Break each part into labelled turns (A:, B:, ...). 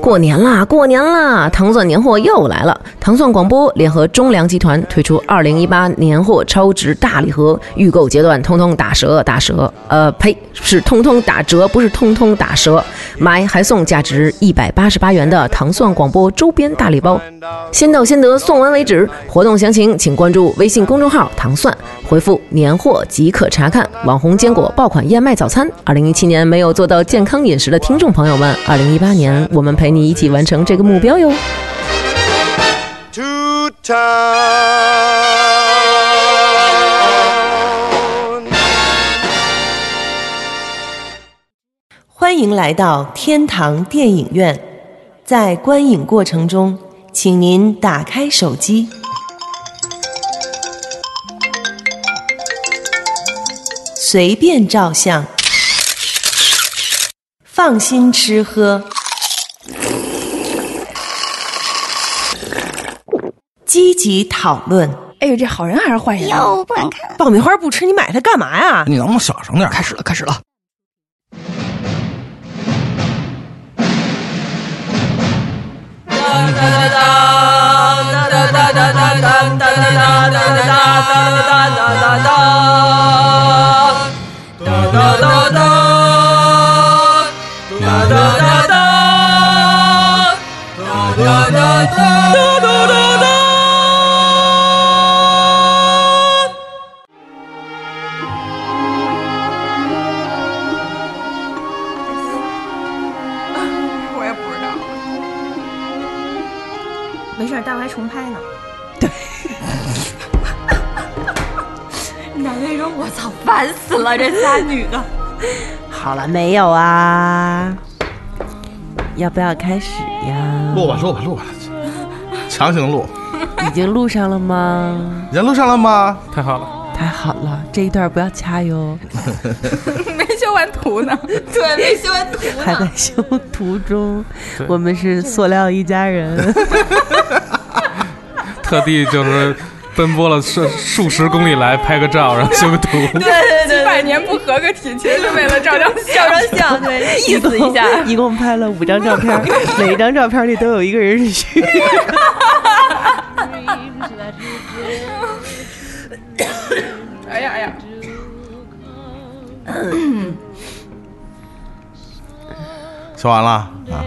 A: 过年啦，过年啦！糖蒜年货又来了。糖蒜广播联合中粮集团推出二零一八年货超值大礼盒，预购阶段通通打折，打折。呃，呸，是通通打折，不是通通打折。买还送价值一百八十八元的糖蒜广播周边大礼包，先到先得，送完为止。活动详情请关注微信公众号“糖蒜”，回复“年货”即可查看。网红坚果爆款燕麦早餐，二零一七年没有做到健康饮食的听众朋友们，二零一八年我们陪你一起完成这个目标哟。
B: to town.
C: 欢迎来到天堂电影院，在观影过程中，请您打开手机，随便照相，放心吃喝，积极讨论。
D: 哎呦，这好人还是坏人啊？
E: 哟，不敢看。
C: 爆米花不吃，你买它干嘛呀？
F: 你能不能小声点？
D: 开始了，开始了。
G: 我也不知道，
H: 没事儿，待会儿还重拍呢。
G: 男的说：“我操，烦死了，这仨女的。
C: 好了没有啊？要不要开始呀？
F: 录吧，录吧，录吧，强行录。
C: 已经录上了吗？
F: 人录上了吗？太好了，
C: 太好了，这一段不要掐哟，”
G: 没修完图呢， 对，没修完图
C: 还在
G: 呢。
C: 修途中。我们是塑料一家人，
I: 特地就是奔波了数数十公里来拍个照，然后修 个图。
G: 几百年不合个体，其实是为了照张
H: 照
G: 相。
H: 张相，对，意思一下。
C: 一共拍了五张照片，每一张照片里都有一个人是虚的。
G: 哎呀哎呀，
F: 修完了啊。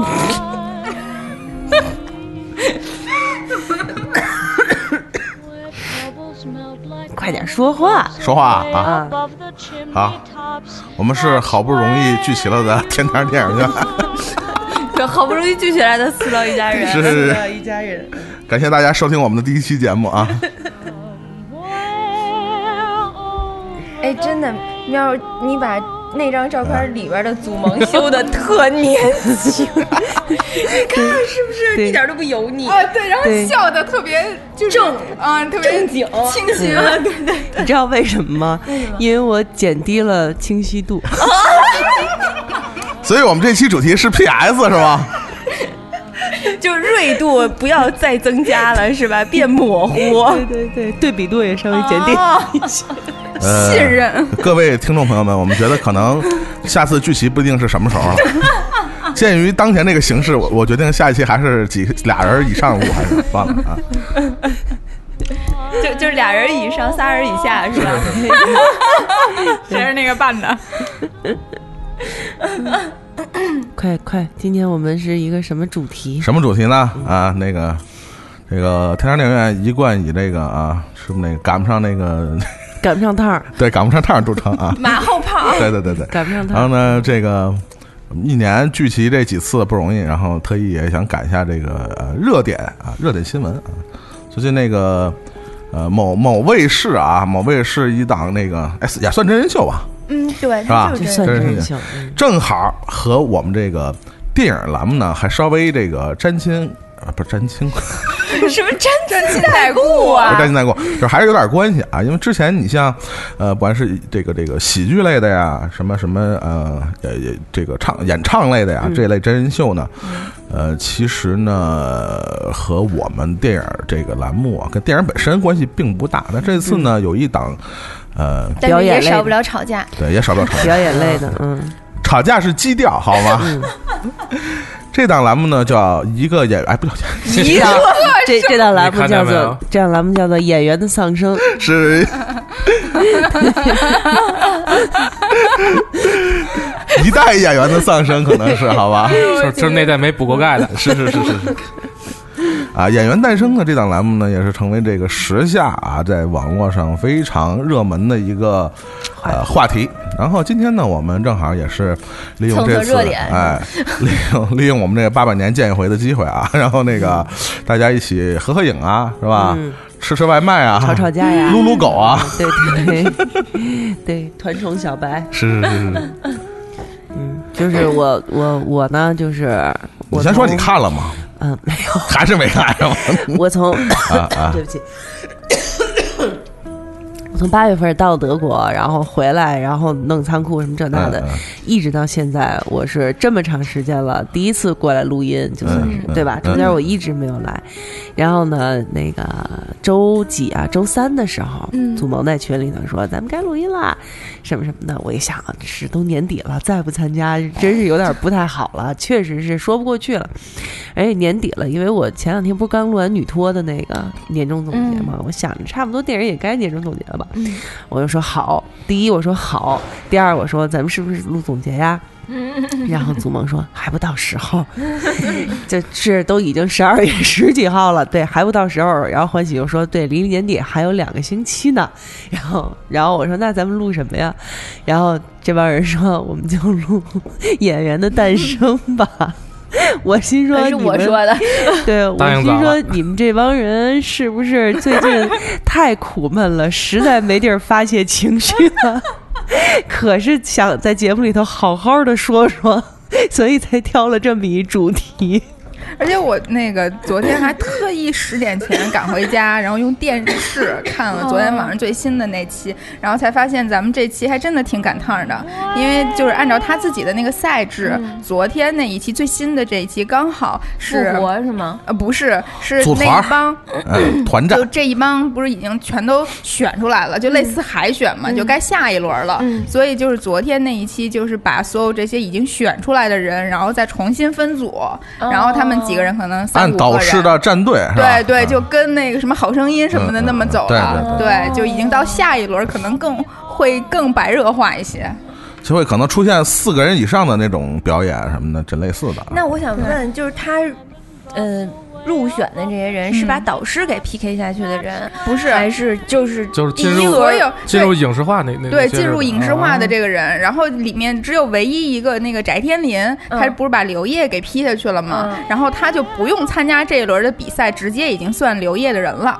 C: 快点说话，
F: 说话啊！
C: 啊
F: 好，我们是好不容易聚齐了的天堂电 影院，
H: 对，好不容易聚起来的塑料一家人。
F: 是是是，
C: 一家人。
F: 感谢大家收听我们的第一期节目啊！
H: 哎，真的，要是你把那张照片里边的祖萌修的特年轻，你看是不是一点都不油腻？
G: 啊对，然
C: 对
G: 后笑的特别就是
H: 正
G: 啊，特别
H: 正经
G: 清晰了，对对。
C: 你知道为什么吗？因为我减低了清晰度。
F: 所以我们这期主题是 PS 是吧？
H: 就锐度不要再增加了，是吧？变模糊。
C: 对对对，对比度也稍微减低。
F: 呃，信任 各位听众朋友们，我们觉得可能下次聚齐不一定是什么时候了。 鉴于当前这个形势，我我决定下一期还是几俩人以上录，还是算了啊。
H: 就就是俩人以上，仨人以下，是吧？
G: 谁是那个扮的？。
C: 快快，今天我们是一个什么主题？
F: 什么主题呢？啊，那个，这个天堂电影院一贯以这个啊，是那个赶不上那个，
C: 赶不上趟儿，
F: 对，赶不上趟儿著称啊
G: 马后炮，
F: 对对对对。
C: 赶不上趟
F: 然
C: 儿。
F: 后呢，这个一年聚齐这几次不容易，然后特意也想赶一下这个呃热点啊，热点新闻啊。最近那个呃某某卫视啊，某卫视一档那个哎也算真人秀吧，
H: 嗯，对，
F: 是吧
H: 他？就
C: 这
H: 是这
C: 算
H: 样。
C: 真人秀，嗯
F: 正好和呃我们这个电影栏目呢还稍微这个沾亲啊，不是沾亲，
A: 什么粘粘筋带固
F: 不是
A: 啊
F: 担？心带过，就还是有点关系啊。因为之前你像，呃，不管是这个这个喜剧类的呀，什么什么呃呃这个唱演唱类的呀，这类真人秀呢，呃，其实呢和我们电影这个栏目啊，跟电影本身关系并不大。那这次呢，有一档，呃，
A: 但
H: 表
A: 是
H: 演
A: 也
H: 类
A: 少
H: 的
A: 不了吵架。
F: 对，也少不了吵架
H: 表演类的，嗯，
F: 吵架是基调，好吗？ 这档栏目呢叫一个演哎不叫
H: 一档这这档栏目
I: 你看
H: 叫
I: 见没
H: 做
I: 有
H: 这档栏目叫做《演员的丧生》，
F: 是一代演员的丧生，可能是好吧？
I: 就是就是那代没补过钙的，
F: 是是是是是。啊，演员诞生的这档栏目呢，也是成为这个时下啊，在网络上非常热门的一个呃话题。然后今天呢，我们正好也是利用
A: 蹭个
F: 这次
A: 热点
F: 哎，利用利用我们这个八百年见一回的机会啊， 然后那个大家一起合合影啊，是吧？吃吃外卖啊，
H: 嗯吵吵架呀
F: 撸撸狗啊，
H: 对对对对，团宠小白，
F: 是是 是是。
H: 就是我我我呢，就是
F: 你
H: 我
F: 先说你
H: 从，
F: 看 了吗？
H: 嗯，没有，
F: 还是没看是吗？
H: 我从
F: 啊啊
H: 对不起， 我从八月份到德国，然后回来，然后弄仓库什么这那的，
F: 嗯嗯
H: 一直到现在，我是这么长时间了，第一次过来录音，就算是、
F: 嗯嗯
H: 对吧？
F: 嗯
H: 中间我一直没有来，然后呢，那个周几啊？周三的时候，祖萌在群里头说咱们该录音啦，什么什么的。我一想，这是都年底了，再不参加真是有点不太好了，确实是说不过去了。而且哎年底了，因为我前两天不是刚录完女托的那个年终总结
A: 嗯
H: 嘛，我想着差不多电影也该年终总结了吧，我就说好。第一我说好，第二我说咱们是不是录总结呀？
A: 嗯
H: 然后祖萌 说还不到时候，这是都已经十二月十几号了，对，还不到时候。然后欢喜又说对，离年底还有两个星期呢。然后然后我说那咱们录什么呀？然后这帮人说我们就录 演员的诞生吧。 我心说
A: 还是
H: 你
A: 我
H: 们
A: 说的，
H: 对，我
I: 答应
H: 心
I: 早
H: 说
I: 了
H: 你们这帮人是不是最近 太苦闷了，实在没地儿发泄情绪了？ 可是想在节目里头好好的说说，所以才挑了这么一主题。
G: 而且我那个昨天还特意十点前赶回家，然后用电视看了昨天晚上最新的那期，然后才发现咱们这期还真的挺赶趟儿的，因为就是按照他自己的那个赛制，昨天那一期最新的这一期刚好是
A: 复。活是吗？
G: 呃，不是，是
F: 组团
G: 那
F: 儿
G: 一帮，
F: 嗯，团战
G: 就这一帮不是已经全都选出来了，就类似
A: 嗯
G: 海选嘛，就该下一轮了。所以就是昨天那一期，就是把所有这些已经选出来的人，然后再重新分组，
A: 哦
G: 然后他们几个人可能三
F: 按
G: 五
F: 导
G: 个
F: 师
G: 人，
F: 的战队是吧？
G: 对对，
F: 嗯
G: 就跟那个什么好声音什么的
F: 嗯嗯
G: 那么走
F: 嗯对
G: 了，
F: 对
G: 对，就已经到下一轮，可能更会更白热化一些。
F: 就会可能出现四个人以上的那种表演什么的，这类似的啊。
A: 那我想问，就是他，呃，入选的这些人是把导师给 PK 下去的人，
G: 嗯不是
A: 还是就是
I: 就是
A: 第
I: 进
A: 一
I: 入
G: 所
A: 轮
G: 有
I: 进入影视化那那
G: 对
I: 那些
G: 进入
I: 日
G: 影
I: 本
G: 视化的
I: 啊
G: 这个人，然后里面只有唯一一个那个翟天临，他不是把刘烨给批下去了吗？然后他就不用参加这一轮的比赛，直接已经算刘烨的人了。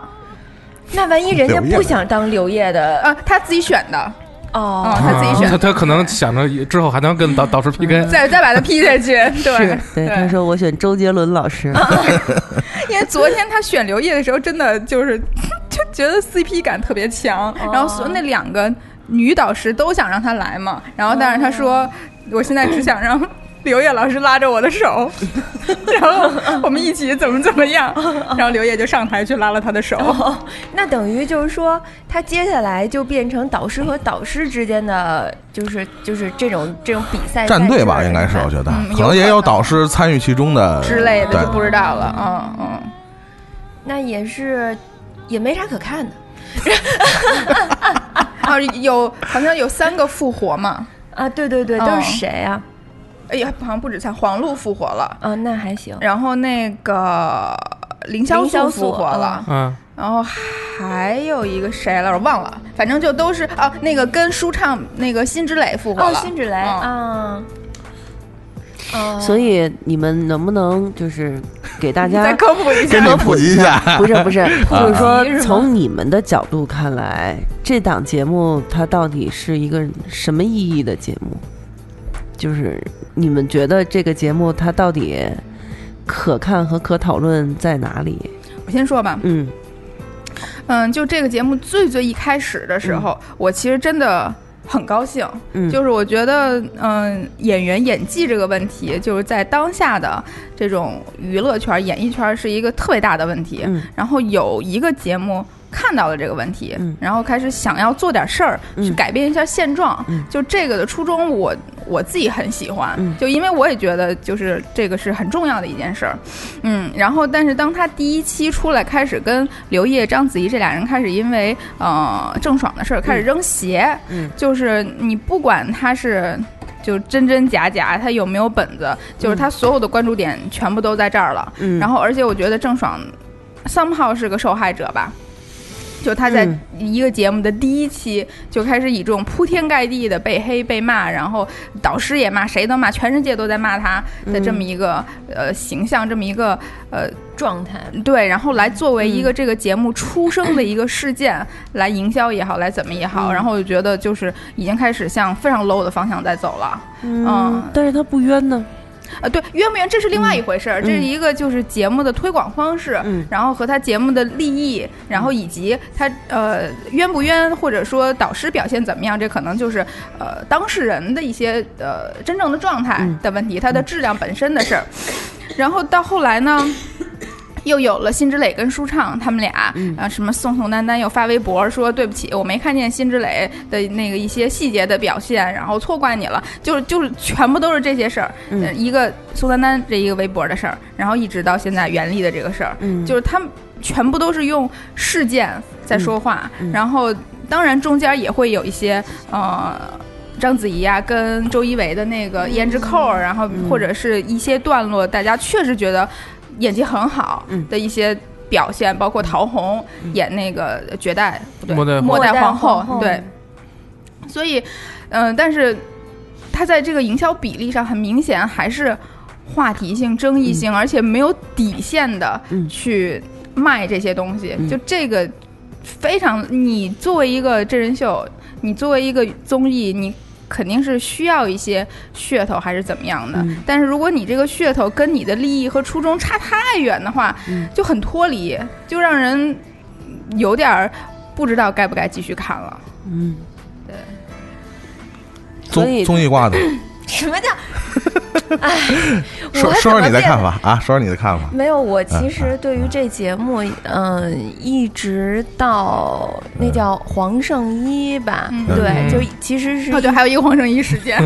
A: 那万一人家不想当刘烨的
G: 啊，他自己选的，
A: 哦
G: 啊，，他自己 选嗯的，
I: 他他可能想着以之后还能跟导导师 PK，
G: 再再把他批下去。对
H: 是，对，他说我选周杰伦老师，
G: 因为昨天他选刘烨的时候，真的就是就觉得 CP 感特别强，然后所那两个女导师都想让他来嘛，然后但是他说，我现在只想让。刘烨老师拉着我的手，然后我们一起怎么怎么样，然后刘烨就上台去拉了他的手。
A: 哦那等于就是说，他接下来就变成导师和导师之间的，就是就是这种这种比赛
F: 战队
A: 赛啊
F: 吧，
A: 制
F: 应该是
A: 吧
F: 我觉得
G: 嗯，有
F: 可能也
G: 可
F: 有
G: 能
F: 导师参与其中的
G: 之类的
F: 对
G: 就不知道了，嗯嗯。
A: 那也是也没啥可看 的
G: 啊，有好像有三个复活嘛，
A: 啊。对对对，
G: 哦
A: 都是谁啊？
G: 哎呀，好像不止三，黄璐复活了，
A: 啊，那还行。
G: 然后那个凌潇
A: 凌潇
G: 肃
A: 肃
G: 复活了，
I: 嗯，
G: 然后还有一个谁来着？我忘了，反正就都是哦，那个跟舒畅那个辛芷蕾复活
A: 哦，
G: 了。
A: 辛芷蕾
G: 嗯
A: 啊，哦，
H: 所以你们能不能就是给 大
G: 再
H: 家？
G: 科普一下，
F: 给你普及一下。 啊
H: 不是不是，就是说
G: 普及是吗
H: 从你们的角度看来，这档节目它到底是一个什么意义的节目？就是你们觉得这个节目它到底可看和可讨论在哪里？我先说吧，
J: 嗯
H: 嗯，就这个节目最最一开始的时候，我其实真的很高兴，
J: 嗯
H: 就是我觉得，嗯、演员演技这个问题，就是在当下的这种娱乐圈、演艺圈是一个特别大的问题。
J: 嗯
H: 然后有一个节目看到了这个问题，
J: 嗯
H: 然后开始想要做点事儿、去
J: 嗯
H: 改变一下现状。
J: 嗯
H: 就这个的初衷我，我自己很喜欢，
J: 嗯
H: 就因为我也觉得就是这个是很重要的一件事儿。嗯，然后但是当他第一期出来，开始跟刘烨、章子怡这俩人开始因为呃郑爽的事儿开始扔鞋，
J: 嗯
H: 哎就是你不管他是。就真真假假，他有没有本子？就是他所有的关注点全部都在这儿了。
J: 嗯，
H: 然后，而且我觉得郑爽 somehow 是个受害者吧，就她在
J: 嗯
H: 一个节目的第一期就开始以这种铺天盖地的被黑、被骂，然后导师也骂，谁都骂，全世界都在骂她的
J: 嗯
H: 这么一个、呃形象，这么一个呃
G: 状态，
H: 对，然后来
J: 嗯
H: 作为一个这个节目出生的一个事件、 来营销也好，来怎么也
J: 嗯
H: 好，然后我就觉得就是已经开始向非常 low 的方向在走了。
J: 嗯，但是他不冤呢，
H: 啊，对，冤不冤这是另外一回事
G: 嗯
H: 儿，这是一个就是节目的推广方式，
J: 嗯
H: 然后和他节目的利益，然
G: 嗯
H: 后以及他呃冤不冤，或者说导师表现怎么样，这可能就是呃当事人的一些呃真正的状态
G: 嗯
H: 的问题，它的质量本身的事儿。然后到后来呢？又有了辛芷蕾跟舒畅他们
G: 嗯
H: 俩，
J: 嗯
H: 啊，什么宋宋丹丹又发微博说对不起，我没看见辛芷蕾的那个一些细节的表现，然后错怪你了，就是就是全部都是这些事儿，
J: 嗯
H: 呃一个宋丹丹这一个微博的事儿，然后一直到现在袁立的这个事儿，
J: 嗯，
H: 就是他们全部都是用事件在说话，
J: 嗯嗯
H: 然后当然中间也会有一些呃。章子怡啊，跟周一围的那个
G: 嗯
H: 胭脂扣儿，然后或者是一些段落，大家确实觉得演技很好
J: 嗯
H: 的一些表现，包括陶虹
G: 嗯
H: 演那个绝代不对
I: 末代
H: 末
G: 末
H: 代
G: 代
H: 皇
G: 皇
H: 后
G: 后
H: 对，所以嗯、呃但是他在这个营销比例上，很明显还是话题性、争议
G: 嗯
H: 性，而且没有底线的
J: 嗯
H: 去卖这些东西。
J: 嗯
H: 就这个非常，你作为一个真人秀，你作为一个综艺，你肯定是需要一些噱头还是怎么样的。
J: 嗯
H: 但是如果你这个噱头跟你的利益和初衷差太远的话，
J: 嗯
H: 就很脱离，就让人有点儿不知道该不该继续看了。
J: 嗯，所
F: 综
J: 以
F: 综艺 挂的，
G: 什 么叫？哎，我
F: 说说
G: 怎
F: 说
G: 么
F: 你的
G: 变
F: 看啊法啊，说说你 的看法。
G: 没有，我其实对于这节目，嗯、一直到那叫黄圣依吧，
H: 嗯
G: 对，
I: 嗯
G: 就其实是
H: 哦，对，还有一个黄圣依事件，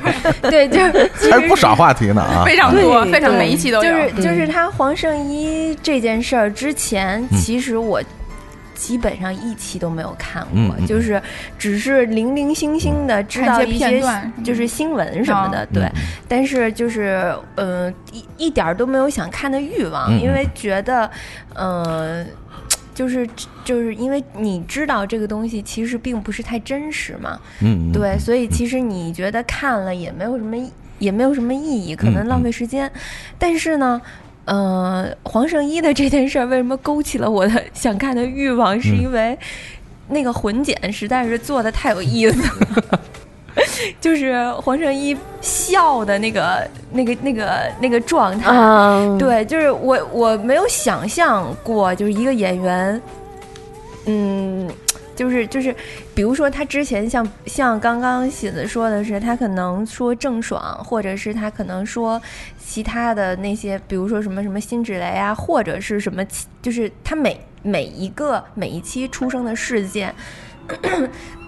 G: 对，就是
F: 还不少话题 呢啊，
H: 非常多，
J: 对
H: 非常
G: 对
H: 每一期都
G: 就
H: 有。
G: 是
J: 嗯
G: 就是他黄圣依这件事儿之前，
F: 嗯
G: 其实我基本上一期都没有看过，
F: 嗯嗯嗯
G: 就是只是零零星星的知
H: 看
G: 道
H: 一些
G: 一
H: 片段嗯
G: 就是新闻什么的，对。
F: 嗯
G: 但是就是呃一一点儿都没有想看的欲望，
F: 嗯嗯
G: 因为觉得呃。就是就是因为你知道这个东西其实并不是太真实嘛，
F: 嗯，嗯
G: 对，，所以其实你觉得看了也没有什么，也没有什么意义，可能
F: 嗯
G: 浪
F: 嗯
G: 费时间。但是呢，呃，黄圣依的这件事儿为什么勾起了我的想看的欲望？是因为那个混剪实在是做的太有意思了。 就是黄圣依笑的那个、那个、那个、那个状态，
J: 啊，
G: 对，就是我我没有想象过，就是一个演员，嗯，就是就是，比如说他之前像像刚刚写的说的是，他可能说郑爽，或者是他可能说其他的那些，比如说什么什么辛芷蕾啊，或者是什么其，就是他每每一个每一期出生的事件。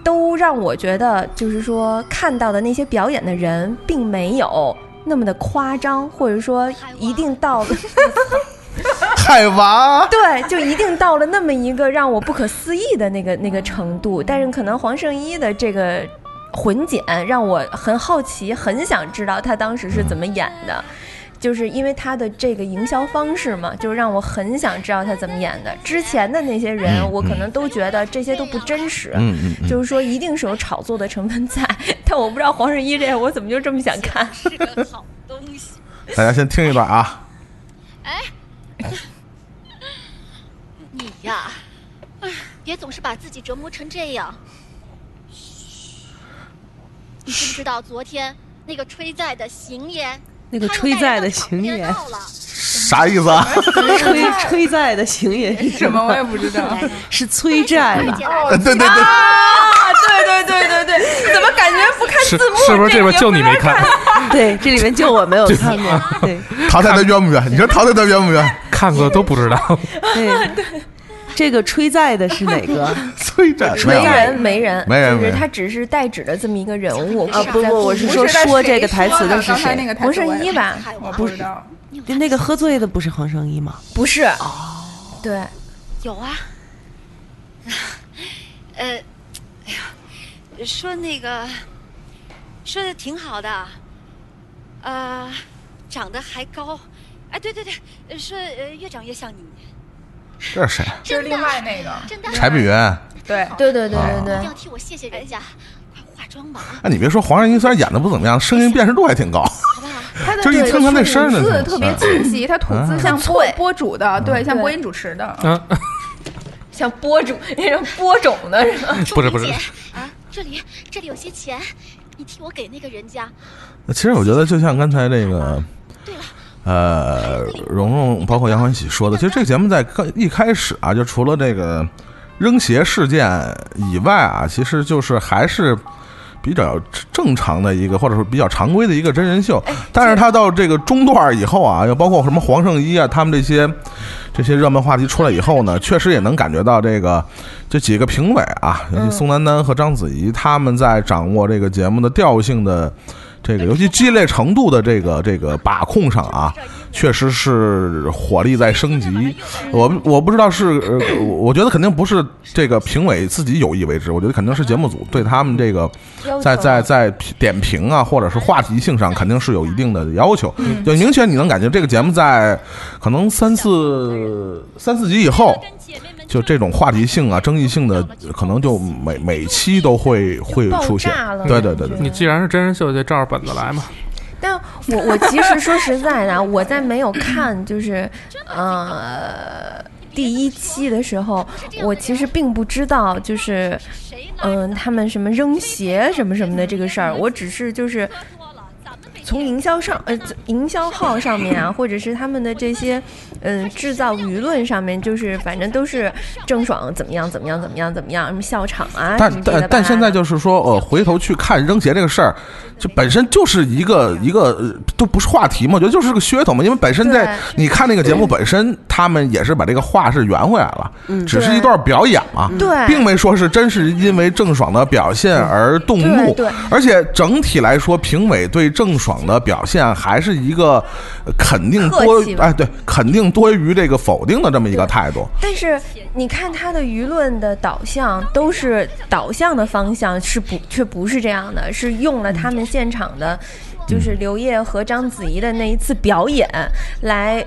G: 都让我觉得，就是说看到的那些表演的人，并没有那么的夸张，或者说一定到了，，
F: 海娃
G: 对，就一定到了那么一个让我不可思议的那个那个程度。
F: 嗯
G: 但是可能黄圣依的这个混剪让我很好奇，很想知道她当时是怎么演的。
F: 嗯
G: 就是因为她的这个营销方式嘛，就让我很想知道她怎么演的。之前的那些人，
F: 嗯
G: 我可能都觉得这些都不真实，
F: 嗯嗯嗯，
G: 就是说一定是有炒作的成分在， 但我不知道黄圣依这样，我怎么就这么想看？
F: 大家先听一段啊。
K: 你呀，哎，别总是把自己折磨成这样。你知不知道昨天那个吹在的行言，
J: 那个
K: 他又
J: 吹在
K: 带人到
J: 的
K: 厂
J: 行
K: 子里
J: 言
K: 闹了，
F: 啥意思 啊？
C: 催催债的行也是
H: 什 么我也不知道，
C: 是催债吧？
F: 对 对 对，
H: 啊，对对对对对，怎么感觉不看
I: 是
H: 字幕？
I: 是不是这边就你没看？
C: 对，这里面就 我没有看过。对
F: 淘汰的冤不冤？你说淘汰的冤不冤？
I: 看过都 不知道，
C: 对对，这个催债的是哪个？
F: 催债 没
G: 没
F: 有
G: 人，没人，
F: 没人
G: 就
F: 没
G: 是
F: 人
G: 他只是代指的这么一个人物
C: 啊不不我是
H: 不
C: 说
H: 知道
C: 说这
H: 谁
C: 个台词的
H: 的
C: 是谁
H: 刚才那个台词
G: 不是
H: 我也
G: 一吧？
H: 我哦不知道，
C: 就那个喝醉的不是黄圣依吗？
G: 不是，对，
K: 有啊， 呃，哎呀，说那个说的挺好的，呃，长得还高，哎，对对对，呃说呃越长越像你，
F: 这是谁？
H: 就是另外那个，
K: 真的，
F: 柴碧云。
H: 对，
G: 对对对对对
K: 一定要替我谢谢人家，快化妆吧，
F: 哎，你别说，黄圣依虽然演的不怎么样，声音辨识度还挺高。
K: 好不好？
H: 他的
F: 就是一听他那声儿呢
H: 吐字
F: 就
H: 特别清晰，他吐
C: 啊
H: 字像播播主的，
C: 嗯
H: 对，像播音主持的。
I: 啊，
G: 像播种那种播种的人，
I: 不是不是
K: 姐，啊，这里这里有些钱，你替我给那个人家。
F: 其实我觉得，就像刚才这个，
K: 对了，
F: 呃，蓉蓉包括杨欢喜说的，其实这个节目在刚一开始啊，就除了这个扔鞋事件以外啊，其实就是还是比较正常的一个，或者说比较常规的一个真人秀。但是他到这个中段以后啊，又包括什么黄圣依啊，他们这些这些热门话题出来以后呢，确实也能感觉到这个这几个评委啊，
G: 嗯
F: 尤其宋丹丹和章子怡，他们在掌握这个节目的调性的。这个尤其激烈程度的这个这个把控上啊，确实是火力在升级。我不我不知道是，呃我我觉得肯定不是这个评委自己有意为之，我觉得肯定是节目组对他们这个
G: 要求
F: 在在在点评啊，或者是话题性上，肯定是有一定的要求。
G: 嗯
F: 就明显你能感觉这个节目在可能三四三四集以后，就这种话题性啊、争议性的，可能就每每期都会会出现
G: 爆炸了。
F: 对对对对，
I: 你既然是真人秀，就照着本子来嘛。
G: 但我我其实说实在的啊，我在没有看就是呃第一期的时候，我其实并不知道就是嗯、他们什么扔鞋什么什么的这个事儿，我只是就是从营销上呃营销号上面啊，或者是他们的这些嗯制造舆论上面，就是反正都是郑爽怎么样怎么样怎么样怎么样，什么笑场啊，什
F: 但
G: 么这个
F: 但但
G: 那
F: 现在
G: 的
F: 就是说，呃，回头去看扔鞋这个事儿，就本身就是一个一个呃都不是话题嘛，我觉得就是个噱头嘛，因为本身在你看那个节目本身，他们也是把这个话是圆回来了，只是一段表演嘛，
G: 对
F: 并没说是真是因为郑爽的表现而动怒
G: 对对，
F: 而且整体来说，评委对郑爽的表现还是一个呃肯定多
G: 客气吧
F: 哎对肯定多于这个否定的这么一个态度，
G: 但是你看他的舆论的导向都是导向的方向是不却不是这样的，是用了他们现场的，就是刘烨和章子怡的那一次表演来。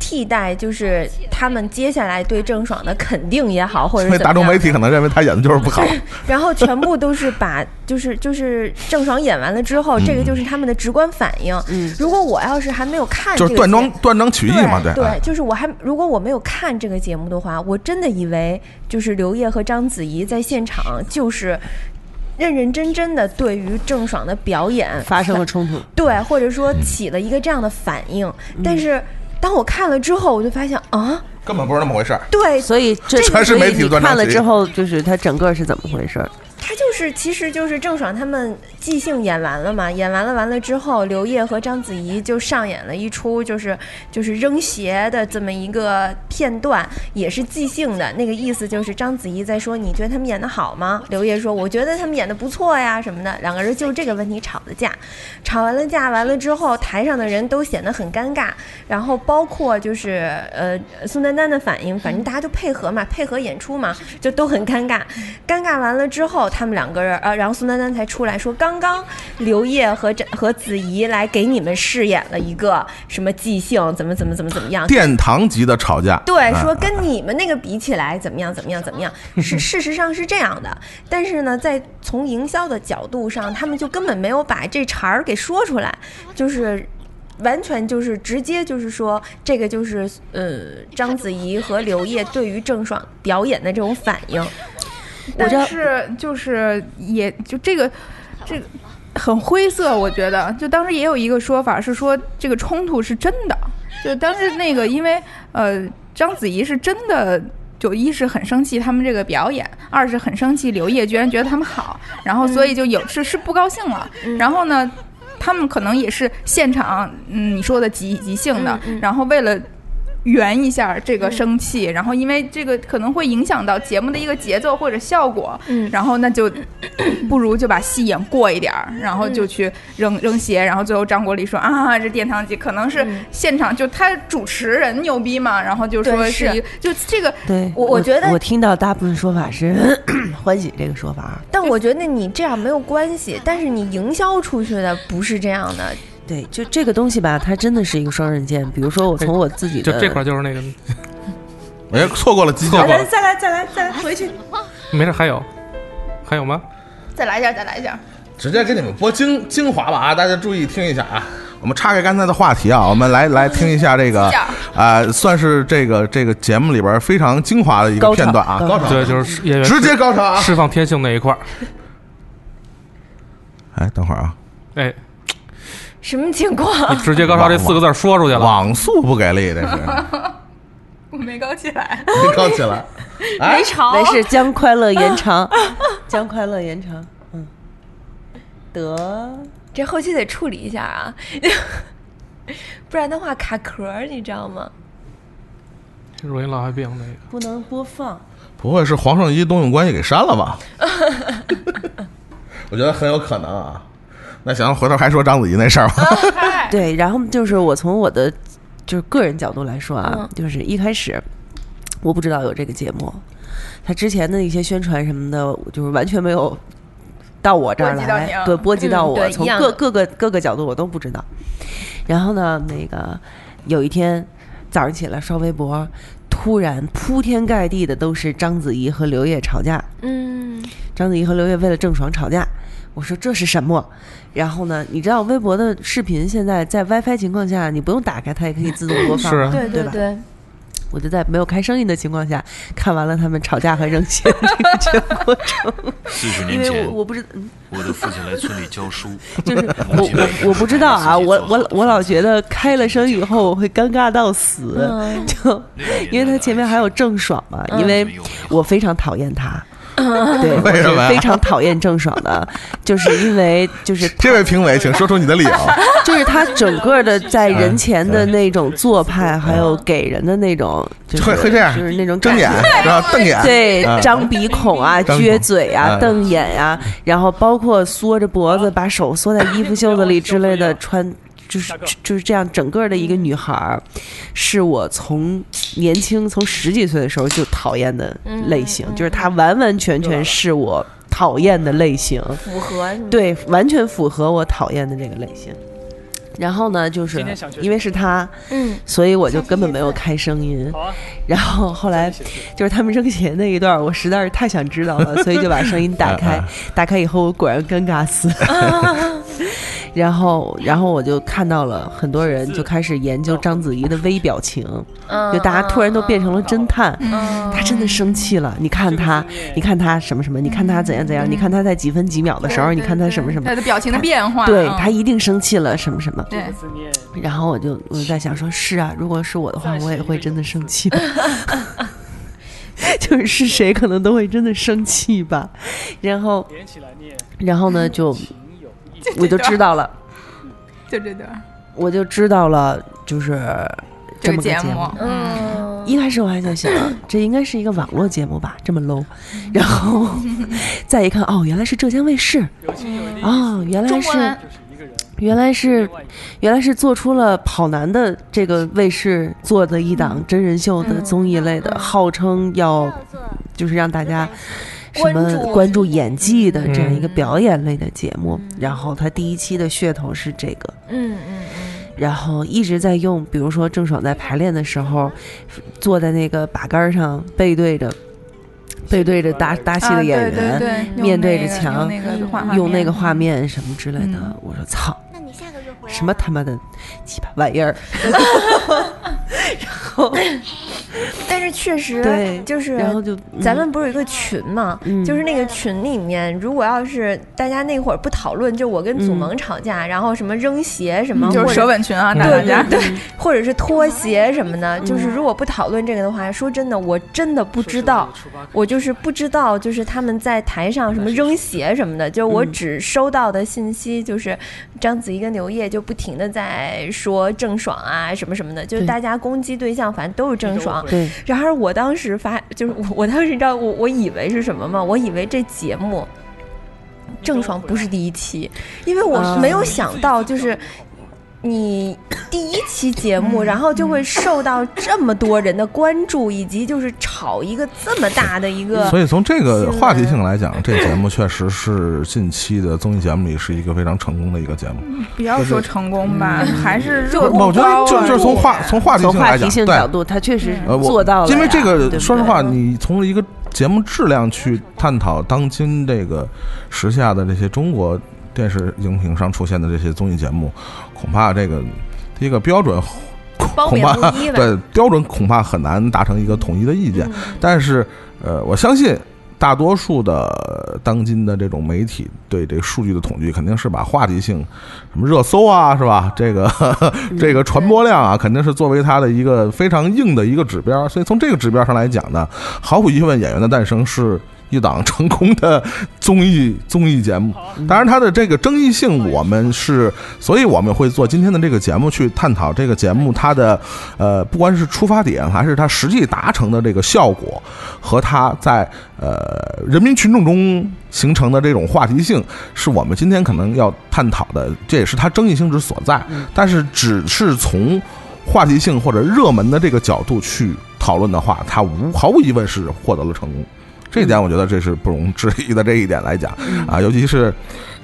G: 替代就是他们接下来对郑爽的肯定也好，或者
F: 因为
G: 是
F: 大众媒体可能认为他演的就是 不好。
G: 然后全部都是把，就是就是郑爽演完了之后，这个就是他们的直观反应。如果我要是还没有看这
F: 就
G: 个
F: 是
G: 节，
F: 断章断章取义嘛，
G: 对
F: 哎
G: 就是我还如果我没有看这个节目的话，我真的以为就是刘烨和章子怡在现场就是认认真真的对于郑爽的表演
C: 发生了冲突，
G: 对，或者说起了一个这样的反应。
C: 嗯
G: 但是当我看了之后，我就发现啊，
F: 根本不是那么回事儿。
G: 对，
C: 所以这
F: 全是媒体
C: 所以你
F: 断章
C: 看了
F: 取义
C: 之后，就是它整个是怎么回事儿？
G: 他就是，其实就是郑爽他们即兴演完了嘛，演完了完了之后，刘烨和章子怡就上演了一出就是就是扔鞋的这么一个片段，也是即兴的。那个意思就是章子怡在说：“你觉得他们演的好吗？”刘烨说：“我觉得他们演的不错呀，什么的。”两个人就这个问题吵了架，吵完了架完了之后，台上的人都显得很尴尬，然后包括就是呃宋丹丹的反应，反正大家就配合嘛，配合演出嘛，就都很尴尬。尴尬完了之后，他们两个人呃，然后宋丹丹才出来说，刚刚刘烨和这和子怡来给你们饰演了一个什么即兴，怎么怎么怎么怎么样。
F: 殿堂级的吵架，
G: 对，
F: 哎
G: 说跟你们那个比起来怎么样怎么样怎么样，是事实上是这样的，但是呢，在从营销的角度上，他们就根本没有把这茬儿给说出来，就是。完全就是直接就是说，这个就是呃章子怡和刘烨对于郑爽表演的这种反应，
C: 我这
H: 但是就是也就这个这个很灰色，我觉得就当时也有一个说法是说这个冲突是真的，就当时那个，因为呃，章子怡是真的。就一是很生气他们这个表演，二是很生气刘烨居然觉得他们好，然后所以就有是是不高兴了。然后呢，他们可能也是现场，嗯，你说的即即兴的，
G: 嗯
H: 然后为了圆一下这个生气，然后因为这个可能会影响到节目的一个节奏或者效果，
G: 嗯
H: 然后那就不如就把戏演过一点儿，
G: 嗯
H: 然后就去扔、扔鞋，然后最后张国立说啊，这殿堂级可能是
G: 嗯
H: 现场、就他主持人牛逼嘛，然后就说
G: 对
H: 是
G: 是
H: 一就这个
C: 对
G: 我
C: 我
G: 我觉得
C: 我听到大部分说法是欢喜这个说法，
G: 但我觉得你这样没有关系，但是你营销出去的不是这样的，
C: 对，就这个东西吧，它真的是一个双刃剑。比如说，我从我自己
I: 就
C: 的
I: 这块就是那个，
F: 哎，错过了金
I: 错
F: 奖
I: 过，了，
H: 再来再来再来回去，
I: 没事，还有，还有吗？
H: 再来一下再来一下，
F: 直接给你们播精精华吧啊！大家注意听一下啊。我们岔开刚才的话题啊，我们来来听一下这个
H: 这样，
F: 呃，算是这个这个节目里边非常精华的一个
C: 高潮
F: 片段啊，
C: 高
F: 高
C: 潮
F: 潮，
I: 对，就是演员
F: 直接高潮啊！
I: 释放天性那一块儿。
F: 哎，等会儿啊，
I: 哎，
G: 什么情况？
I: 你直接高潮这四个字儿说出去了，
F: 网速不给力，这是
H: 我没高起来。
F: 没高起来。哎，
C: 没事，将快乐延 长，将快乐延长。嗯，得，
G: 这后期得处理一下啊， 不然的话卡壳儿，你知道吗？
I: 容易老害病那个。
C: 不能播放。
F: 不会是黄圣依动用关系给删了吧？我觉得很有可能啊。那行，回头还说章子怡那事儿吧。
C: 对，然后就是我从我的就是个人角度来说啊，就是一开始我不知道有这个节目，他之前的一些宣传什么的，我就是完全没有到我这儿
H: 波及到
C: 来
H: 你，啊
C: 对，波及到
G: 嗯
C: 我，
G: 对
C: 从
G: 一样
C: 各
G: 的
C: 各个各个角度我都不知道。然后呢，那个有一天早上起来刷微博，突然铺天盖地的都是章子怡和刘烨吵架，
G: 嗯，
C: 章子怡和刘烨为了郑爽吵架。我说这是什么？然后呢？你知道微博的视频现在在 WiFi 情况下，你不用打开它也可以自动播放。
I: 是啊
G: 对
C: 对嗯吧
G: 对，
C: 我就在没有开声音的情况下看完了他们吵架和扔鞋这个全过程，
B: 四十年
C: 因为
B: 前，
C: 我我不知嗯
B: 我的父亲来村里教书，
C: 就是我我我不知道啊，我我我老觉得开了声以后我会尴尬到死，
G: 嗯
C: 就 因为他前面还有郑爽嘛，
H: 嗯
C: 因为我非常讨厌他。对，我
F: 为什么呀
C: 是非常讨厌郑爽的，就是因为 就是
F: 这位评委，请说出你的理由。
C: 就是他整个的在哎人前的那种做派，还有给人的那种，就是
F: 哎嗯会会这样
C: 就是那种
F: 睁
C: 感觉
F: 眼，然后瞪眼，
C: 对
F: 嗯，
C: 张鼻孔啊，
F: 张
C: 撅嘴啊
F: 嗯，
C: 瞪眼啊，然后包括缩着脖子，把手缩在衣服袖子里之类的，穿就是
H: 嗯
C: 就是这样，整个的一个女孩儿，是我从年轻从十几岁的时候就讨厌的类型，就是她完完全全是我讨厌的类型，
G: 符合你
C: 对，完全符合我讨厌的这个类型。然后呢，就是因为是她，
G: 嗯，
C: 所以我就根本没有开声音。然后后来就是他们扔鞋那一段儿，我实在是太想知道了，所以就把声音打开。打开以后，我果然尴尬死。 然后，然后我就看到了很多人就开始研究章子怡的微表情，就大家突然都变成了侦
H: 嗯
C: 探。她真的生气了，你看她，你看她什么什么，你看她怎样怎样，你看她在几分几秒的时候，你看她什么什么
H: 他，的表情的变化，
C: 对
H: 嗯
C: 她一定生气了什么什么。
H: 对，
C: 然后我就我就在想说，是啊，如果是我的话，我也会真的生气吧。就是是谁可能都会真的生气吧。然后，然后呢，就我就知道了，
H: 就这段儿
C: 我就知道了，就是这
H: 这个
C: 么个
H: 节
C: 节目。
G: 嗯，
C: 一开始我还在想，啊 这应该是一个网络节目吧，这么 low。然 后再一看，哦，原来是浙江卫视，哦，原来
H: 中
C: 是
H: 文
C: 原来是，原来是做出了《跑男》的这个卫视做的一档真人秀的综艺类的，号称要就是让大家什么关注演技的这样一个表演类的节目。
H: 嗯
C: 然后它第一期的噱头是这个，
G: 嗯嗯
C: 然后一直在用，比如说郑爽在排练的时候，坐在那个把杆儿上背对着背对着搭搭戏
H: 啊
C: 的演
H: 对对
C: 员，
H: 对用
C: 面对着
H: 那个
C: 墙
H: 用那个画面
C: 用那个画面什么之类的，
H: 嗯
C: 我说操。
L: 那你下个月回来
C: 什么他妈的鸡巴玩意儿，然后
G: 但是确实
C: 对
G: 就是，
C: 然后就嗯
G: 咱们不是有一个群嘛，
C: 嗯
G: 就是那个群里面，如果要是大家那会儿不讨论，就我跟
C: 嗯
G: 祖萌吵架，然后什么扔鞋什么，
H: 就是
G: 或者
H: 蛇吻群
I: 嗯
H: 啊，大
G: 对
H: 家
G: 对对，或者是拖鞋什么的，就是如果不讨论这个的话，说真的，我真的不知道，我就是不知道，就是他们在台上什么扔鞋什么的，就我只收到的信息就是章子怡跟刘烨就不停的在说郑爽啊什么什么的，就是大家攻击对象，反正都是郑爽。
C: 对，
G: 然而我当时发，就是我我当时你知道我我以为是什么吗？我以为这节目。郑爽不是第一期，因为我
C: 啊
G: 没有想到，就是你第一期节目，然后就会受到这么多人的关注，以及就是炒一个这么大的一个，
F: 所以从这个
C: 啊
G: 新
F: 话题
G: 闻
F: 性来讲，这节目确实是近期的综艺节目里是一个非常成功的一个节目。
H: 不要说成功吧，还是热度
F: 我觉得嗯
H: 高
F: 就
H: 啊嗯
F: 就是从话从话题
C: 从
F: 性来
C: 话题
F: 讲，
C: 性
F: 对
C: 角，度，他确实
F: 呃，我
C: 做到了呀，
F: 因为这
C: 对不对
F: 个，说实话，你从一个节目质量去探讨当今这个时下的这些中国电视荧屏上出现的这些综艺节目，恐怕这个第一个标准。
G: 褒
F: 恐
G: 贬
F: 怕
G: 不一吧
F: 对标准恐怕很难达成一个统一的意见，但是呃，我相信大多数的当今的这种媒体对这数据的统计，肯定是把话题性、什么热搜啊，是吧？这个 这个传播量啊，肯定是作为它的一个非常硬的一个指标。所以从这个指标上来讲呢，毫无疑问，《演员的诞生》是。一档成功的综艺综艺节目，当然它的这个争议性，我们是，所以我们会做今天的这个节目去探讨这个节目它的，呃，不管是出发点还是它实际达成的这个效果，和它在呃人民群众中形成的这种话题性，是我们今天可能要探讨的，这也是它争议性质所在。
C: 嗯
F: 但是只是从话题性或者热门的这个角度去讨论的话，它无毫无疑问是获得了成功。这一点我觉得这是不容置疑的。这一点来讲
C: 嗯
F: 啊，尤其是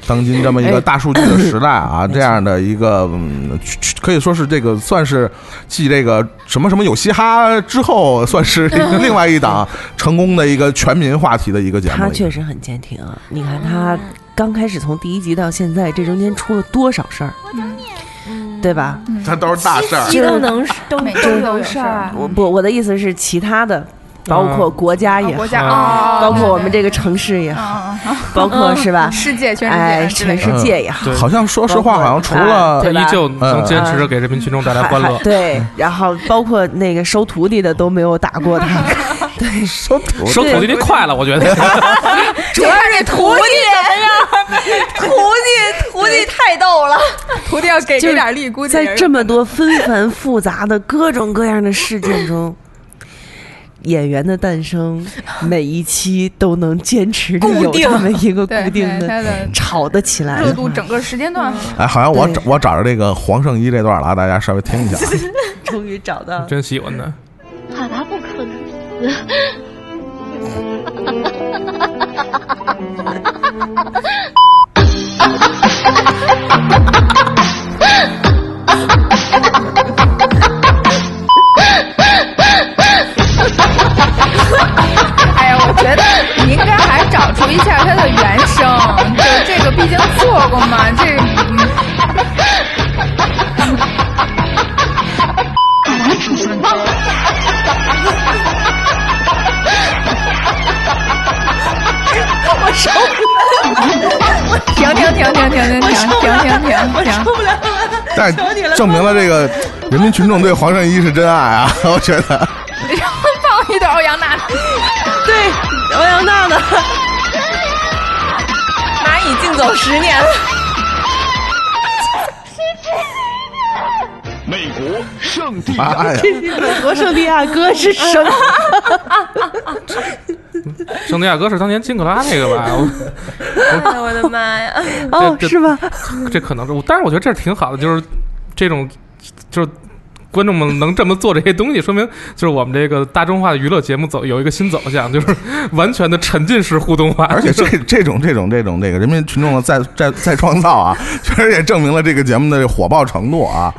F: 当今这么一个大数据的时代
C: 嗯
F: 啊，这样的一个嗯，去去可以说是这个算是继这个什么什么有嘻哈之后，算是另外一档成功的一个全民话题的一个节目
C: 他
F: 了已
C: 嗯
F: 经。
C: 确实很坚挺啊！你看他刚开始从第一集到现在，这中间出了多少嗯事儿，对吧？
F: 他都是大事儿
G: 期都能都
H: 每
G: 都
H: 嗯周都有
G: 有
H: 事
G: 事
H: 儿
G: 儿。
C: 我不，我的意思是其他的，包括嗯国家也
H: 国
C: 好，
H: 家
I: 啊
H: 啊，
C: 包括我们这个城市也好，
H: 啊，啊
A: 嗯
H: 啊
C: 包括是吧？
H: 世界全世
C: 哎，
H: 界之类
C: 全
H: 的
C: 世界也好，
I: 对
F: 好像说实话，好像除了
I: 他
C: 对吧嗯
I: 依旧能坚持着给人民群众带来欢 乐
C: 还。对，然后包括那个收徒弟的都没有打过他，
F: 收徒
I: 收徒弟那快了，我觉得
H: 主要是徒弟
G: 徒弟徒弟太逗了，
H: 徒弟要给
C: 就
H: 给
C: 是
H: 点力，估计
C: 在这么多纷繁复杂的各种各样的事件中。演员的诞生，每一期都能坚持着有这么一个
H: 对
C: 固定的
H: 对他的
C: 吵得起来嗯
H: 热
C: 了，
H: 度整个时间段
F: 哎，好像我
C: 对
F: 找我找着这个黄圣依这段了啊，大家稍微听一 下啊。
C: 终于找到了。
I: 真喜欢他。
M: 爸爸不可能，
H: 哎呀，我觉得你应该还找出一下它的原声，就这个毕竟做过嘛，这个嗯我受不了！停停停停停停停停停停！
F: 但证明了这个人民群众对黄圣依是真爱啊！我觉得
H: 然后放一段欧阳娜娜，
C: 对，欧阳娜娜，
G: 蚂蚁竞走十年了。
N: 美国圣地
F: 妈呀，
C: 美国圣地亚哥是什么？
I: 圣地亚哥是当年金克拉那个吧？我
G: 哎呦我的妈呀！
C: 哦，
I: 这
C: 是吗？
I: 这可能是，但是我觉得这挺好的，就是这种就是。观众们能这么做这些东西，说明就是我们这个大众化的娱乐节目走有一个新走向，就是 完全的沉浸式互动化。
F: 而且这这种这种这种这个人民群众的再再再创造啊，确实也证明了这个节目的火爆程度啊。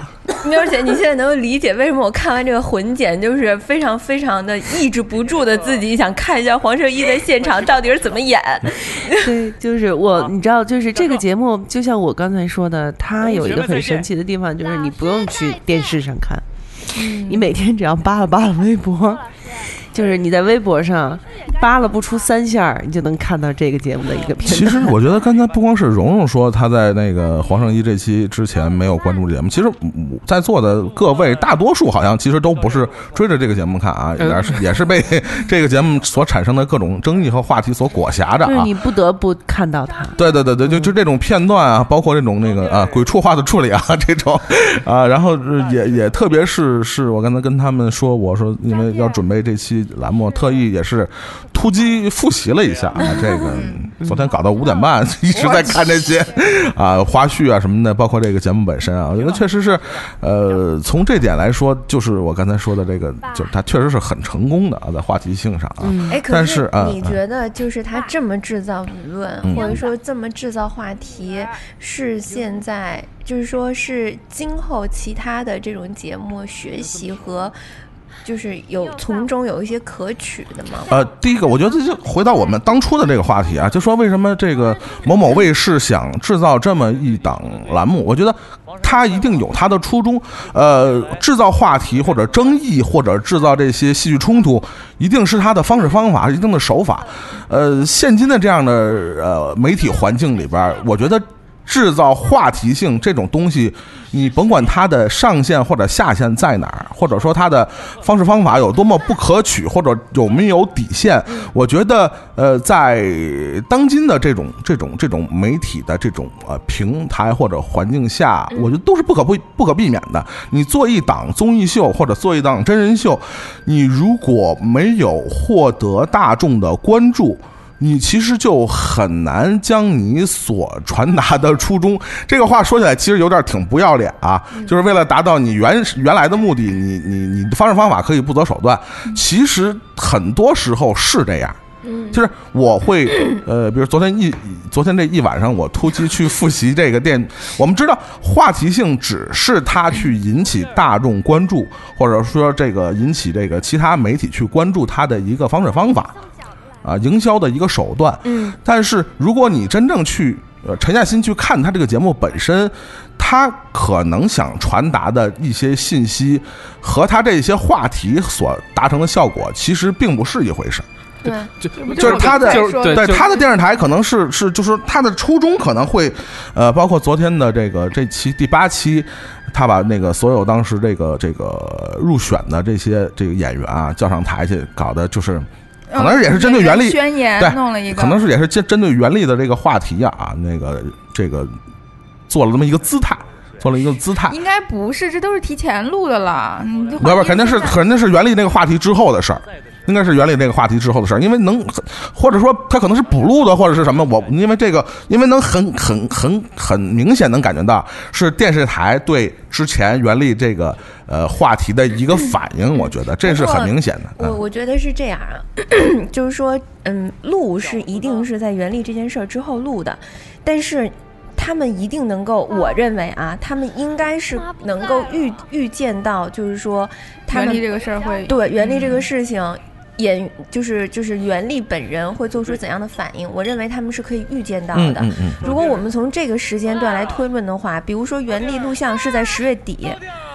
G: 喵姐，你现在能够理解为什么我看完这个混剪，就是非常非常的抑制不住的自己想看一下黄圣依在现场到底是怎么演。
C: 对，就是我，你知道，就是这个节目，就像我刚才说的，它有一个很神奇的地方，就是你不用去电视上看，
A: 嗯
H: 你每天只要扒拉扒拉微博，就是你在微博上扒拉不出三下儿，你就能看到这个节目的一
A: 嗯
H: 个片
F: 其
H: 段。
F: 实我觉得刚才不光是蓉蓉说她在那个黄圣依这期之前没有关注这节目，其实嗯在座的各位大多数好像其实都不是追着这个节目看
H: 嗯
F: 啊，也是也是被这个节目所产生的各种争议和话题所裹挟着
H: 就是
F: 啊
H: 你。不得不看到它，
F: 对对对对，就就这种片段啊，包括这种那个啊鬼畜化的处理啊， 这种啊，然后是也也特别是是我刚才跟他们说，我说因为要准备这期栏目，特意也是突击复习了一下啊，这个昨天搞到五点半 一直在看这些 啊花絮啊什么的，包括这个节目本身啊，我觉得确实是，呃，从这点来说，就是我刚才说的这个，就是它确实是很成功的啊，在话题性上啊，
G: 哎，可
F: 但是啊
G: 你觉得就是他这么制造舆论，
F: 嗯
G: 或者说这么制造话题，是现在就是说是今后其他的这种节目学习和就是有从中有一些可取的吗？
F: 呃，第一个，我觉得这就回到我们当初的这个话题啊，就说为什么这个某某卫视想制造这么一档栏目？我觉得他一定有他的初衷。呃，制造话题或者争议，或者制造这些戏剧冲突，一定是他的方式方法，一定的手法。呃，现今的这样的呃媒体环境里边儿，我觉得制造话题性这种东西，你甭管它的上限或者下限在哪儿，或者说它的方式方法有多么不可取，或者有没有底线，我觉得呃，在当今的这种这种这种媒体的这种呃平台或者环境下，我觉得都是不可不不可避免的。你做一档综艺秀或者做一档真人秀，你如果没有获得大众的关注，你其实就很难将你所传达的初衷，这个话说起来其实有点挺不要脸啊，就是为了达到你原原来的目的，你你你的方式方法可以不择手段，其实很多时候是这样。就是我会，呃，比如昨天一昨天这一晚上，我突击去复习这个电。我们知道话题性只是它去引起大众关注，或者说这个引起这个其他媒体去关注它的一个方式方法。啊营销的一个手段。嗯，但是如果你真正去呃沉下心去看他这个节目本身，他可能想传达的一些信息和他这些话题所达成的效果，其实并不是一回事儿。
G: 对，
I: 就
F: 就是他的，
I: 就是对
F: 对
I: 就
F: 他的电视台可能是是，就是他的初衷可能会，呃，包括昨天的这个这期第八期，他把那个所有当时这个这个入选的这些这个演员啊叫上台去，搞的就是，可能也是针对原力
K: 嗯宣言
F: 对
K: 弄了一个，
F: 可能是也是针针对袁立的这个话题啊，啊那个这个做了这么一个姿态，做了一个姿态。
K: 应该不是，这都是提前录的了。你 就
F: 不
K: 怀
F: 不，
K: 疑
F: 肯定是
K: 现在
F: 肯定是袁立那个话题之后的事儿，应该是袁立那个话题之后的事儿，因为能，或者说他可能是补录的，或者是什么，我因为这个，因为能很很很很明显能感觉到是电视台对之前袁立这个呃话题的一个反应，我觉得这是很明显的。
G: 我
F: 嗯
G: 我觉得是这样啊， 就是说，嗯，录是一定是在原力这件事儿之后录的，但是他们一定能够，我认为啊，他们应该是能够预预见到，就是说他
K: 原
G: 们
K: 力这个事儿会嗯
G: 对原力这个事情。演就是就是袁立本人会做出怎样的反应？我认为他们是可以预见到
F: 嗯
G: 的。
F: 嗯嗯，
G: 如果我们从这个时间段来推论的话，比如说袁立录像是在十月底，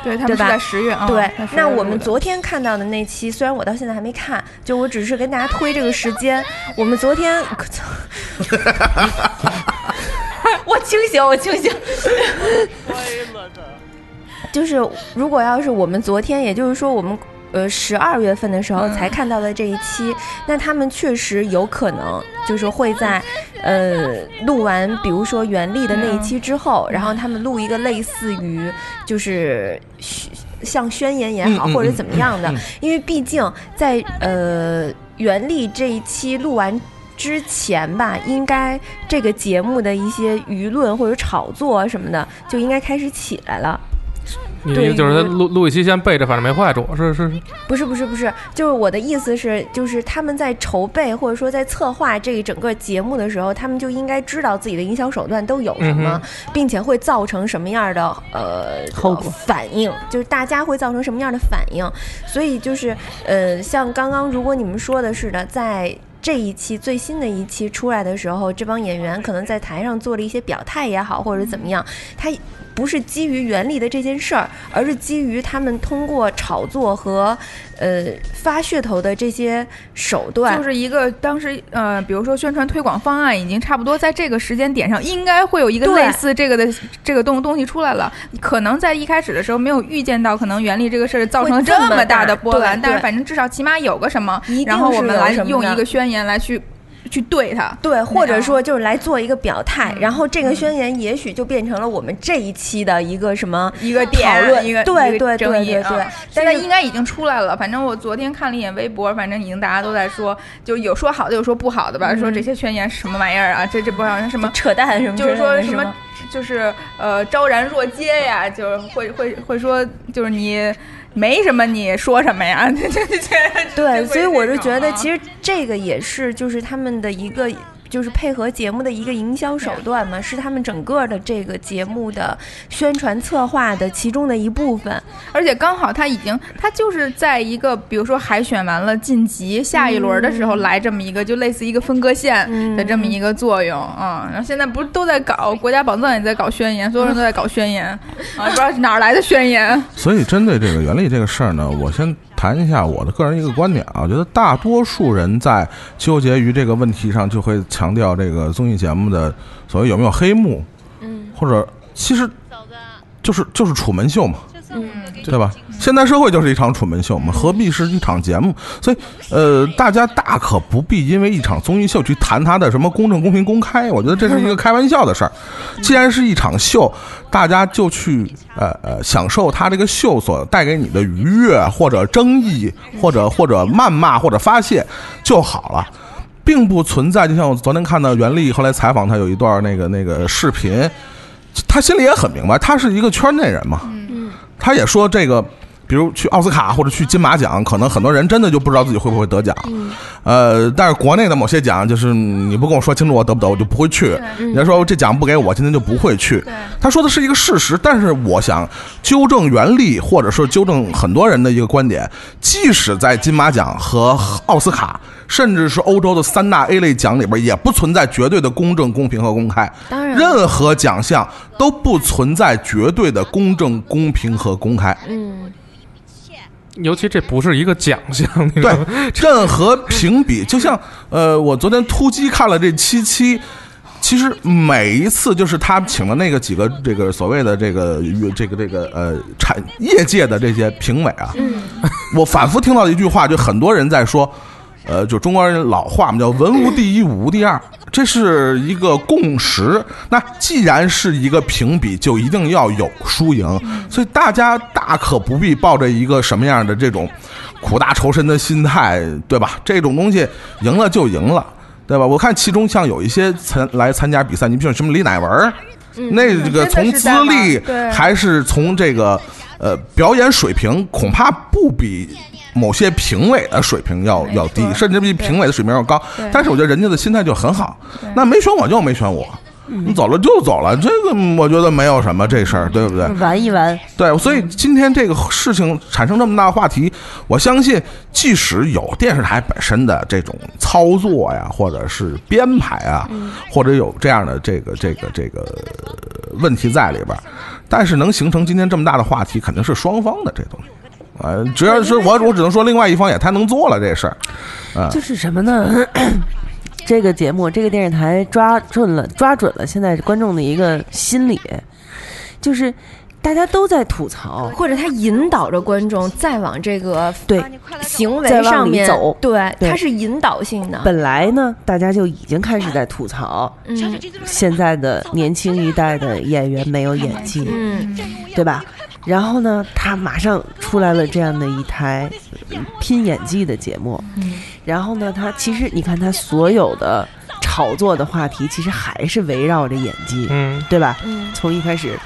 K: 对他
G: 对
K: 们是
G: 吧
K: 在十月啊。
G: 对
K: 在，十月
G: 那
K: 录
G: 我们
K: 的
G: 昨天看到的那期，虽然我到现在还没看，就我只是跟大家推这个时间。我们昨天， 我清醒，我清醒。 就是如果要是我们昨天，也就是说我们呃十二月份的时
K: 嗯
G: 候才看到的这一期，那他们确实有可能就是会在呃录完，比如说袁立的那
F: 嗯
G: 一期之后，然后他们录一个类似于就是嘘像宣言也好，
F: 嗯嗯
G: 或者怎么样的
F: 嗯嗯，
G: 因为毕竟在呃袁立这一期录完。之前吧，应该这个节目的一些舆论或者炒作啊什么的，就应该开始起来了。
I: 你
G: 对
I: 就是
G: 于
I: 他录录一期先备着，反正没坏处，是是是，
G: 不是不是不是，就是我的意思是，就是他们在筹备或者说在策划这一整个节目的时候，他们就应该知道自己的营销手段都有什么，
I: 嗯
G: 并且会造成什么样的呃
H: 后果
G: 反应，就是大家会造成什么样的反应。所以就是呃，像刚刚如果你们说的似的，在。这一期最新的一期出来的时候，这帮演员可能在台上做了一些表态也好，或者怎么样，他
A: 不是基于原力的这件事儿，而是基于他们通过炒作和呃发噱头的这些手段，
G: 就是一个当时呃，比如说宣传推广方案已经差不多在这个时间点上，应该会有一个
A: 对
G: 类似这个的这个东东西出来了。可能在一开始的时候没有预见到，可能原力这个事儿造
A: 会
G: 成
A: 这么大
G: 么大的波澜，
A: 对
G: 但是
A: 对
G: 反正至少起码有个什么
A: 一定，
G: 然后
A: 是
G: 我们
A: 有
G: 来
A: 什么
G: 用
A: 的
G: 一个宣言来去去对它。
A: 对，或者
G: 样嗯
A: 说就是来做一个表态，然后这个宣言也许就变成了我们这一期的一个什么
G: 一个
A: 讨
G: 点，
A: 论
G: 一个
A: 对对
G: 一个
A: 对
G: 争议
A: 对
G: 啊
A: 对，
G: 现
A: 但
G: 在
A: 是
G: 应该已经出来了。反正我昨天看了一眼微博，反正已经大家都在说，就有说好的，有说不好的吧，说这些宣言是什么玩意儿啊，这这不好像什么。
A: 嗯扯淡什么之
G: 就
A: 类
G: 是
A: 的，
G: 说什
A: 是
G: 么
A: 吗，
G: 就是呃，昭然若揭呀，就是会会会说，就是你没什么，你说什么呀？ 就就就
A: 对，所以我是觉得，其
G: 实
A: 实这个也是就是他们的一个。就是配合节目的一个营销手段嘛，是他们整个的这个节目的宣传策划的其中的一部分。
G: 而且刚好他已经，他就是在一个，比如说海选完了晋级下一轮的时候来这么一个，就类似一个分割线
H: 嗯
G: 的这么一个作用啊、嗯然后现在不是都在搞国家宝藏也在搞宣言，所有人都在搞宣言啊，不知道哪儿来的宣言。
F: 所以，针对这个原力这个事儿呢，我先谈一下我的个人一个观点啊。我觉得大多数人在纠结于这个问题上，就会强调这个综艺节目的所谓有没有黑幕，嗯，或者其实就是就是楚门秀嘛，
A: 嗯，
F: 对吧？现代社会就是一场楚门秀嘛，何必是一场节目？所以，呃，大家大可不必因为一场综艺秀去谈它的什么公正、公平、公开。我觉得这是一个开玩笑的事儿。既然是一场秀，大家就去呃呃享受它这个秀所带给你的愉悦，或者争议，或者或者谩骂，或者发泄就好了。并不存在，就像我昨天看到袁立后来采访他有一段那个那个视频，他心里也很明白，他是一个圈内人嘛，他也说这个，比如去奥斯卡或者去金马奖，可能很多人真的就不知道自己会不会得奖。呃，但是国内的某些奖，就是嗯你不跟我说清楚我得不得，我就不会去。人家说这奖不给我，今天就不会去。他说的是一个事实，但是我想纠正袁立，或者说纠正很多人的一个观点，即使在金马奖和奥斯卡，甚至是欧洲的三大 A 类奖里边，也不存在绝对的公正、公平和公开。
A: 当然
F: 任何奖项都不存在绝对的公正、公平和公开。
A: 嗯，
I: 尤其这不是一个奖项，你知道
F: 对
I: 吗？，
F: 任何评比，就像呃，我昨天突击看了这七期。其实每一次就是他请了那个几个这个所谓的这个这个这个呃产业界的这些评委啊，我反复听到一句话，就很多人在说，呃，就中国人老话嘛，叫文无第一，武无第二，这是一个共识。那既然是一个评比，就一定要有输赢，所以大家大可不必抱着一个什么样的这种苦大仇深的心态，对吧？这种东西赢了就赢了。对吧？我看其中像有一些参来参加比赛，你比如什么李乃文儿，那这个
G: 嗯真的
F: 从
G: 是
F: 资
G: 在玩
F: 历
G: 对
F: 还是从这个呃表演水平，恐怕不比某些评委的水平
H: 哎
F: 要要低，甚至比评委的水平要高。但是我觉得人家的心态就很好，那没选我就没选我。
H: 嗯
F: 你走了就走了，这个我觉得没有什么这事儿，对不对？
H: 玩一玩，
F: 对，所以今天这个事情产生这么大话题，我相信即使有电视台本身的这种操作呀，或者是编排啊，
H: 嗯
F: 或者有这样的这个这个这个呃问题在里边儿，但是能形成今天这么大的话题，肯定是双方的这东西。呃，只要是我，我只能说另外一方也太能做了这事儿。
H: 就是什么呢？这个节目，这个电视台抓准了，抓准了现在观众的一个心理，就是大家都在吐槽，
A: 或者他引导着观众再往这个
H: 对，
A: 行
H: 再
A: 为
H: 往
A: 上
H: 里
A: 面
H: 走
A: 对，
H: 对
A: 它是引导性的。
H: 本来呢，大家就已经开始在吐槽
A: 嗯
H: 现在的年轻一代的演员没有演技，
A: 嗯，
H: 对吧？然后呢，他马上出来了这样的一台呃拼演技的节目，然后呢，他其实你看他所有的炒作的话题，其实还是围绕着演技，
I: 嗯，
H: 对吧？
A: 嗯
H: 从一开始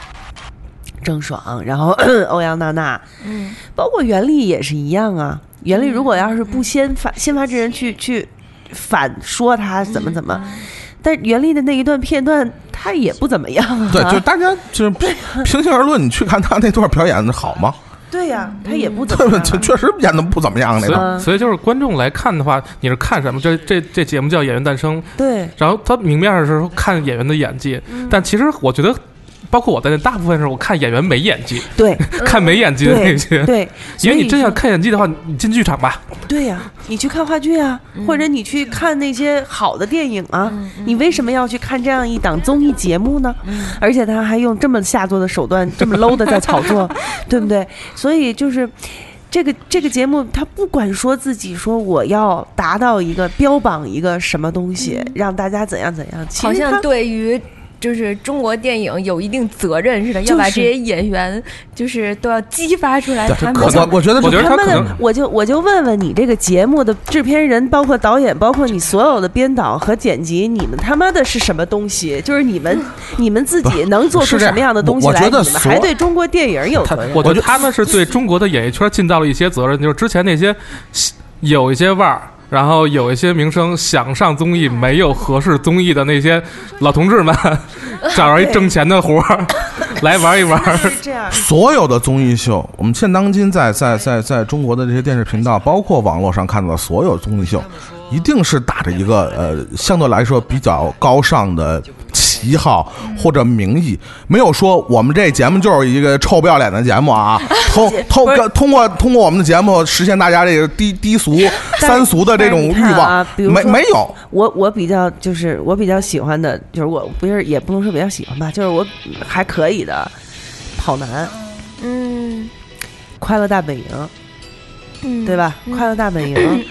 H: 郑爽，然后 欧阳娜娜，
A: 嗯，
H: 包括袁立也是一样啊。袁立如果要是不先发先发制人去去反说他怎么怎么，但袁立的那一段片段他也不怎么样、啊，
F: 对，就大家就是平心而论，你去看他那段表演的好吗？
H: 对呀、他也不怎
F: 对
H: 么
F: 吧？
H: 样
F: 确
H: 啊、
F: 确实演的不怎么样那
I: 所
F: 个。
H: 嗯
I: 以所以就是观众来看的话，你是看什么？这这这节目叫《演员诞生》，
H: 对。嗯
I: 然后他明面上是看演员的演技，但其实我觉得包括我在内，大部分是我看演员没演技，
H: 对，
I: 看没 演技的那些，
H: 嗯对对
I: 因为
H: 所以
I: 你真
H: 说
I: 要看演技的话，你进剧场吧，
H: 对呀、你去看话剧啊，
A: 嗯
H: 或者你去看那些好的电影啊，你为什么要去看这样一档综艺节目呢？
A: 嗯
H: 而且他还用这么下作的手 段，这么 low 的在炒作，对不对？所以就是。这个这个节目，他不管说自己说我要达到一个标榜一个什么东西，让大家怎样怎样，其
A: 嗯好
H: 实他
A: 像对于就是中国电影有一定责任似的，要把
H: 就是
A: 这些演员就是都要激发出来
G: 哎
F: 对
A: 他
F: 可
A: 们
F: 我我觉得
I: 我觉
F: 是
I: 得
H: 他
I: 他
H: 们
I: 可
H: 的
I: 能，
H: 我就我就问问你，这个节目的制片人，包括导演，包括你所有的编导和剪辑，你们他妈的是什么东西？就是你们你们自己能做出
F: 是这
H: 什
F: 样
H: 么样的东西
F: 我我
H: 来？
F: 觉得
H: 你们还
F: 所
H: 对中国电影有
F: 他
H: 责任？
I: 我觉得他们是对中国的演艺圈尽到了一些责任，就是之前那些有一些腕儿。然后有一些名声想上综艺没有合适综艺的那些老同 志们，找着一挣钱的活儿 来玩一玩。
H: 是这样，
F: 所有的综艺秀，我们现当今在在在在中国的这些电视频道，包括网络上看到的所有综艺秀，一定是打着一个呃相对来说比较高尚的旗号
H: 嗯
F: 或者名义，没有说我们这节目就是一个臭不要脸的节目 啊，通通
H: 不是
F: 通过通过我们的节目实现大家这个低低 俗三俗的这种欲
H: 但是你看
F: 望
H: 啊，比如
F: 没
H: 说
F: 没有，
H: 我我比较就是我比较喜欢的，就是我不是也不能说比较喜欢吧，就是我还可以的，跑男、
A: 嗯
H: 快乐大本营，
A: 嗯
H: 对吧？快乐大本营、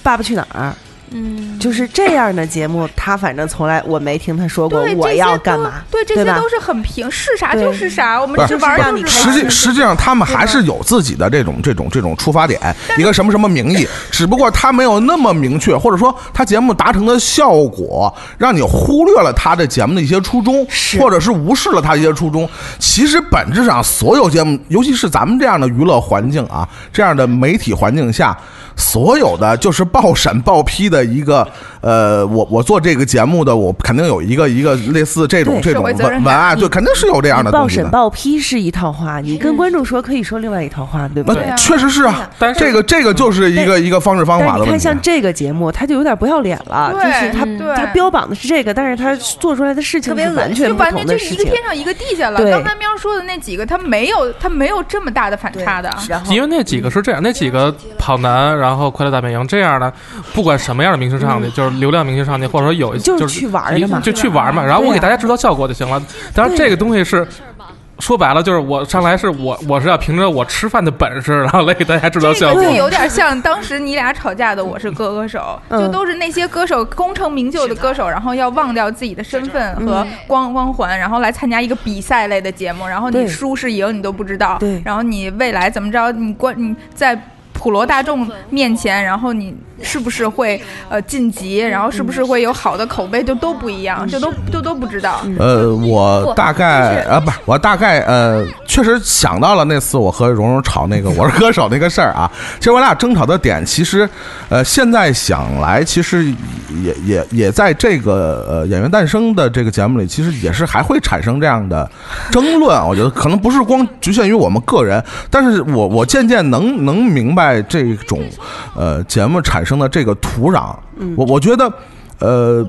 H: 爸爸去哪儿。
A: 嗯，
H: 就是这样的节目，他反正从来我没听他说过
G: 对，
H: 我
G: 这些
H: 要
G: 都
H: 干嘛，
G: 对，这
H: 对
G: 些
H: 吧
G: 都是很平，是啥
H: 对
G: 就是啥，我们
F: 不是
G: 只玩
H: 就是让
G: 儿
H: 你
G: 就
H: 开
G: 是
F: 实
G: 玩
F: 际
G: 儿。
F: 实际上，他们还是有自己的这种这种这种出发点，一个什么什么名义，只不过他没有那么明确，或者说他节目达成的效果，让你忽略了他这节目的一些初衷，或者是无视了他一些初衷。其实本质上，所有节目，尤其是咱们这样的娱乐环境啊，这样的媒体环境下。所有的就是报审报批的一个，呃，我我做这个节目的，我肯定有一个一个类似这种这
H: 对
G: 社
F: 种
G: 会责
F: 文
G: 任感
F: 文案，对，肯定是有这样的
H: 报
F: 东西
H: 审
F: 的。
H: 报批是一套话，你跟观众说可以说另外一套话，对不
F: 那
H: 对？
G: 啊
F: 确实是啊，
I: 但是
F: 这个这个就是一个一个方式方
H: 但
F: 法
H: 是
F: 的
H: 你
F: 问
H: 看，
F: 题啊
H: 像。这个节目，他就有点不要脸了，就
G: 对
H: 是他
G: 嗯
H: 他
G: 对
H: 标榜的是这个，但是他做出来的事情
A: 特别
H: 是完
A: 恶
H: 全
G: 就
H: 不
G: 完
H: 同
G: 全就
H: 的
G: 是
H: 事
G: 一个
H: 情。
G: 天上一个地下了。
H: 对
G: 刚才喵说的那几个，他没有他没有这么大的反差的。
C: 啊
A: 然后
I: 因为那几个是这样，那几个跑男，然后快乐大本营这样的，不管什么样的明星上去，就是流量明星上去，或者说有一
H: 嗯就是
I: 就
H: 去玩儿的嘛
I: 就去玩儿嘛。然后我给大家制造效果就行了。当然，这个东西是说白了，就是我上来是我我是要凭着我吃饭的本事，然后来给大家制造效
G: 这
I: 果
G: 个。就有点像当时你俩吵架的《我是歌歌手》，
H: 嗯
G: 就都是那些歌手功成名就的歌手，然后要忘掉自己的身份
H: 嗯
G: 和光光环，然后来参加一个比赛类的节目，然后
H: 对
G: 你输是赢你都不知道
H: 对，
G: 然后你未来怎么着，你关你在。普罗大众面前，然后你是不是会呃晋级，然后是不是会有好的口碑，就都不一
H: 嗯
G: 样，这都这都不知道。
F: 呃，我大概啊，不，我大概呃，确实想到了那次我和蓉蓉吵那个《我是歌手》那个事儿啊。其实我俩争吵的点，其实呃，现在想来，其实也也也在这个呃《演员诞生》的这个节目里，其实也是还会产生这样的争论啊。我觉得可能不是光局限于我们个人，但是我我渐渐能能明白这种呃节目产生的这个土壤。我我觉得呃。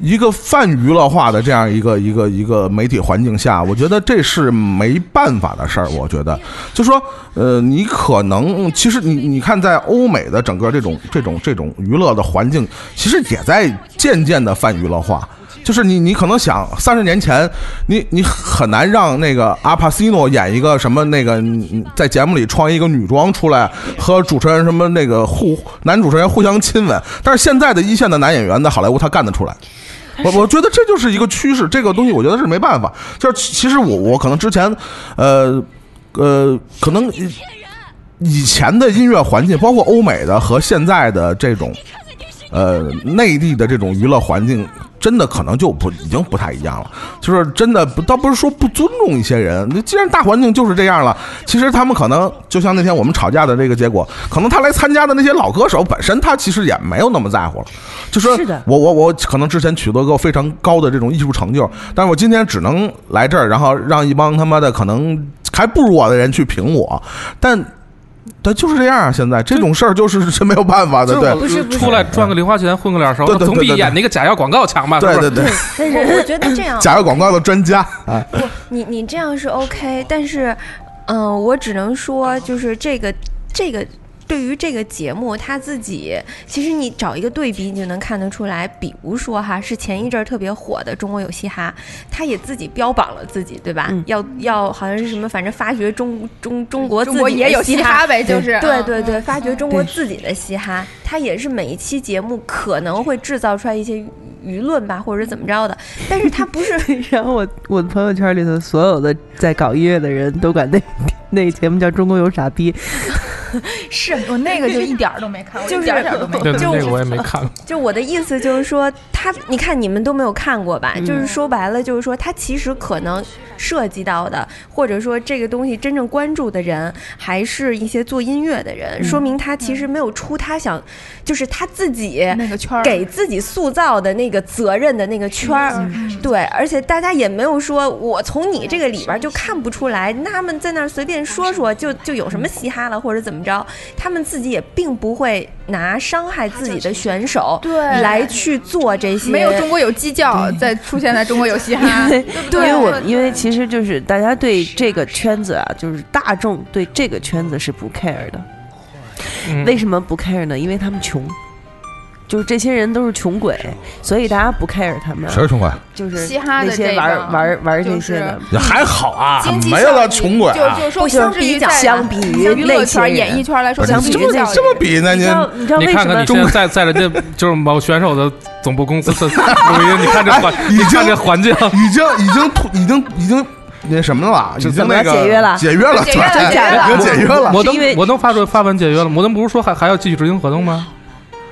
F: 一个泛娱乐化的这样一个一个一个媒体环境下，我觉得这是没办法的事儿。我觉得，就说呃，你可能其实你你看，在欧美的整个这种这种这种娱乐的环境，其实也在渐渐的泛娱乐化。就是你，你可能想三十年前，你你很难让那个阿帕西诺演一个什么那个，嗯在节目里穿一个女装出来，和主持人什么那个互男主持人互相亲吻。但是现在的一线的男演员在好莱坞他干得出来，我我觉得这就是一个趋势，这个东西我觉得是没办法。就是其其实我我可能之前，呃呃，可能以以前的音乐环境，包括欧美的和现在的这种，呃，内地的这种娱乐环境。真的可能就不已经不太一样了，就是真的不，倒不是说不尊重一些人。那既然大环境就是这样了，其实他们可能就像那天我们吵架的这个结果，可能他来参加的那些老歌手本身他其实也没有那么在乎了，就说
H: 是的
F: 我我我可能之前取得过非常高的这种艺术成就，但是我今天只能来这儿，然后让一帮他妈的可能还不如我的人去评我，但但就是这样啊，现在这种事儿就是是没有办法的，
I: 就是
F: 对，
I: 我出来赚个零花钱，混个脸熟，
F: 对对对
I: 总比
F: 对对
I: 演那个假药广告强吧？
F: 对
I: 是不
F: 对
I: 是
F: 对，
A: 但是我觉得这样，
F: 假药广告的专 家啊，
A: 你你这样是 OK，但是，嗯、我只能说，就是 这个这个对于这个节目他自己，其实你找一个对比，你就能看得出来。比如说哈，是前一阵儿特别火的《中国有嘻哈》，他也自己标榜了自己，对吧？
H: 嗯
A: 要要好像是什么，反正发掘中中中国自
G: 中
A: 己
G: 国也有嘻
A: 嘻
G: 哈呗，就是
A: 对
G: 嗯
A: 对对，发掘中国
H: 对
A: 自己的嘻哈，它也是每一期节目可能会制造出来一些舆舆论吧，或者是怎么着的，但是它不是
H: 然后我我的朋友圈里头所有的在搞音乐的人都管那 那节目叫《中国有傻逼》，
A: 是
G: 我那个就一点儿都没看，我
A: 就
G: 一
A: 是
G: 点儿点儿都没看。
I: 对
A: 就
I: 那个我也没看过。
A: 就我的意思就是说，他你看你们都没有看过吧？就是说白了，就是说他其实可能涉及到的，或者说这个东西真正关注的人，还是一些做音乐的人，说明他其实没有出他想，就是他自己
G: 那个圈儿
A: 给自己塑造的那个责任的那个圈
G: 嗯
A: 儿。对，而且大家也没有说我从你这个里边儿就看不出来，那他们在那儿随便说说就就有什么嘻哈了或者怎么着，他们自己也并不会拿伤害自己的选手
G: 对
A: 来去做这些，
G: 没有中国有鸡叫再出现在中国有嘻哈，对不
H: 因
G: 对
H: 为我因为其实就是大家对这个圈子啊，就是大众对这个圈子是不 care 的。
I: 嗯
H: 为什么不 care 呢？因为他们穷，就是这些人都是穷鬼，所以大家不 care 他们，
F: 谁是穷鬼？
H: 就是
G: 嘻哈的
H: 那些
G: 这
H: 玩
G: 帮
H: 玩玩这
G: 就
H: 些
G: 是
H: 的。
F: 也还好啊
G: 经济，
F: 没
G: 效
F: 有到
G: 益
F: 穷鬼
G: 就
F: 啊，
G: 就
A: 不
G: 说
A: 相
G: 不至于
A: 比
G: 在
A: 较
H: 相比于
G: 娱乐
H: 那些
G: 圈、
H: 人
G: 演艺圈来说，
F: 不是
G: 相
F: 你
G: 比
F: 哎这
G: 于
F: 么
G: 较
F: 这么比呢？
H: 你
F: 您
H: 知道你知道
I: 你
H: 为
I: 看
H: 什
I: 看
H: 么
I: 你现在在在人家就是某选手的总部公司的录音，你看这 环，
F: 已经
I: 你看这环境，
F: 已经已经吐已经已经那什么了，已经那个
H: 怎么了解约了
F: 解约了，
G: 解约了
F: 对
G: 解约了
F: 已经解约了。
I: 摩
H: 是因为
I: 登摩登发出发文解约了，摩登不是说还还要继续执行合同吗？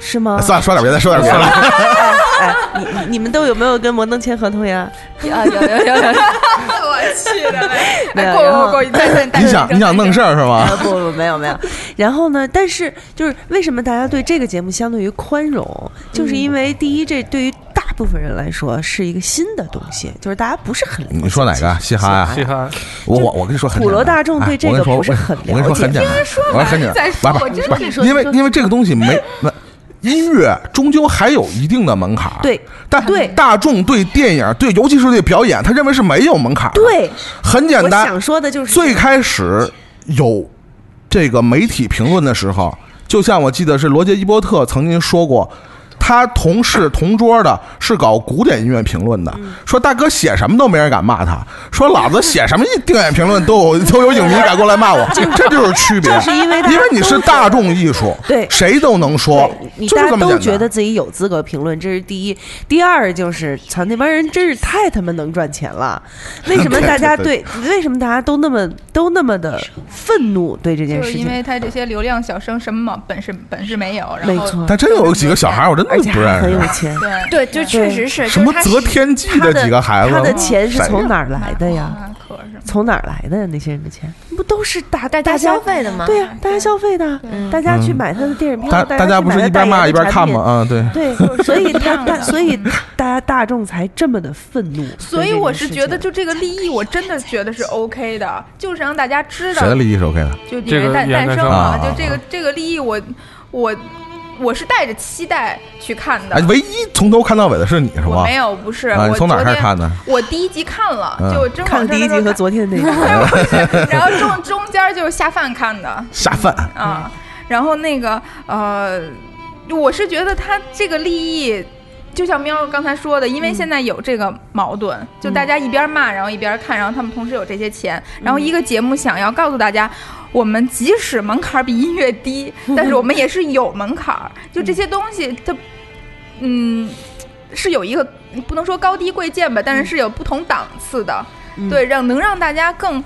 H: 是 吗？
F: 算了，说点别的，说点别的。
H: 哎哎，你你你们都有没有跟摩登签合同呀？
A: 啊有有有有，
G: 我去的嘞
H: 没有
G: 哎，过
H: 然后
G: 过过，再再再
F: 你想你想弄事儿是吗？
H: 啊，不不没有没有。然后呢，但是就是为什么大家对这个节目相对于宽容，就是因
F: 嗯
H: 为第一，这对于大部分人来说是一个新的东西，就是大家不是很了解
F: 你说哪个嘻哈
A: 哎
F: 呀
I: 嘻哈，
F: 我我我跟你说很简单，
H: 普罗大众对
F: 哎
H: 这
F: 我
H: 个
F: 跟你说
H: 不是很
F: 我跟你说
H: 了解
F: 很简单，我跟你说很简单
G: 再，说
F: 不
G: 我真
F: 不
G: 是
F: 不，因为因为这个东 西没那。音乐终究还有一定的门槛，
H: 对，
F: 但
H: 对
F: 大众对电影，对尤其是对表演，他认为是没有门槛的，
H: 对，
F: 很简
H: 我
F: 单。
H: 想说的就是
F: 最开始有这个媒体评论的时候，就像我记得是罗杰伊伯特曾经说过，他同事同桌的是搞古典音乐评论的，
H: 嗯
F: 说大哥写什么都没人敢骂他，说老子写什么一电影评论都有 都有影迷敢过来 骂我，这就是区别，
H: 就是因为大家
F: 你是大众艺术，
H: 对
F: 谁都能说
H: 对，你
F: 就
H: 大
F: 是
H: 家
F: 这么
H: 都
F: 简
H: 觉
F: 单
H: 得。自己有资格评论，这是第一。第二就是，操那帮人真是太他妈能赚钱了！为什 么
F: 对
H: 大家
F: 对
H: 对为什么大家都那么都那么的愤怒对这件
G: 就
H: 事
G: 是因
H: 情？
G: 为他这些流量小生什么本事本事没有，然后
H: 没错
F: 但真有几个小孩儿，我真的
H: 而且
F: 不
H: 还
F: 认
H: 很有
F: 识，
H: 钱，
A: 对，
G: 对
A: 就确实是
F: 什么
A: 就是他
F: 择天记
H: 他
F: 几个孩子，
H: 他的钱是
F: 谁呀
H: 从哪儿来的呀？
G: 马啊可什么的
H: 从哪儿来的呀？那些人的钱不都是大大
A: 大
H: 家
A: 消费的吗？
H: 对呀、大家消费的，大家去买他的电影
F: 嗯
H: 票，
F: 大
H: 大
F: 家不
H: 去
F: 是
H: 买
F: 一
H: 他代
F: 边
H: 言
F: 骂
H: 的
F: 一边
H: 产
F: 看
H: 品
F: 吗？？啊，对，
H: 对，所以他大，所以大家大众才这么的愤怒对这件事情。
G: 所以我是觉得，就这个利益，我真的觉得是 OK 的，就是让大家知道
F: 谁的利益是 OK 的？
G: 就演
I: 这个
G: 员诞
I: 演员
G: 诞
I: 诞
G: 生
I: 生
G: 嘛，
F: 啊
G: 就这个这个利益我，我我是带着期待去看的。
F: 哎，唯一从头看到尾的是你是
G: 我
F: 吧
G: 没？有，不是。
F: 啊，你
G: 我
F: 从哪儿开始看
G: 的？
F: 的？
G: 我第一集看了，
F: 嗯
G: 就真
H: 看了第一集和昨天的那 个，
G: 天，然后中中间就是下饭看的
F: 下饭。
G: 啊，然后那个呃，我是觉得他这个利益。就像喵刚才说的，因为现在有这个矛盾，就大家一边骂，然后一边看，然后他们同时有这些钱，然后一个节目想要告诉大家，我们即使门槛比音乐低，但是我们也是有门槛儿，就这些东西它，嗯，是有一个不能说高低贵贱吧，但是是有不同档次的，
H: 嗯
G: 对，让能让大家更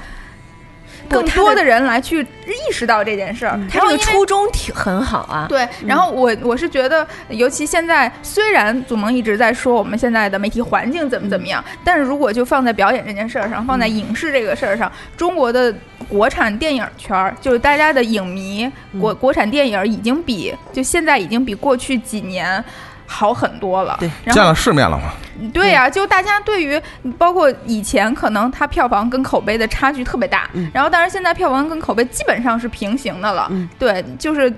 A: 不
G: 更
A: 他
G: 多
A: 的
G: 的人来去意识到这嗯件事儿，
A: 他
G: 然
A: 这
G: 后
A: 个
G: 因为
A: 初衷挺很好啊，
G: 对，然后我我是觉得，尤其现在，虽然祖萌一直在说我们现在的媒体环境怎么怎么样，但是如果就放在表演这件事儿上，放在影视这个事儿上，中国的国产电影圈儿，就是大
H: 嗯
G: 嗯家的影迷，国国产电影已经比就现在已经比过去几年。好很多了。嗯对，然
F: 见
G: 后
F: 了世面了嘛。
G: 对呀、就大家对于包括以前可能它票房跟口碑的差距特别大，
H: 嗯
G: 然后但是现在票房跟口碑基本上是平行的了。对，就是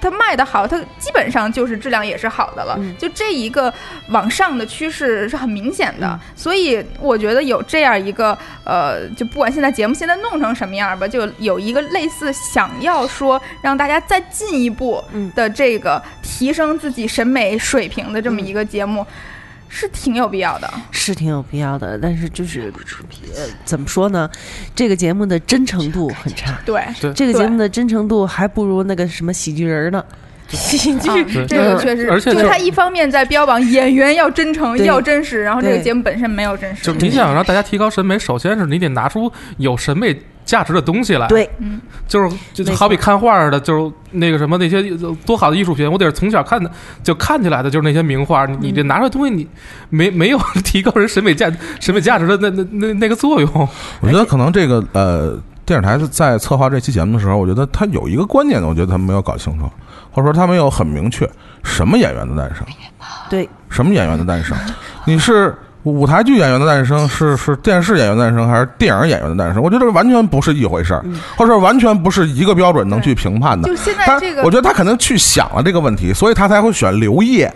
G: 它卖的好，它基本上就是质量也是好的了。就这一个往上的趋势是很明显的，所以我觉得有这样一个呃，就不管现在节目现在弄成什么样吧，就有一个类似想要说让大家再进一步
H: 嗯
G: 的这个提升自己审美水平的这么一个节目。是挺有必要的。
H: 是挺有必要的，但是就是呃，怎么说呢？这个节目的真诚度很差，
G: 对
I: 对
H: 这个节目的真诚度还不如那个什么喜剧人 呢。啊
G: 喜剧、
I: 对
G: 这个确实，
I: 嗯而且
G: 就
I: 就是
G: 他一方面在标榜演员要真诚、
H: 对
G: 要真实，然后这个
H: 对
G: 节目本身没有真实
I: 就。你想让大家提高审美，首先是你得拿出有审美价值的东西来。嗯
H: 对，
I: 就是就
H: 没错
I: 好比看画儿的，就是那个什么那些呃多好的艺术品，我得是从小看的就看起来的，就是那些名画。你你这拿出来东西，你没没有 提高人审美价审美价值的那那那那个作用。
F: 我觉得可能这个呃，电视台在策划这期节目的时候，我觉得他有一个观点，我觉得他没有搞清楚，或者说他没有很明确什么演员的诞生，
H: 对，
F: 什么演员的诞生，你是。舞台剧演员的诞生是是电视演员的诞生还是电影演员的诞生？我觉得这完全不是一回事儿，或者说完全不是一个标准能去评判的。
G: 嗯就现在
F: 他
G: 这个
F: 我觉得他可能去想了这个问题，所以他才会选刘烨、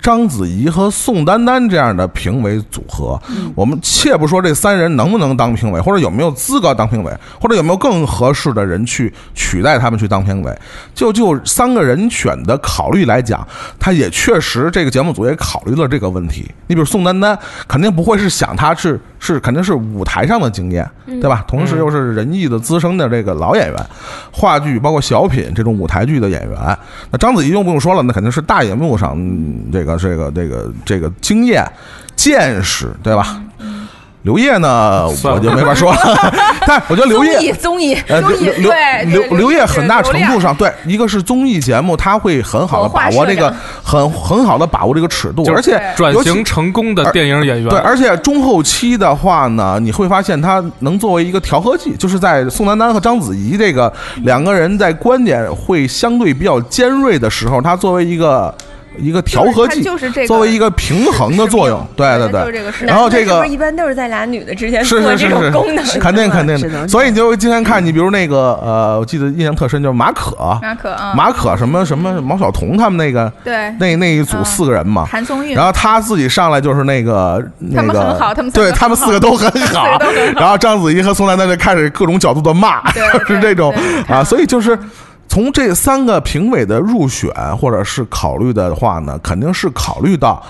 F: 章子怡和宋丹丹这样的评委组合。我们且不说这三人能不能当评委，或者有没有资格当评委，或者有没有更合适的人去取代他们去当评委，就就三个人选的考虑来讲，他也确实这个节目组也考虑了这个问题。你比如宋丹丹，肯定不会是想她是是肯定是舞台上的经验，对吧？同时又是仁义的资深的这个老演员，话剧包括小品这种舞台剧的演员。那章子怡用不用说了？那肯定是大银幕上嗯这个这个这个这个经验见识，对吧？刘烨呢，
I: 算
F: 我
I: 了
F: 就没法 说了。但我觉得刘烨
G: 综艺，
F: 呃，
G: 综艺，
F: 刘刘
G: 对
F: 刘
G: 对
F: 刘烨
G: 是
F: 很大
G: 流
F: 程
G: 量
F: 度上，对，一个是综艺节目，他会很好的
G: 文化
F: 把握这
G: 摄
F: 个
G: 影，
F: 很很好的把握这个尺度，
I: 就是
F: 而且
I: 转
F: 哎尤其
I: 型成功的电影演员，
F: 对，而且中后期的话呢，你会发现它能作为一个调和剂，就是在宋丹丹和章子怡这个两个人在观点会相对比较尖锐的时候，它作为一个一个调和剂，
G: 就是它就是这个
F: 作为一个平衡的作用，对对
G: 就是
F: 对
G: 这个事。
F: 然后这
A: 男的是
F: 个
A: 不是一般都是在俩女的之间
F: 是
A: 做
F: 是
A: 这
F: 是
A: 种功能，
F: 是，肯定肯定
H: 是的
F: 的。所以你就经常看，你比如那个呃，我记得印象特深，就是马可，
G: 马可嗯
F: 马可什么什么毛晓彤他们那个
G: 对
F: 那那一组
G: 嗯
F: 四个人嘛，
G: 韩松韵
F: 然后他自己上来就是那个那
G: 们
F: 个，
G: 很好他们四个
F: 对
G: 都
F: 他们
G: 很
F: 四个都很
G: 四
F: 好
G: 个都很，好
F: 然后章子怡和宋丹丹就开始各种角度的骂，
G: 对对
F: 是这种
G: 对
F: 啊，所以就是。从这三个评委的入选或者是考虑的话呢，肯定是考虑到，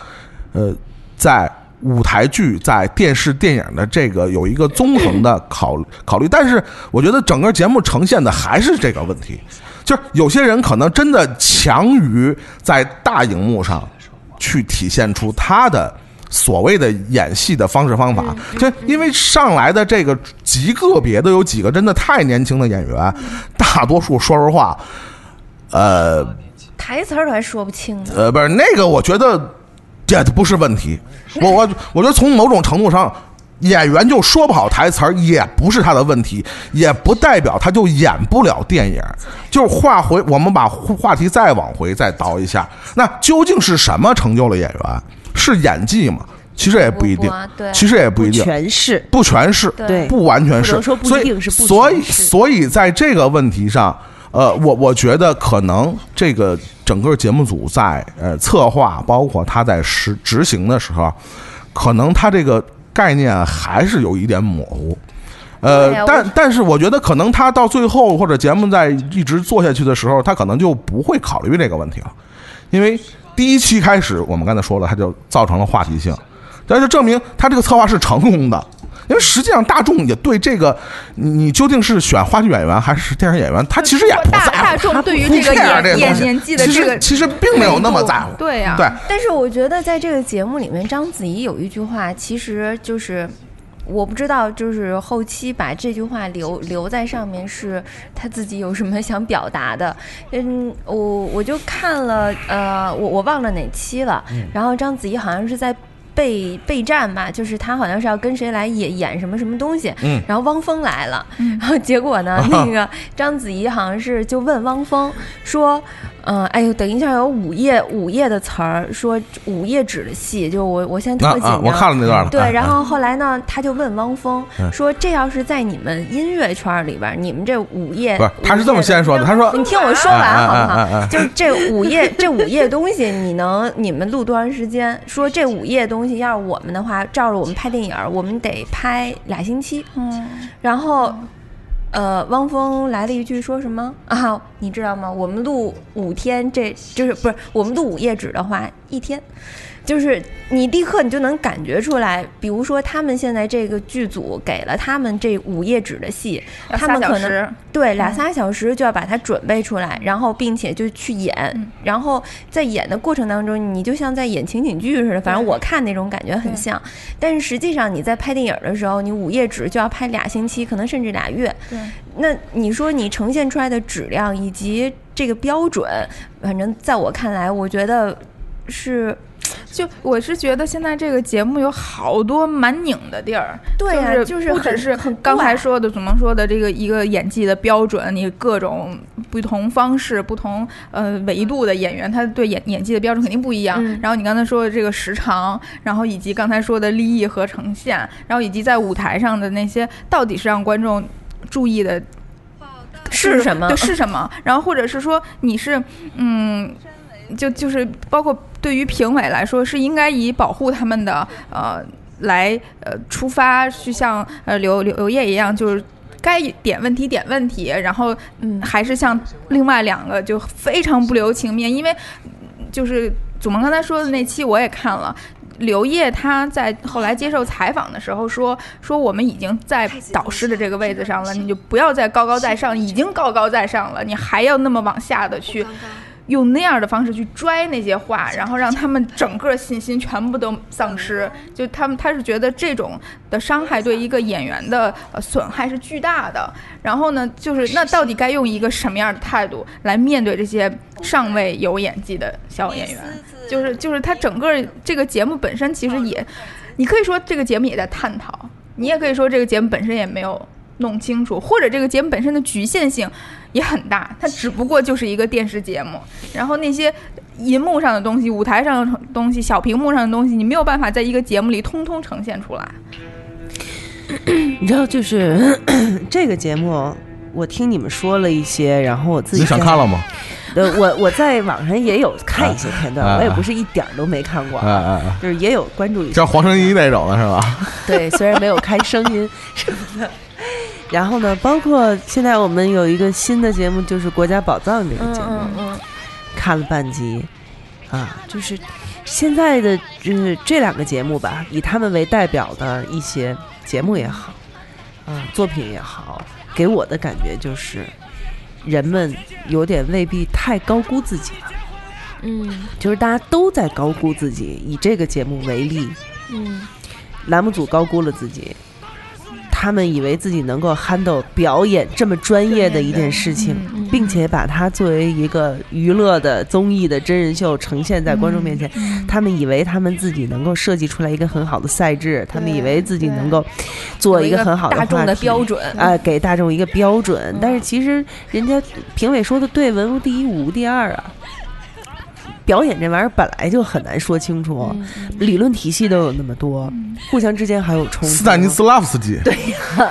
F: 呃，在舞台剧、在电视电影的这个有一个综合的考 考虑，但是我觉得整个节目呈现的还是这个问题，就是有些人可能真的强于在大荧幕上去体现出他的。所谓的演戏的方式方法，就因为上来的这个极个别的有几个真的太年轻的演员，大多数说实话，呃，
A: 台词儿都还说不清呢。
F: 呃，不是那个，我觉得这不是问题。我我我觉得从某种程度上，演员就说不好台词儿，也不是他的问题，也不代表他就演不了电影。就是话回，我们把话题再往回再倒一下，那究竟是什么成就了演员？是演技吗？其实也不啊一定
A: 不不，对
F: 其实也不一定，
H: 全是
F: 不全是，
H: 对
F: 不完全是，
H: 不能说不
F: 所以
H: 一定是不全
F: 所以
H: 是
F: 所以在这个问题上，呃，我我觉得可能这个整个节目组在呃策划，包括他在实执行的时候，可能他这个概念还是有一点模糊。呃
H: 啊
A: 对，我
F: 但但是我觉得可能他到最后或者节目在一直做下去的时候，他可能就不会考虑这个问题了，因为第一期开始我们刚才说了，它就造成了话题性，但是证明他这个策划是成功的，因为实际上大众也对这个你你究竟是选话剧演员还是电视演员，他其实也不在
G: 大
F: 乎，
G: 大众对于这个
F: 不 care
G: 演
F: 这个
G: 演
F: 东西
G: 演技的
F: 其
G: 这
F: 实
G: 个
F: 其实并没有那么在乎，
G: 对呀，
F: 对，
A: 但是我觉得在这个节目里面，章子怡有一句话，其实就是我不知道，就是后期把这句话留留在上面是她自己有什么想表达的。嗯，我我就看了，呃，我我忘了哪期了。然后章子怡好像是在。备备战吧，就是她好像是要跟谁来演演什么什么东西，
F: 嗯
A: 然后汪峰来了，然后结果呢，那个章子怡好像是就问汪峰说，嗯，哎呦，等一下有午夜午夜的词儿，说午夜指的戏，就我我现在特
F: 那
A: 紧张。
F: 啊，我看了那段了。
A: 对
F: 啊，
A: 然后后来呢，他就问汪峰
F: 嗯
A: 说：“这要是在你们音乐圈儿里边儿，你们这午夜
F: 不是，他是这么先说的，他说
A: 你听我说完好不
F: 哎哎哎哎
A: 好？就是这午夜这午夜东西，你能你们录多长时间？说这午夜东西，要是我们的话，照着我们拍电影儿，我们得拍俩星期。
G: 嗯，
A: 然后，呃，汪峰来了一句说什么啊？你知道吗？我们录五天，这就是不是我们录五页纸的话，一天。就是你立刻你就能感觉出来，比如说他们现在这个剧组给了他们这五页纸的戏，
G: 要
A: 他
G: 仨
A: 们
G: 小
A: 可能
G: 时，
A: 对，俩仨小时就要把它准备出来，然后并且就去演，
G: 嗯
A: 然后在演的过程当中，你就像在演情景剧似的，反
H: 嗯
A: 正我看那种感 觉很
G: 对
A: 像。但是实际上你在拍电影的时候，哦你午夜纸就要拍俩星期，可能甚至俩月。
G: 对，
A: 那你说你呈现出来的质量以及这个标准，反正在我看来，我觉得是
G: 嗯就我是觉得现在这个节目有好多蛮拧的地儿，
A: 对呀、
G: 就是
A: 就是
G: 不只
A: 很
G: 是
A: 很
G: 刚才
A: 怪
G: 说的祖萌说的这个一个演技的标准，你各种不同方式、不同呃维度的演员，他对演演技的标准肯定不一样。
A: 嗯
G: 然后你刚才说的这个时长，然后以及刚才说的立意和呈现，然后以及在舞台上的那些，到底是让观众注意的
A: 是什么
G: 对，是什么？然后或者是说你是嗯。就就是包括对于评委来说，是应该以保护他们的呃来呃出发，去像呃刘刘刘烨一样，就是该点问题点问题，然后
A: 嗯
G: 还是像另外两个就非常不留情面，因为嗯就是祖萌刚才说的那期我也看了。刘烨他在后来接受采访的时候说：“说我们已经在导师的这个位子上了，你就不要再高高在上，已经高高在上了，你还要那么往下的去
K: 刚刚
G: 用那样的方式去拽那些话，然后让他们整个信心全部都丧失。就他们，他是觉得这种的伤害对一个演员的呃损害是巨大的。然后呢，就是那到底该用一个什么样的态度来面对这些尚未有演技的小演员？就是嗯就是他整个这个节目本身其实也，你可以说这个节目也在探讨，你也可以说这个节目本身也没有弄清楚，或者这个节目本身的局限性也很大，它只不过就是一个电视节目，然后那些。银幕上的东西、舞台上的东西、小屏幕上的东西，你没有办法在一个节目里通通呈现出来。
H: 你知道，就是 这个节目，我听你们说了一些，然后我自己
F: 你想
H: 在
F: 看了吗？
H: 呃，我我在网上也有看一些片段，
F: 啊
H: 我也不是一点儿都没看过，
F: 哎哎哎，
H: 就是也有关注一些。
F: 像黄圣依那种的是吧？
H: 对，虽然没有开声音什么的。然后呢，包括现在我们有一个新的节目，就是《国家宝藏》这个
A: 嗯
H: 节目，
A: 嗯嗯，
H: 看了半集，啊，就是现在的就是这两个节目吧，以他们为代表的一些节目也好，啊，作品也好，给我的感觉就是，人们有点未必太高估自己了，
A: 嗯
H: 就是大家都在高估自己。以这个节目为例，
A: 嗯
H: 栏目组高估了自己，他们以为自己能够 handle 表演这么专业的一件事情，
A: 嗯
H: 并且把它作为一个娱乐的综艺的真人秀呈现在观众面前。
A: 嗯
H: 他们以为他们自己能够设计出来一个很好的赛制，他们以为自己能够做
A: 有
H: 一
A: 一
H: 个
A: 个
H: 很好的
A: 大众
H: 话
A: 的
H: 题
A: 标准嗯
H: 啊、给大众一个标准。但是其实人家评委说的对，文无第一，武无第二啊。表演这玩意儿本来就很难说清楚，
A: 嗯
H: 理论体系都有那么多，互相之间还有冲突。
F: 斯坦尼斯拉夫斯基、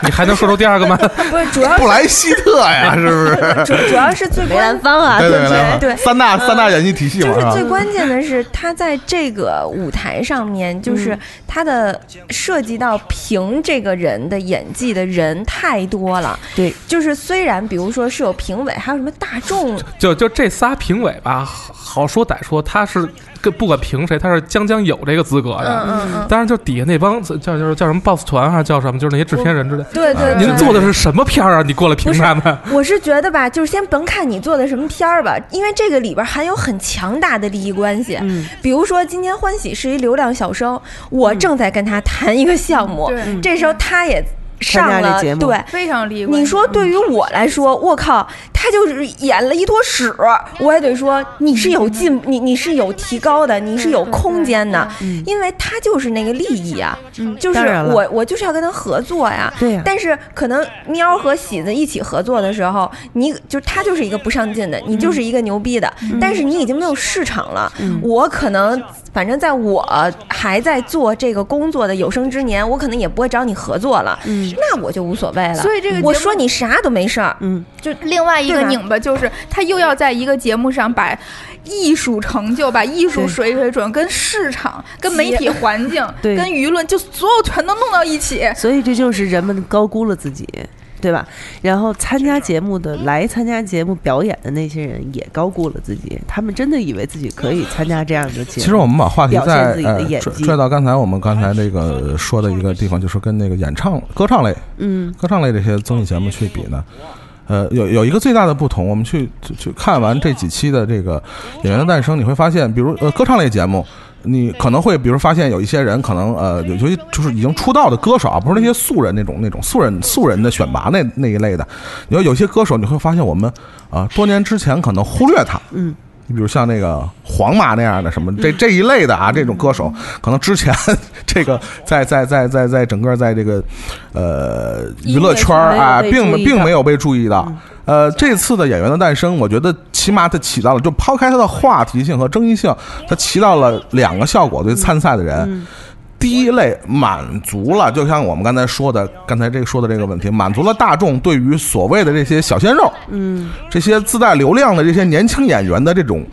I: 你还能说出第二个吗？
A: 不是主要
F: 布莱希特呀，是不是？
A: 主主要是最
H: 梅
A: 关
H: 兰芳啊，
F: 对
H: 不
F: 对
H: 对？
F: 三大三
G: 嗯
F: 大演技体系
A: 就
F: 嘛，
A: 是
F: 吧啊
A: 最？关键的是，他在这个舞台上面，就是他的涉及到评这个人的演技的人太多了。
H: 对，
A: 就是虽然比如说是有评委，还有什么大众，
I: 就就这仨评委吧，好好说歹说，他是跟不管评谁，他是将将有这个资格的。
A: 嗯嗯，
I: 当然，就底下那帮叫叫叫什么 boss 团还是叫什么，就是那些制片人之类。
A: 对对对。
I: 您做的是什么片儿啊？你过来评他们？
A: 我是觉得吧，就是先甭看你做的什么片儿吧，因为这个里边含有很强大的利益关系。
H: 嗯，
A: 比如说，今天欢喜是一流量小生，我正在跟他谈一个项目，嗯
G: 对
A: 这时候他也
H: 嗯参
A: 上
H: 加这
A: 了
H: 节目
A: 对。
G: 非常厉害。
A: 你说对于我来说，我靠，他就是演了一坨屎，我还得说你是有进，你你是有提高的，你是有空间的，
H: 嗯
A: 因为他就是那个利益啊，就是
H: 当然了
A: 我我就是要跟他合作呀。
H: 对呀
A: 但是可能喵和喜子一起合作的时候，你就他就是一个不上进的，你就是一个牛逼的，
H: 嗯
A: 但是你已经没有市场了。我可能反正在我还在做这个工作的有生之年，我可能也不会找你合作
H: 嗯
A: 了，那我就无所谓了。
G: 所以这个
A: 我
G: 节目
A: 说你啥都没事儿，
H: 嗯
G: 就另外一个
A: 对吧
G: 拧巴就是，他又要在一个节目上把艺术成就、把艺术水水准跟市场、跟媒体环境、
A: 嗯
H: 对
G: 跟舆论，就所有全都弄到一起。
H: 所以这就是人们高估了自己，对吧？然后参加节目的来参加节目表演的那些人也高估了自己，他们真的以为自己可以参加这样的
F: 其
H: 节目。
F: 实我们把话题
H: 表现
F: 再
H: 自己的
F: 呃
H: 演
F: 拽
H: 技
F: 拽到刚才我们刚才那个说的一个地方，就是跟那个演唱、歌唱类、
H: 嗯
F: 歌唱类这些综艺节目去比呢，呃，有有一个最大的不同，我们去去去看完这几期的这个《演员的诞生》，你会发现，比如呃，歌唱类节目。你可能会，比如发现有一些人可能呃，有尤其就是已经出道的歌手啊，不是那些素人那种那种素人素人的选拔那那一类的。你说有些歌手，你会发现我们啊、多年之前可能忽略他，
H: 嗯，
F: 你比如像那个黄马那样的什么这这一类的啊，这种歌手，可能之前 这个在在在在在整个在这个呃娱乐圈儿
H: 没有
F: 啊，
H: 被
F: 并
H: 注意
F: 并
H: 到嗯
F: 没有被注意到。呃，这次的演员的诞生，我觉得起码它起到了，就抛开它的话题性和争议性，它起到了两个效果对参赛的人。
H: 嗯
F: 第一类满足了，就像我们刚才说的，刚才这个说的这个问题，满足了大众对于所谓的这些小鲜肉，嗯，这些自带流量的这些年轻演员的这种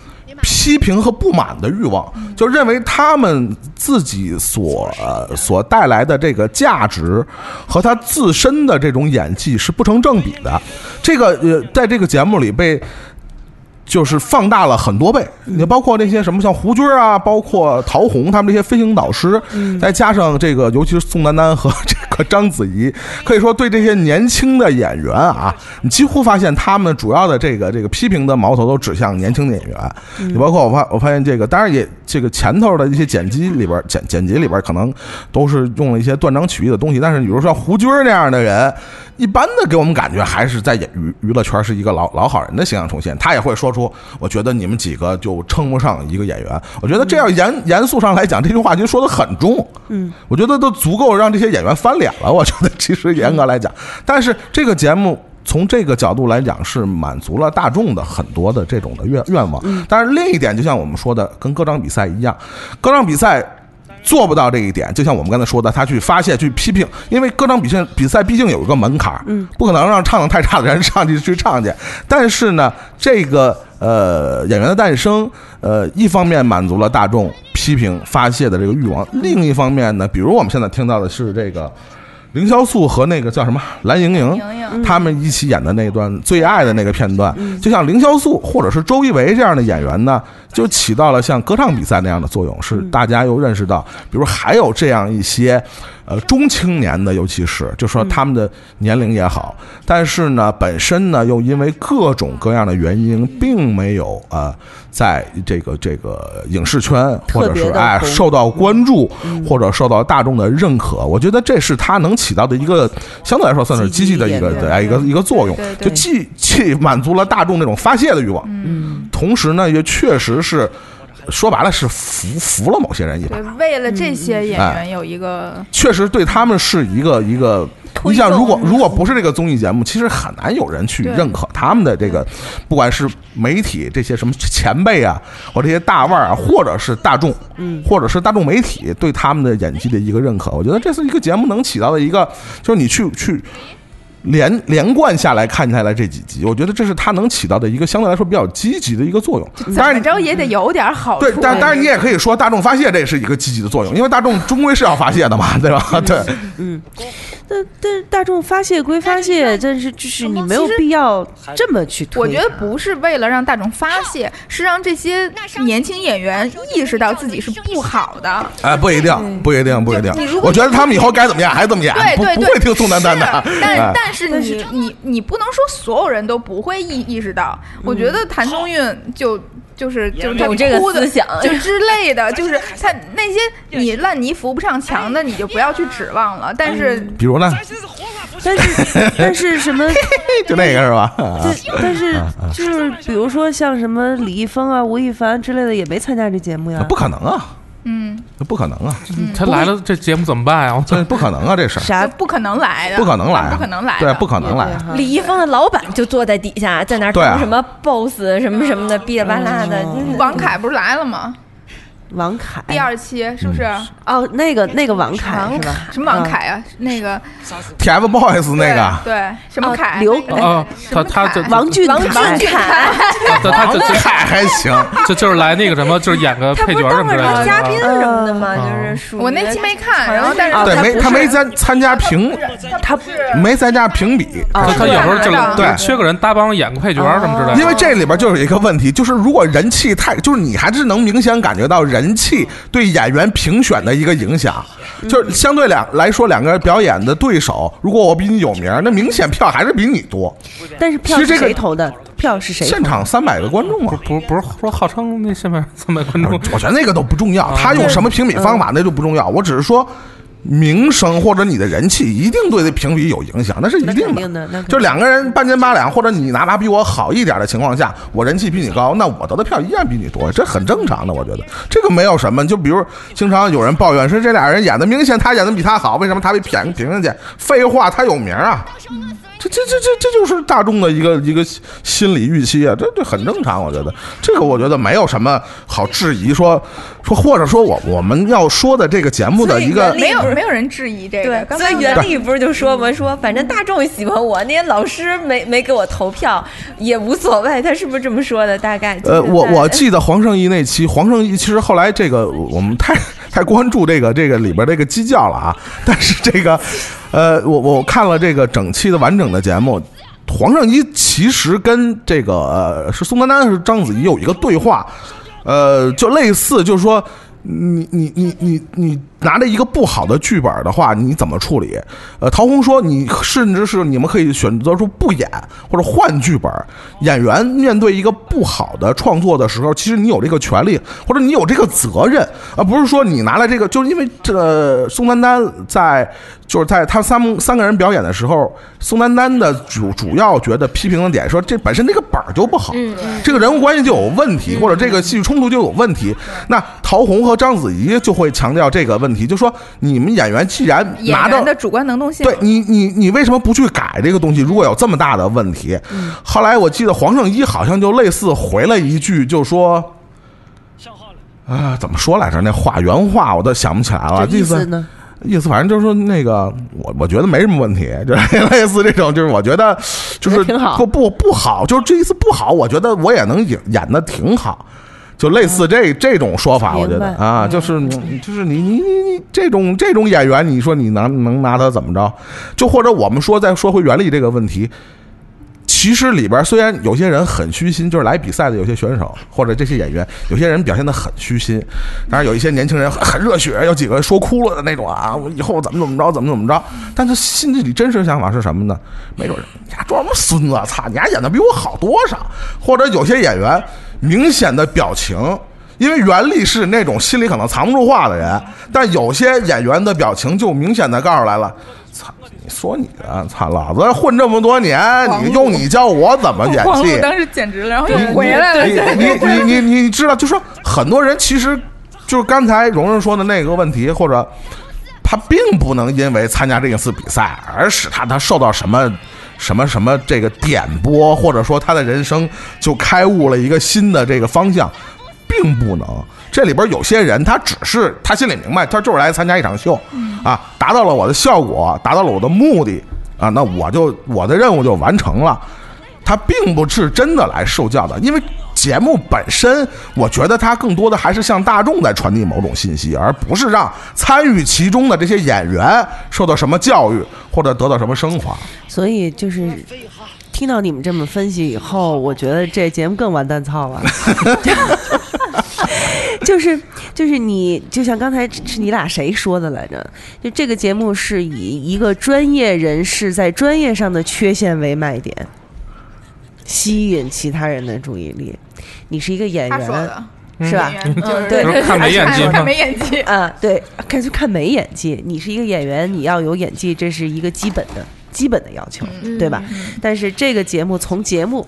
F: 批评和不满的欲望，就认为他们自己所、呃、所带来的这个价值和他自身的这种演技是不成正比的。这个呃，在这个节目里被。就是放大了很多倍，你包括那些什么像胡军啊，包括陶虹他们这些飞行导师，再加上这个，尤其是宋丹丹和这个章子怡，可以说对这些年轻的演员啊，你几乎发现他们主要的这个这个批评的矛头都指向年轻的演员。你包括我发我发现这个，当然也这个前头的一些剪辑里边儿剪剪辑里边儿可能都是用了一些断章取义的东西，但是比如说胡军这样的人，一般的给我们感觉还是在演娱娱乐圈是一个老老好人的形象重现，他也会说出，我觉得你们几个就称不上一个演员。我觉得这样严严肃上来讲，这句话就说的很重，嗯，我觉得都足够让这些演员翻脸了。我觉得其实严格来讲，但是这个节目。从这个角度来讲，是满足了大众的很多的这种的愿愿望。但是另一点，就像我们说的，跟歌唱比赛一样，歌唱比赛做不到这一点，就像我们刚才说的，他去发泄、去批评，因为歌唱比赛比赛毕竟有一个门槛儿，不可能让唱的太差的人上去去唱去。但是呢，这个呃演员的诞生，呃，一方面满足了大众批评发泄的这个欲望，另一方面呢，比如我们现在听到的是这个。凌潇肃和那个叫什么蓝盈
A: 嗯
F: 莹，
G: 莹莹
H: 嗯
F: 他们一起演的那段最爱的那个片段，就像凌潇肃或者是周一围这样的演员呢，就起到了像歌唱比赛那样的作用，
H: 嗯
F: 是大家又认识到，比如还有这样一些。呃，中青年的，尤其是就
H: 嗯
F: 说他们的年龄也好，但是呢，本身呢又因为各种各样的原因，并没有呃，在这个这个影视圈或者
H: 特别
F: 是
H: 地
F: 哎
H: 红嗯
F: 受到关注或者受到大众的认可，我觉得这是它能起到的一个相对来说算是积极的一个
H: 积极一点
F: 对哎一个一个作用
G: 对，对
F: 就既既满足了大众那种发泄的欲望，嗯，同时呢也确实是说白了是服服了某些人一把
G: 对，，为了这
A: 嗯
G: 些演
F: 哎
G: 员有一个
F: 确实对他们是一个一个。
G: 嗯推
F: 你想，
G: 动
F: 如果如果不是这个综艺节目，其实很难有人去
G: 对
F: 认可他们的这个，不管是媒体这些什么前辈啊，或这些大腕儿啊，或者是大众，嗯，或者是大众媒体对他们的演技的一个认可。我觉得这是一个节目能起到的一个，就是你去去连连贯下来看下来这几集，我觉得这是它能起到的一个相对来说比较积极的一个作用。
G: 怎
F: 但
G: 么
F: 是
G: 着也得有点好处。
F: 对，但但是你也可以说大众发泄这是一个积极的作用，因为大众终归是要发泄的嘛，对吧？对，
H: 但但是大众发泄归发泄，但是就是你没有必要这么去推。
G: 我
F: 啊
G: 觉得，不是为了让大众发泄，是让这些年轻演员意识到自己是不好的。
A: 啊
F: 哎，不一定，不一定，不一定
G: 你如。果
F: 我觉得他们以后该怎么演还怎么演，
G: 对
F: 不
G: 对
F: 不
G: 对，
F: 会听宋丹丹的。
G: 是啊
F: 哎
G: 但但是你你你不能说所有人都不会意意识到。
A: 嗯
G: 我觉得谭松韵就。就是就是他
A: 有这个
G: 哭的
A: 思想
G: 就之 类的，就是他
A: 哎嗯
G: 那些你烂泥扶不上墙的，你就不要去指望了。但是
F: 比如呢？
H: 但是 但是 什么？
F: 就那个是吧？啊
H: 但但是
F: 啊啊
H: 就是比如说像什么李易峰啊、吴亦凡之类的，也没参加这节目呀。
F: 不可能啊，
G: 嗯，
F: 那不可能啊，
I: 他来了，这节目怎么办呀？我操
F: 这不可能啊，这事儿
H: 啥
G: 就不可能来的，
F: 不可能来啊，
G: 不可能来的，
F: 对，不可能来
G: 嗯
F: 啊。
A: 李易峰的老板就坐在底下，在那儿
F: 对啊
A: 当什么 boss 什么什么的，哔哩吧啦的。真的
G: 王凯不是来了吗？
A: 哎
H: 王凯
G: 第二期是不是？
H: 哦，那个那个王凯是吧？
G: 什么王凯啊？那个
F: TFBOYS 那个，啊
G: 对对什
F: 哦
G: 么凯？
H: 刘
G: 那个
I: 啊！他他
G: 什
I: 就
G: 么
H: 王俊
A: 王
G: 嗯
H: 凯
A: 俊凯，
I: 他他就
F: 嗨，还行，
I: 就就是来那个什么，就是演个
A: 他
I: 配
A: 不
I: 角
A: 是
I: 什
A: 当
I: 么
A: 过
I: 之类
A: 什么
I: 的。
A: 嘉宾什么的吗？
I: 啊
A: 就是属于
G: 嗯我那期没看，然后但是
H: 啊
F: 对，
H: 他
F: 没
H: 不
F: 他哦
H: 是
F: 没参参加评，
H: 他
F: 没参加评比，
H: 啊
I: 他他有时候就
G: 对
I: 就缺个人搭帮演个配角什么之
A: 哦
I: 类的。
F: 因
H: 嗯
F: 为这里边就有一个问题，就是如果人气太，就是你还是能明显感觉到人气对演员评选的一个影响。
H: 嗯
F: 就是相对两来说，两个表演的对手，如果我比你有名，那明显票还是比你多。
H: 但是票
F: 其实
H: 是
F: 这个
H: 谁投的？票是谁投
F: 现
H: 的？
F: 场三百个观众啊，
I: 不不是说号称那下面三百
H: 嗯
I: 观众
F: 我觉得那个都不重要，他用什么评比方法那就不重要。我只是说，名声或者你的人气一定对这评比有影响，那是一
H: 那肯
F: 定
H: 定的那肯定
F: 就两个人半斤八两，或者你哪怕比我好一点的情况下，我人气比你高，那我得的票依然比你多，这很正常的。我觉得这个没有什么。就比如经常有人抱怨说这俩人演的明显他演的比他好，为什么他被评评上去？废话，他有名啊。这这这这这就是大众的一个一个心理预期啊，这这很正常，我觉得这个我觉得没有什么好质疑说说，或者说我我们要说的这个节目的一个
G: 没有没有人质疑这个，
A: 对，
G: 刚
A: 所
G: 才
A: 以袁立不是就说吗？说反正大众喜欢我，那些老师没没给我投票也无所谓，他是不是这么说的？大概
F: 呃，我我
A: 记
F: 记得黄圣依那期，黄圣依其实后来这个我我们太太关注这个这个里边这个鸡叫了啊，但是这个呃，我我看了这个整期的完整的节目。黄圣依其实跟这个呃是宋丹丹是章子怡有一个对话，呃，就类似就是说，你你你你你拿着一个不好的剧本的话，你怎么处理？呃，陶虹说，你甚至是你们可以选择说不演或者换剧本。演员面对一个不好的创作的时候，其实你有这个权利或者你有这个责任，而不是说你拿来这个，就是因为这、呃、宋丹丹在就是在他三三个人表演的时候，宋丹丹的主主要觉得批评的点说，这本身这个本儿就不好，这个人物关系就有问题，或者这个戏剧冲突就有问题。那陶虹和章子怡就会强调这个问题，就说你们演员既然
G: 演
F: 拿到
G: 员的主观能动性，
F: 对你，你你为什么不去改这个东西？如果有这么大的问题，后来我记得黄圣依好像就类似回了一句，就说，啊、怎么说来着？那话原话我都想不起来了，
H: 这意
F: 思
H: 思呢？
F: 意思反正就是说那个，我我觉得没什么问题，就是 类似这种，就是我觉得就是
H: 挺好
F: 不不不好，就是这意思不好，我觉得我也能演演的挺好，就类似这、这种说法，我觉得
H: 嗯明白
F: 啊，就是你就是你你你你这种这种演员，你说你能能拿他怎么着？就或者我们说再说回原力这个问题，其实里边虽然有些人很虚心，就是来比赛的有些选手或者这些演员，有些人表现的很虚心，当然有一些年轻人很很热血，有几个说哭了的那种啊，我以后怎么怎么着，怎么怎么着。但他心里真实想法是什么呢？没准儿你还装什么孙子啊，操，你还演的比我好多少？或者有些演员明显的表情。因为袁立是那种心里可能藏不住话的人，但有些演员的表情就明显的告诉来了，操，你说你的，操，老子混这么多年，你用你教我怎么演
G: 黄
F: 戏
G: 璐？当时简直了，然后又
F: 你
G: 回来了，
F: 你你你你你知道，就说很多人其实就是刚才蓉蓉说的那个问题，或者他并不能因为参加这一次比赛而使他他受到什么。什么什么这个点拨，或者说他的人生就开悟了一个新的这个方向，并不能。这里边有些人，他只是他心里明白，他就是来参加一场秀，
G: 嗯
F: 啊，达到了我的效果，达到了我的目的，啊，那我就我的任务就完成了。他并不是真的来受教的，因为节目本身，我觉得它更多的还是向大众在传递某种信息，而不是让参与其中的这些演员受到什么教育或者得到什么升华。
H: 所以就是听到你们这么分析以后，我觉得这节目更完蛋操了。 就是就是你，就像刚才是你俩谁说的来着？就这个节目是以一个专业人士在专业上的缺陷为卖点，吸引其他人的注意力。你是一个演
G: 他说
H: 员，
G: 的
I: 嗯
H: 是吧？
G: 演
F: 嗯
G: 员就是
H: 对
I: 就是看没演技吗
G: 看没演 技，
H: 啊，对，看就看没演技。你是一个演员，你要有演技，这是一个基本的。基本的要求，
A: 嗯
H: 对吧？但是这个节目从节目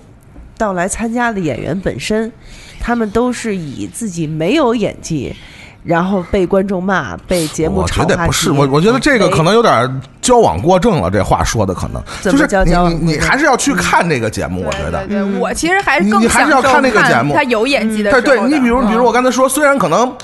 H: 到来参加的演员本身，他们都是以自己没有演技，然后被观众骂，被节目
F: 我
H: 炒
F: 觉得
H: 话
F: 不是，
H: 题
F: 我我觉得这个
H: 哎
F: 可能有点矫枉过正了，这话说的可能
H: 怎
F: 就
H: 么
F: 是
H: 叫
F: 你
H: 矫枉过
F: 你你
H: 正
F: 还是要去看这个节目，我觉得
G: 对。对，我其实还是
F: 你
G: 更
F: 你还是要
G: 享受
F: 看那个节目嗯
G: 他有演技的时
F: 对
G: 候
F: 对，你
G: 的嗯
F: 比如比如我刚才说，虽然可能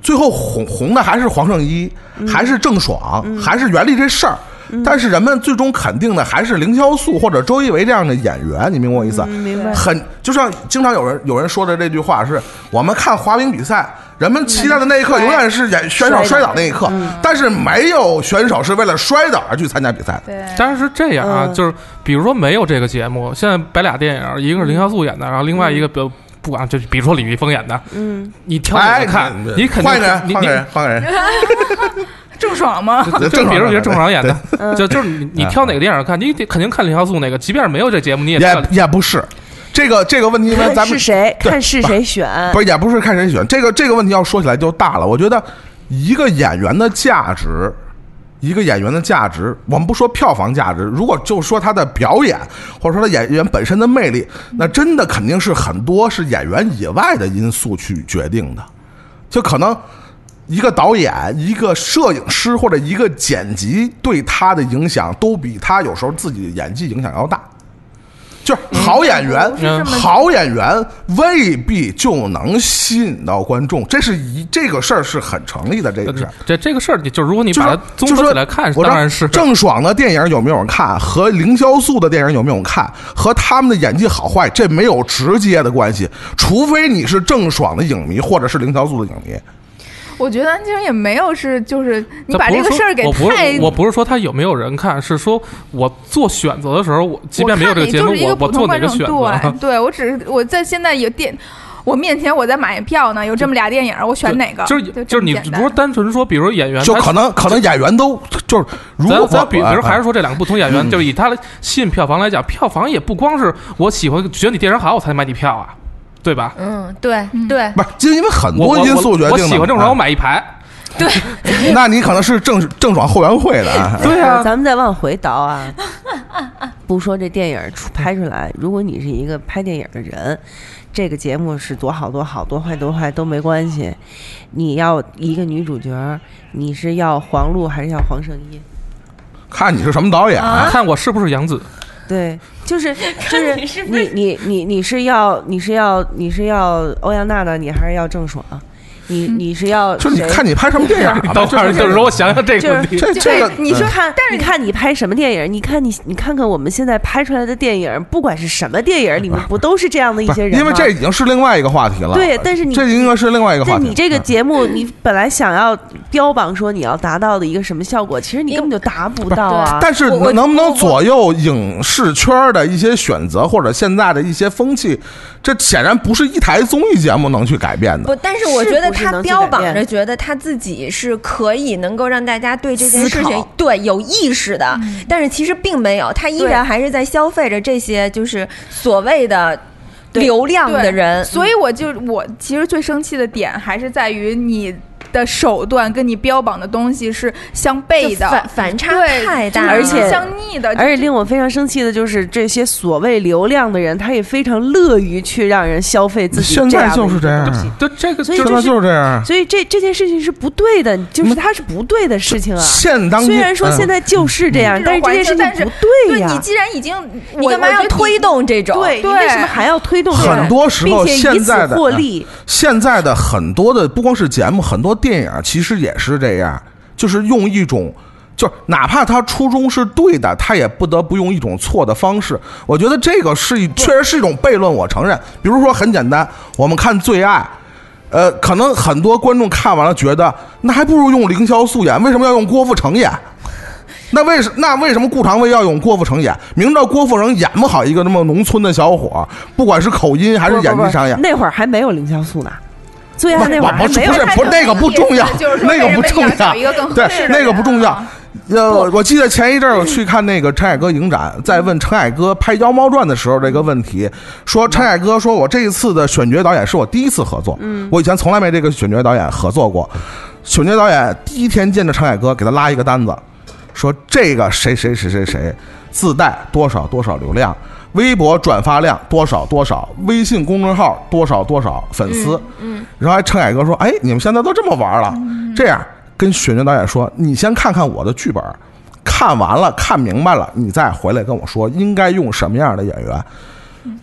F: 最后红红的还是黄圣依，
G: 嗯
F: 还是郑爽，还是袁立这事儿。但是人们最终肯定的还是凌潇肃或者周一围这样的演员，你明白我意思？
G: 嗯
H: 明白
F: 很就像经常有人有人说的这句话是：我们看滑冰比赛，人们期待的那一刻永远是演选手摔倒那一刻，
G: 嗯
F: 但是没有选手是为了摔倒而去参加比赛的。
G: 对，
I: 当然是这样啊，
H: 嗯
I: 就是比如说没有这个节目，现在摆俩电影，一个
H: 嗯
I: 是凌潇肃演的，然后另外一个比如不管就比如说李易峰演的，嗯，你挑哪
F: 哎，
I: 个看，
F: 你
I: 你肯定
F: 换一个人，
I: 你
F: 换
I: 你
F: 个人，换个人，
G: 郑爽吗？
I: 就
F: 郑
I: 就
F: 爽
I: 比如 比如郑爽演的，
H: 嗯
I: 就就是你你挑哪个电影看，你得肯定看凌潇肃那个，即便是没有这节目，你也看
F: 也。也不是这个这个问题， 因为咱
H: 看
F: 们
H: 是谁，
F: 对
H: 看是谁选，
F: 不是也不是看谁选，这个这个问题要说起来就大了。我觉得一个演员的价值，一个演员的价值，我们不说票房价值，如果就说他的表演，或者说他演员本身的魅力，那真的肯定是很多是演员以外的因素去决定的，就可能。一个导演、一个摄影师或者一个剪辑对他的影响，都比他有时候自己的演技影响要大。就是好演员，
I: 嗯
F: 好演员未必就能吸引到观众，这是一这个事儿是很成立的。这个事儿，
I: 呃这这个事儿，你就如果你
F: 就
I: 把
F: 是
I: 它综合起来看，
F: 就是我知道
I: 当然是
F: 郑爽的电影有没有人看，和凌潇肃的电影有没有人看，和他们的演技好坏这没有直接的关系，除非你是郑爽的影迷或者是凌潇肃的影迷。
G: 我觉得其实也没有是就是你
I: 咱
G: 把
I: 不
G: 这个
I: 是说
G: 事儿给
I: 我不
G: 太
I: 是我不是说他有没有人看，是说我做选择的时候，我即便没有这
G: 我看
I: 个节目，
G: 你就是一
I: 我
G: 个
I: 我
G: 普通
I: 做哪
G: 观
I: 个
G: 众，
I: 选
G: 对
I: 择？
G: 对，我只是我在现在有电，我面前我在买票呢，有这么俩电影，我选哪个？
I: 就是
G: 就
I: 就是你
G: 这么简
I: 如
G: 单
I: 果单纯说，比如演员，
F: 就
I: 他
F: 可能可能演员都就是如
I: 咱
F: 果
I: 咱比，比如还
F: 啊
I: 是说这两个不同演员，就是以他的吸引票房来讲，票房也不光是我喜欢觉得你电影好我才买你票啊，对吧？
A: 嗯，对对，
F: 不是，就因为很
I: 我
F: 多
I: 我
F: 因素
I: 我
F: 决定的。
I: 我喜欢郑
F: 啊
I: 爽，我买一排。
F: 那你可能是郑郑爽后援会的啊。
I: 对啊，
H: 咱们再往回倒 啊，不说这电影出拍出来，如果你是一个拍电影的人，这个节目是多好多好多坏多坏都没关系。你要一个女主角，你是要黄璐还是要黄圣依？
F: 看你是什么导演，啊
H: 啊
I: 看我是不是杨紫？
H: 对，就是就是 你你你你是要你是要你是要欧阳娜娜，你还是要郑爽？啊你你是要
F: 就是你
H: 谁
F: 看你拍什么电影啊吧，
I: 等会儿就是是我想想这个问题，
F: 这这个，
H: 哎你
F: 嗯
H: 看，但是你看你拍什么电影？你看你你看看我们现在拍出来的电影，不管是什么电影，里面不都是这样的一
F: 不
H: 些
F: 是
H: 人吗？啊
F: 因为这已经是另外一个话题了。
H: 对但是你
F: 这应该是另外一个话
H: 但
F: 题。
H: 你这个
F: 嗯
H: 节目，你本来想要标榜说你要达到的一个什么效果，其实你根本就达不到啊。
F: 但是
A: 我我
F: 能能不能
A: 我
F: 左右影视圈的一些选择，或者现在的一些风气，这显然不是一台综艺节目能去改变的。
A: 不，但是我觉得
H: 是不是
A: 他
H: 能去
A: 标
H: 改
A: 榜
H: 变
A: 着觉得他自己是可以能够让大家对这件
H: 思
A: 事情
H: 考
A: 对有意识的，但是其实并没有，他依
H: 对
A: 然还是在消费着这些就是所谓的
H: 对
A: 流量
G: 对
A: 的人，
G: 所以我就我其实最生气的点还是在于你的手段跟你标榜的东西是相悖
A: 就反
G: 的，
A: 反差
G: 对，
A: 太
G: 就
A: 大
G: 是
A: 了，
H: 而且
G: 相逆
A: 呃
G: 的，
H: 而且令我非常生气的就是，这些所谓流量的人，他也非常乐于去让人消费自己
F: 现
H: 这样
F: 在
H: 的
F: 就
H: 一
F: 是
H: 个
F: 这样啊
H: 东西，
I: 这这个
H: 所以
I: 就
F: 现在
H: 就是
F: 就是这样。啊
H: 所以这这件事情是不对的，就是它是不对的事情啊。
F: 嗯现当今嗯
H: 虽然说现在就是这样，
G: 嗯
H: 但是这件事情不对
G: 对
H: 呀。
G: 你既然已经，
A: 你
G: 我
A: 干嘛要推？动这种？
H: 对，你
G: 对
H: 为什么还要推动这个？
F: 很多时候
H: 并且以
F: 现
H: 此
F: 在的嗯
H: 获利，
F: 现在的很多的不光是节目，很多电影其实也是这样，就是用一种。就是哪怕他初衷是对的，他也不得不用一种错的方式。我觉得这个是一，确实是一种悖论，我承认。比如说很简单，我们看《最爱》，呃，可能很多观众看完了觉得，那还不如用凌潇肃演，为什么要用郭富城演？那为什那为什么顾长卫要用郭富城演？明知道郭富城演不好一个那么农村的小伙儿，不管是口音还是
H: 不
F: 演技上演
H: 不，那会儿还没有凌潇肃呢，最爱那会儿还
F: 不是
H: 没有
F: 不是不是那个不重要
G: 意思就是，说
F: 那个
G: 为
F: 不
G: 什么
F: 重
G: 一定要
F: 要
G: 找一个更，合
F: 对
G: 适的
F: 那个不
G: 人
F: 重要
G: 啊。
F: 呃，我记得前一阵儿我去看那个陈凯歌影展，在问陈凯歌拍《妖猫传》的时候这个问题，说陈凯歌说我这一次的选角导演是我第一次合作，我以前从来没这个选角导演合作过。选角导演第一天见着陈凯歌，给他拉一个单子，说这个谁谁谁谁谁自带多少多少流量，微博转发量多少多少，微信公众号多少多少粉丝，
B: 嗯，
F: 然后还陈凯歌说：“哎，你们现在都这么玩了，这样跟雪军导演说，你先看看我的剧本，看完了看明白了，你再回来跟我说应该用什么样的演员。”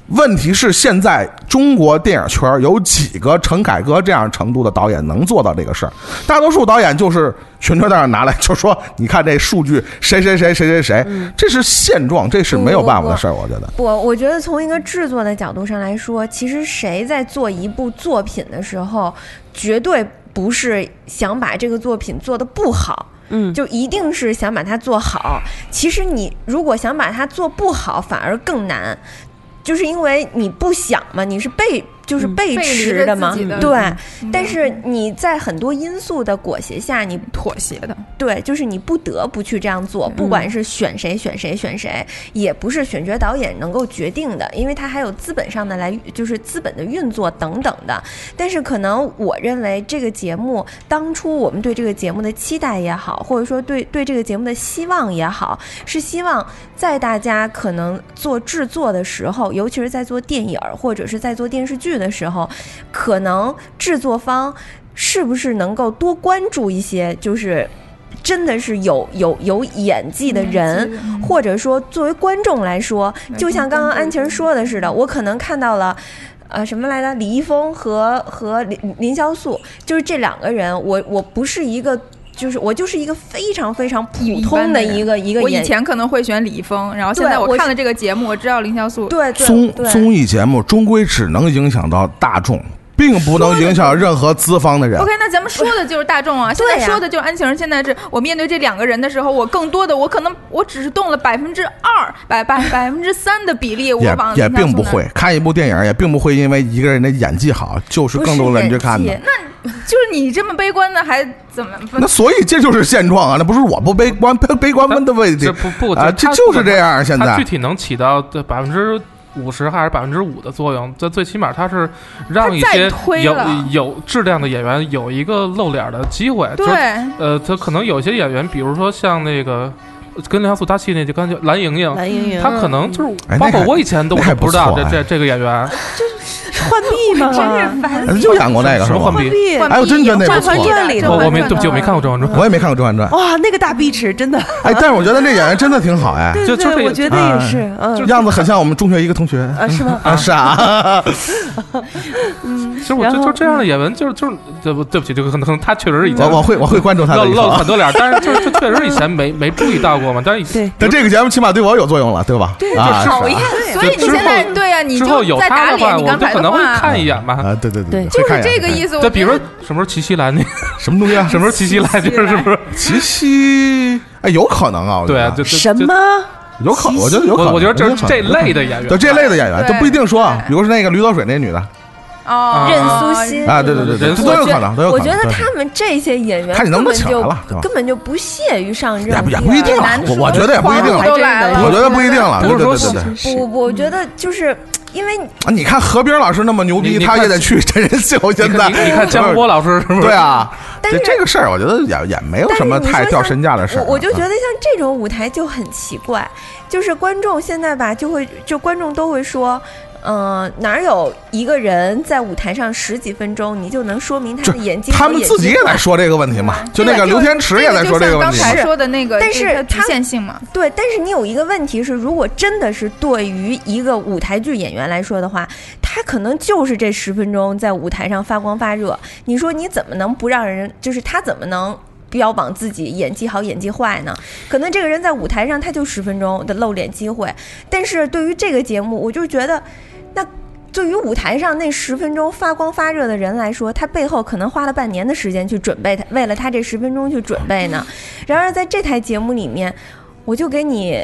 F: 问题是，现在中国电影圈有几个陈凯歌这样程度的导演能做到这个事儿？大多数导演就是全球导演拿来就说：“你看这数据，谁谁谁谁谁谁，这是现状，这是没有办法的事儿。”我觉得，
A: 不，我觉得从一个制作的角度上来说，其实谁在做一部作品的时候，绝对不是想把这个作品做得不好。嗯，就一定是想把它做好。其实你如果想把它做不好，反而更难，就是因为你不想嘛，你是被就是
G: 嗯
A: 被
G: 背离
A: 吃
G: 着
A: 的
G: 自
A: 嘛，
G: 己的
A: 对。
G: 嗯
A: 但是你在很多因素的裹挟下，你
G: 妥协的，
A: 对，就是你不得不去这样做，不管是选谁选谁选谁，也不是选角导演能够决定的，因为他还有资本上的来，就是资本的运作等等的。但是可能我认为这个节目当初我们对这个节目的期待也好，或者说对对这个节目的希望也好，是希望在大家可能做制作的时候，尤其是在做电影儿或者是在做电视剧的时候，可能制作方是不是能够多关注一些，就是。真的是有有有演技
G: 嗯
A: 的人，或者说作为观众来说，就像刚刚安晴说的似的，
G: 嗯
A: 我可能看到了，呃，什么来着？李易峰和和林林潇肃，就是这两个人，我我不是一个，就是我就是一个非常非常普通的一个一个
G: 我
A: 演
G: 以前可能会选李易峰，然后现
A: 对
G: 在
A: 我
G: 我
A: 是
G: 看了这个节目，我知道林潇肃，
A: 对
F: 综综艺节目终归只能影响到大众，并不能影响任何资方的人。
G: OK，那咱们说的就是大众啊。现
A: 对呀
G: 在说的就是安晴儿。现在是我面对这两个人的时候，我更多的我可能我只是动了百分之二、百百百分之三的比例，我
F: 也
G: 往
F: 也
G: 林湘
F: 并
G: 素
F: 不
G: 那儿
F: 会看一部电影，也并不会因为一个人的演技好，就是更多人去看的。
G: 那就是你这么悲观的，还怎么？
F: 那所以这就是现状啊，那不是我不悲观悲悲观问的问题，
I: 不不
F: 啊，
I: 就
F: 这
I: 它
F: 就是这样。现
I: 它
F: 在
I: 具体能起到百分之五十还是百分之五的作用？这最起码它是让一
G: 它再
I: 些
G: 推
I: 有
G: 了
I: 有质量的演员有一个露脸的机会。
G: 对
I: 就是呃，他可能有些演员，比如说像那个。跟梁素搭戏那就刚才蓝莹莹，
A: 嗯
H: 蓝莹嗯莹
I: 她可能就是
F: 哎，
I: 包
F: 那
I: 括
F: 还
I: 我以前都
F: 那还
I: 不知道
F: 不错哎
I: 这这这个演员，
H: 浣 碧吗？
F: 呃就演过那个是
I: 什么
F: 吧
I: 浣？碧？
F: 哎呦，真真那
H: 甄
F: 不
H: 嬛
F: 错，
H: 传》里的
I: 我我没对不起，我没看过《甄嬛
H: 嗯
I: 传》，
F: 我也没看过《甄嬛传》。
H: 哇，那个大碧池真的，
F: 哎，但是我觉得那演员真的挺好哎，
H: 对
I: 就就
H: 对，
I: 这
H: 我觉得也是，
F: 啊
H: 嗯，
F: 样子很像我们中学一个同学
H: 啊是吗？
F: 啊，是啊，
I: 其实我
H: 然
I: 就
H: 后
I: 就这样的演员，就是就是对不对不起，这个可能可能他确实以前
F: 我我会我会关注他
I: 露
F: 的以后
I: 露了很
F: 啊。
I: 多脸儿，但是就是就确实以前没没注意到过嘛，但是
H: 对
F: 但这个节目起码对我有作用了，对吧？对啊，
G: 讨
F: 是
G: 厌
F: 啊。
G: 所以你现在对呀，你
I: 之后有
G: 就在
I: 他
G: 打
I: 的话，
G: 脸你
I: 我
G: 刚
I: 就
G: 才
I: 可
G: 的
I: 能会
G: 话，
I: 看一眼吧。
F: 啊，对对
H: 对
G: 就
F: 会看
G: 是
F: 一
G: 这
F: 眼
G: 个
F: 对
G: 意思。我
I: 就比如
G: 觉
I: 说
G: 得
I: 什么时候齐溪来，那
F: 什么东西啊？
I: 什么时候齐溪来，就是是不是？
F: 七夕？哎，有可能啊，我觉
I: 对啊，
F: 得
I: 就就
H: 什
I: 就
H: 么？
F: 有可，
H: 七夕
F: 我觉得有可能。
I: 我我觉得这
F: 有可
I: 是
F: 能
I: 这类的演员
F: 对，这类的演员
G: 对
F: 都不一定说，啊，比如说那个驴得水那女的
G: 哦，
A: 任素汐
F: 啊，对对对对，
I: 人
F: 这
I: 素
F: 都有可能，都有可
A: 我
F: 能。
A: 觉得
F: 都有可能
A: 他们这些演员
F: 看你
A: 根
F: 能不
A: 本
F: 能
A: 就
F: 请来了对吧
A: 根本就不屑于上这
F: 也
A: 种
F: 不也
A: 地
F: 不
A: 儿
F: 一
H: 啊
F: 定啊
G: 难，
F: 我
G: 说
F: 我觉得也不一定
G: 黄，都来了，
F: 我觉得不一定啊了。
I: 不是说
F: 对对对对
A: 不不，我觉得就是因为
F: 啊你看何冰老师那么牛逼，
I: 你你
F: 他
I: 看
F: 也得去真人秀。
I: 你
F: 现在
I: 看你你看江波老师是不是？
F: 对啊，
A: 但
F: 这
A: 是
F: 这个事儿，我觉得也也没有
A: 但是
F: 什么
A: 你说
F: 太掉
A: 像
F: 身价的事儿。
A: 我我就觉
F: 嗯
A: 得像这种舞台就很奇怪，就是观众现在吧，就会就观众都会说。嗯、哪有一个人在舞台上十几分钟，你就能说明他的演技
F: 他
A: 和
F: 们
A: 演
F: 自己
A: 技
F: 也在
A: 派
F: 说这个问题嘛，就那
G: 这个
F: 个刘天池也在说这个问
G: 刚
F: 题。
G: 才说的那个，
A: 但是
G: 这个局
A: 他
G: 限性嘛，
A: 对，但是你有一个问题是，如果真的是对于一个舞台剧演员来说的话，他可能就是这十分钟在舞台上发光发热。你说你怎么能不让人？就是他怎么能标榜自己演技好、演技坏呢？可能这个人在舞台上他就十分钟的露脸机会，但是对于这个节目，我就觉得那。对于舞台上那十分钟发光发热的人来说，他背后可能花了半年的时间去准备他，为了他这十分钟去准备呢。
H: 嗯
A: 然而在这台节目里面，我就给你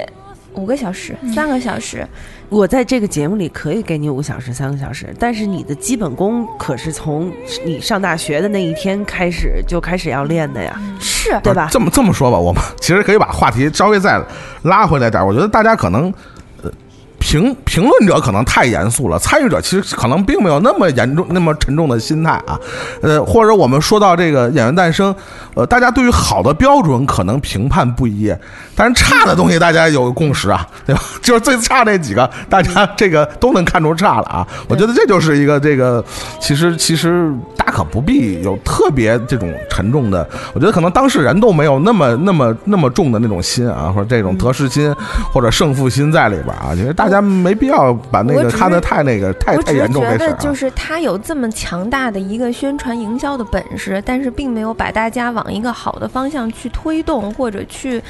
A: 五个小时、三个小时，
H: 我在这个节目里可以给你五小时、三个小时，但是你的基本功可是从你上大学的那一天开始就开始要练的呀，
A: 嗯是
H: 对吧？
F: 这么这 么说吧，我们其实可以把话题稍微再拉回来点儿。我觉得大家可能呃评评论者可能太严肃了，参与者其实可能并没有那么严重、那么沉重的心态啊。呃，或者我们说到这个演员诞生，呃，大家对于好的标准可能评判不一，但是差的东西大家有个共识啊，对吧？ 就是最差那几个，大家这个都能看出差了啊。我觉得这就是一个这个，其实其实大可不必有特别这种沉重的。我觉得可能当事人都没有那么那么那么重的那种心啊，或者这种
A: 嗯
F: 得失心或者胜负心在里边啊。因为大家没必要把那
A: 我
F: 个
A: 只是
F: 看得太那个太
A: 我只
F: 太
A: 是
F: 严重
A: 觉
F: 这事
A: 得
F: 儿、啊。
A: 就是他有这么强大的一个宣传营销的本事，但是并没有把大家往一个好的方向去推动或者去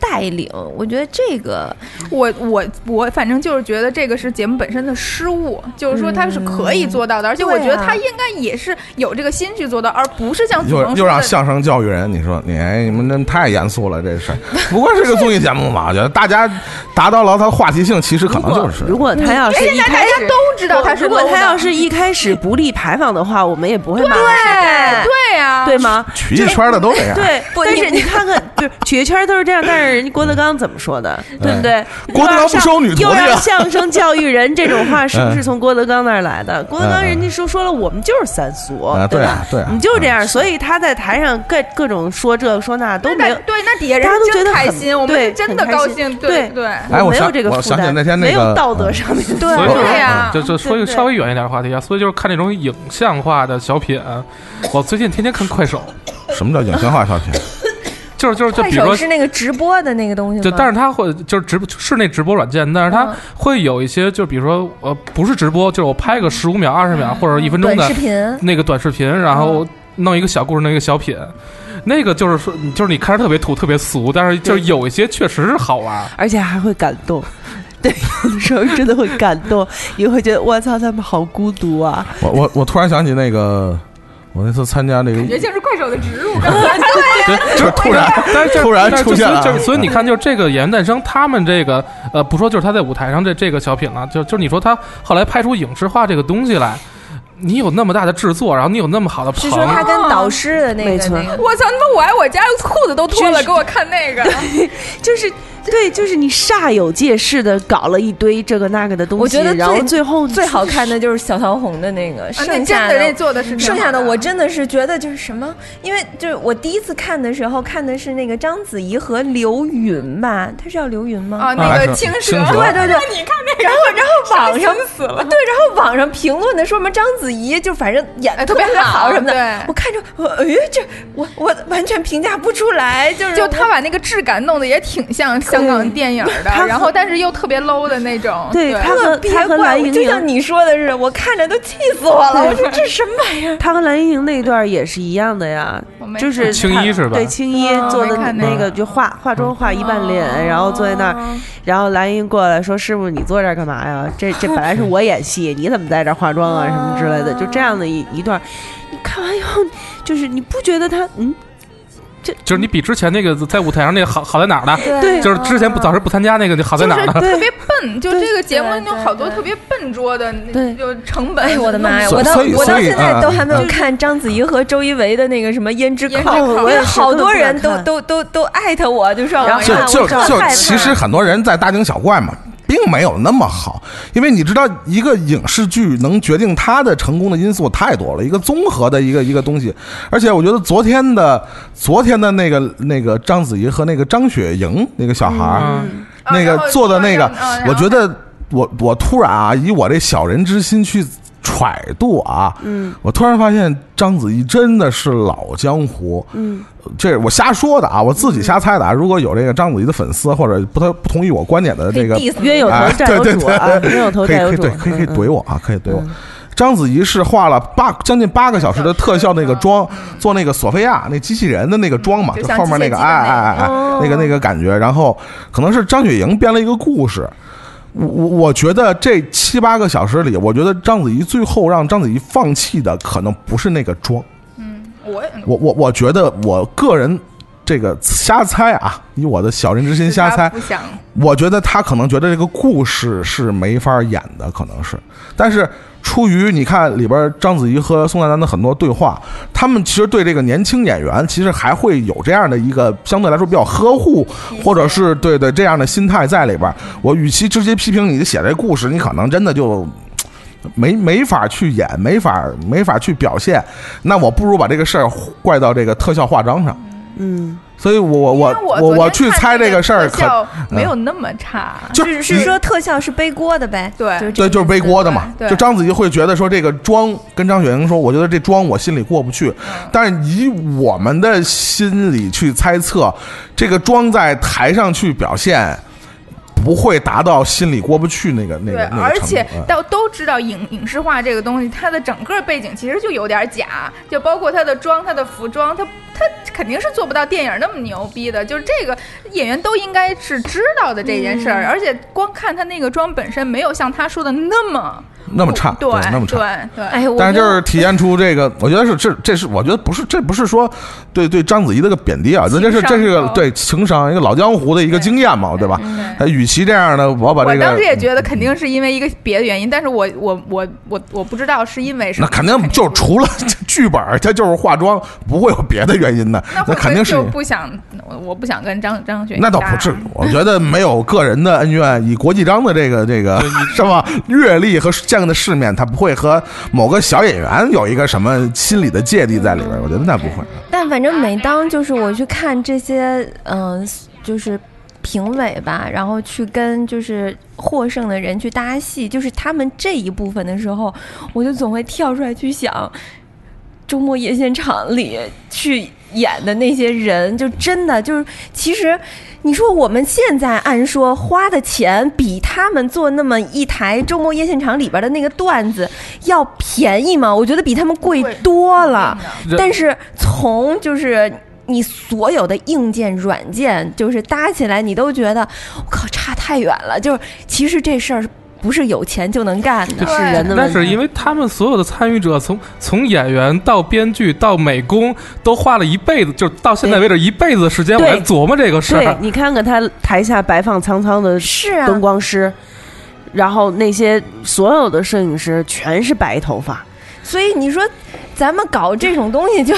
A: 带领。我觉得这个
G: 我我我反正就是觉得这个是节目本身的失误，就是说他是可以做到的，而且我觉得
A: 对啊
G: 他应该也是有这个心去做到，而不是
H: 哦
G: 像祖
F: 又
G: 萌
F: 又
G: 说
F: 让
G: 的。
F: 相声教育人，你说你哎你们那太严肃了，这事儿不过是个综艺节目嘛，我觉得大家达到了它的话题性，其实可能就是
H: 如果他要是
G: 嗯
H: 一
G: 大
H: 开
G: 家
H: 始
G: 都知道他是
H: 如果
G: low
H: 他
G: 的
H: 要是一开始不利牌坊的话，我们也不会骂他，
G: 对啊呀、
H: 对吗？
F: 曲艺圈的都这样。
H: 对，
A: 不
H: 但
A: 你
H: 是你看看， 就是曲艺圈都是这样，但是人家郭德纲怎么说的，对不对？
F: 郭德纲不收女徒弟啊
H: 又让相声教育人这种话是不是从郭德纲那儿来的？郭德纲人家说说了，我们就是三俗
F: 嗯啊，对啊
H: 吧？
F: 对啊
H: 你就这样，所以他在台上各各种说这说那都
G: 那
H: 没有
G: 大。对，那底下人
H: 大家都
G: 真
H: 觉得
G: 开
H: 很
G: 心，我们
H: 对
G: 是真
H: 很
G: 的
H: 开
G: 高
H: 心
G: 兴，
H: 对
G: 对。
F: 哎，我
H: 没有
F: 想
H: 这个
F: 我
H: 负
F: 想
H: 担，
F: 起那天那
H: 没有
F: 个嗯
H: 道德上面的
I: 所以就是嗯
G: 对呀
I: 就就说一
H: 啊
I: 个
H: 对对
I: 稍微远一点的话题啊，所以就是看那种影像化的小品。我最近天天看快手，
F: 嗯什么叫影像化小品？
I: 就是就是就
A: 快
I: 比如
A: 手
I: 说
A: 是那个直播的那个东西吗？
I: 就但是它会就是直播室内直播软件，但是它
A: 嗯
I: 会有一些，就比如说呃，不是直播，就是我拍个十五秒、二十秒或者一分钟
A: 嗯短
I: 的
A: 视频。嗯
I: 那个短视频，然后弄一个小故事，弄一个小品。那个就是说，就是你看着特别土、特别俗，但是就是有一些确实是好玩。
H: 而且还会感 动。对，有的时候真的会感动，你会觉得我操，他们好孤独啊！
F: 我我我突然想起那个，我那次参加那个，
G: 也就是快手的植入，
I: 对，
F: 就是突 然
I: 但是就
F: 突然
I: 但是
F: 出现
I: 就
F: 了啊
I: 所以所以你看，就是这个演员诞生，他们这个呃，不说就是他在舞台上这这个小品了，就就是你说他后来拍出影视化这个东西来，你有那么大的制作，然后你有那么好的
A: 是
I: 棚，
A: 说他跟导师的那个
H: 没错
A: 那个
G: 我操他妈！我爱我家裤子都脱了，给我看那个。啊
H: 就是对，就是你煞有介事的搞了一堆这个那个的东西，
A: 我觉得最
H: 然后最后
A: 最好看的就是小桃红的那个，
G: 啊那
A: 剩
G: 真
A: 下
G: 的那做的是挺
A: 剩下的
G: 好
A: 我真的是觉得就是什么，因为就是我第一次看的时候看的是那个章子怡和刘云吧，她是叫刘云吗？
G: 啊，那个
F: 啊
G: 青
F: 青蛇
G: 对
A: 对对
G: 你看这个，
A: 然后，然后网上
G: 伤死了
A: 对，然后网上评论的说什么章子怡就反正演
G: 哎
A: 的
G: 特
A: 特
G: 别
A: 别
G: 好
A: 好什么的
G: 对，
A: 我看着我哎这我我完全评价不出来，哎就是
G: 就
A: 我
G: 他把那个质感弄得也挺像香港电影的，
H: 他
G: 然后但是又特别 low 的那种。
H: 对他
A: 特
H: 和
A: 别
H: 他和
A: 怪
H: 蓝
A: 我
H: 盈
A: 就像
H: 莹，
A: 你说的是，我看着都气死我了，我说这什么玩意儿？
H: 他和蓝盈莹那一段也是一样的呀
G: 我没，
H: 就
G: 看
H: 是
I: 青
H: 他
I: 衣是吧
H: 对，青衣
G: 哦
H: 做
G: 没
H: 的
G: 看那哦
H: 那
I: 个
H: 个就化化妆化一半脸，然后坐在那儿，然后蓝盈莹过来说：“师傅，你坐这儿干嘛呀？这这本来是我演戏，你怎么在这儿化妆啊？什么之类的，就这样的
G: 哦
H: 一一段，你看完以后，就是你不觉得他嗯。”这
I: 就是你比之前那个在舞台上那个好好在哪儿呢？
H: 对啊
I: 就是之前不早时不参加那个，就好在哪儿 呢？
G: 特别笨，嗯就
H: 对
G: 这个节目
A: 对
G: 有
A: 对
G: 好多
A: 对
G: 特别笨拙的那，
H: 对
G: 就成本。
A: 哎呦我的妈呀！
F: 所
A: 我到
F: 所以
A: 我到
F: 所以
A: 现在
F: 嗯
A: 都还没有
F: 嗯
A: 看章子怡和周一围的那个什么胭脂
G: 胭脂
A: 扣，
G: 扣
A: 我
G: 我也
A: 有
H: 是
A: 好
H: 根本
A: 多
H: 不敢
A: 人都
H: 看
A: 都都都艾特我，就说
H: 然
A: 我
H: 后哎
F: 就
A: 看
F: 就
A: 我真
F: 就
A: 害怕
F: 其实很多人在大惊小怪嘛，并没有那么好，因为你知道，一个影视剧能决定它的成功的因素太多了，一个综合的一个一个东西。而且我觉得昨天的昨天的那个那个章子怡和那个张雪莹那个小孩儿、
I: 嗯
G: 啊
F: 那
G: 然后
F: 个做的那个
G: 嗯然，后
F: 我觉得我我突然啊，以我这小人之心去揣度啊，嗯，我突然发现章子怡真的是老江湖，嗯，这是我瞎说的啊，我自己瞎猜的啊。如果有这个章子怡的粉丝或者不太不同意我观点的
A: 可以
F: 这个
A: diss
H: 冤有头
F: 哎
H: 债
F: 对
H: 有
F: 对
H: 主
F: 对
H: 啊，冤有头
F: 可以
H: 债
F: 可
H: 有
F: 以
H: 主，
F: 对，可以可以
H: 嗯嗯
F: 怼我啊，可以怼我。章子怡是化了八将近八个小时的特效那个妆，做那个索菲亚那机器人的那个妆嘛，
G: 就
F: 就
G: 像
F: 后面那
G: 机械
F: 个
G: 姬的
F: 哎哎哎哎那个那个感觉。然后可能是张雪莹编了一个故事。我我我觉得这七八个小时里，我觉得章子怡最后让章子怡放弃的可能不是那个妆，
G: 嗯我也
F: 我我我觉得我个人这个瞎猜啊，以我的小人之心瞎猜
G: 不，想
F: 我觉得他可能觉得这个故事是没法演的，可能是，但是出于你看里边章子怡和宋丹丹的很多对话，他们其实对这个年轻演员其实还会有这样的一个相对来说比较呵护，
G: 嗯
F: 或者是对对这样的心态在里边。我与其直接批评你写这故事，你可能真的就。没没法去演，没法没法去表现，那我不如把这个事儿怪到这个特效化妆上。
H: 嗯，
F: 所以我我
G: 因为
F: 我
G: 昨天
F: 去猜这个事儿，
G: 特
F: 可嗯
G: 效没有那么差，
F: 就是你
A: 是说特效是背锅的呗？
G: 对
A: 就是这
F: 对，
A: 个
F: 就是背
A: 意思
F: 锅的嘛。
G: 对
F: 就章子怡会觉得说这个妆跟张雪迎说，我觉得这妆我心里过不
G: 嗯
F: 去。但是以我们的心理去猜测，这个妆在台上去表现，不会达到心里过不去那个那
G: 对
F: 个，那个
G: 而
F: 程度
G: 且
F: 嗯
G: 到都知道影影视化这个东西，它的整个背景其实就有点假，就包括它的妆、它的服装，它它肯定是做不到电影那么牛逼的。就是这个演员都应该是知道的这件事
F: 嗯
G: 儿，而且光看他那个妆本身，没有像他说的那么
F: 那么差，
G: 对，
F: 那么差。
G: 对对，
A: 哎，我
F: 但是就是体现出这个，我觉得是这这是我觉得不是这不是说对对章子怡的个贬低啊，这这是
G: 情商
F: 这是个
G: 高
F: 对情商一个老江湖的一个经验嘛，对吧？
G: 对
F: 呃与其这样呢，我把这
G: 我
F: 个嗯
G: 当时也觉得肯定是因为一个别的原因，但是我我我我我不知道是因为什
F: 那
G: 么，
F: 肯定就是除了剧本儿，它就是化妆，不会有别的原因的。
G: 那
F: 那
G: 会不
F: 肯
G: 会
F: 定是
G: 就不想我我不想跟张张学友
F: 那倒不
G: 搭
H: 啊
F: 至于。我觉得没有个人的恩怨，以国际章的这个这个 什么阅历和见的世面，他不会和某个小演员有一个什么心理的芥蒂在里边儿。我觉得那不会。
A: 但反正每当就是我去看这些，嗯、就是评委吧，然后去跟就是获胜的人去搭戏，就是他们这一部分的时候，我就总会跳出来去想，周末夜现场里去演的那些人，就真的就是其实。你说我们现在按说花的钱比他们做那么一台周末夜现场里边的那个段子要便宜吗？我觉得比他们贵
G: 贵
A: 多了。
I: 这
A: 但是从就是你所有的硬件、软件，就是搭起来，你都觉得我靠差太远了。就是其实这事儿不是有钱就能干的
G: 对，
H: 是人的
I: 那
H: 问
I: 是
H: 题。
I: 因为他们所有的参与者，从从演员到编剧到美工，都花了一辈子，就是到现在为止一辈子的时间，我
H: 对
I: 来琢磨这个事
H: 对
I: 儿。
H: 你看看他台下白发苍苍的
A: 是啊，
H: 灯光师，然后那些所有的摄影师全是白头发，
A: 所以你说咱们搞这种东西就、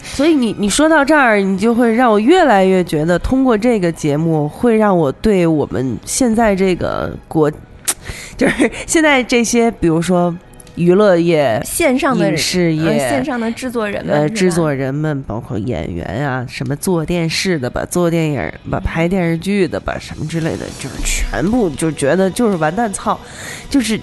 H: 所以你你说到这儿，你就会让我越来越觉得，通过这个节目，会让我对我们现在这个国，就是现在这些，比如说娱乐业
A: 线上的
H: 影视
A: 呃线
H: 业。
A: 上的制作人们
H: 呃，
A: 是吧
H: 制作人们包括演员啊，什么做电视的吧，做电影儿吧，拍电视剧的吧，什么之类的，就是全部就觉得就是完蛋操，就是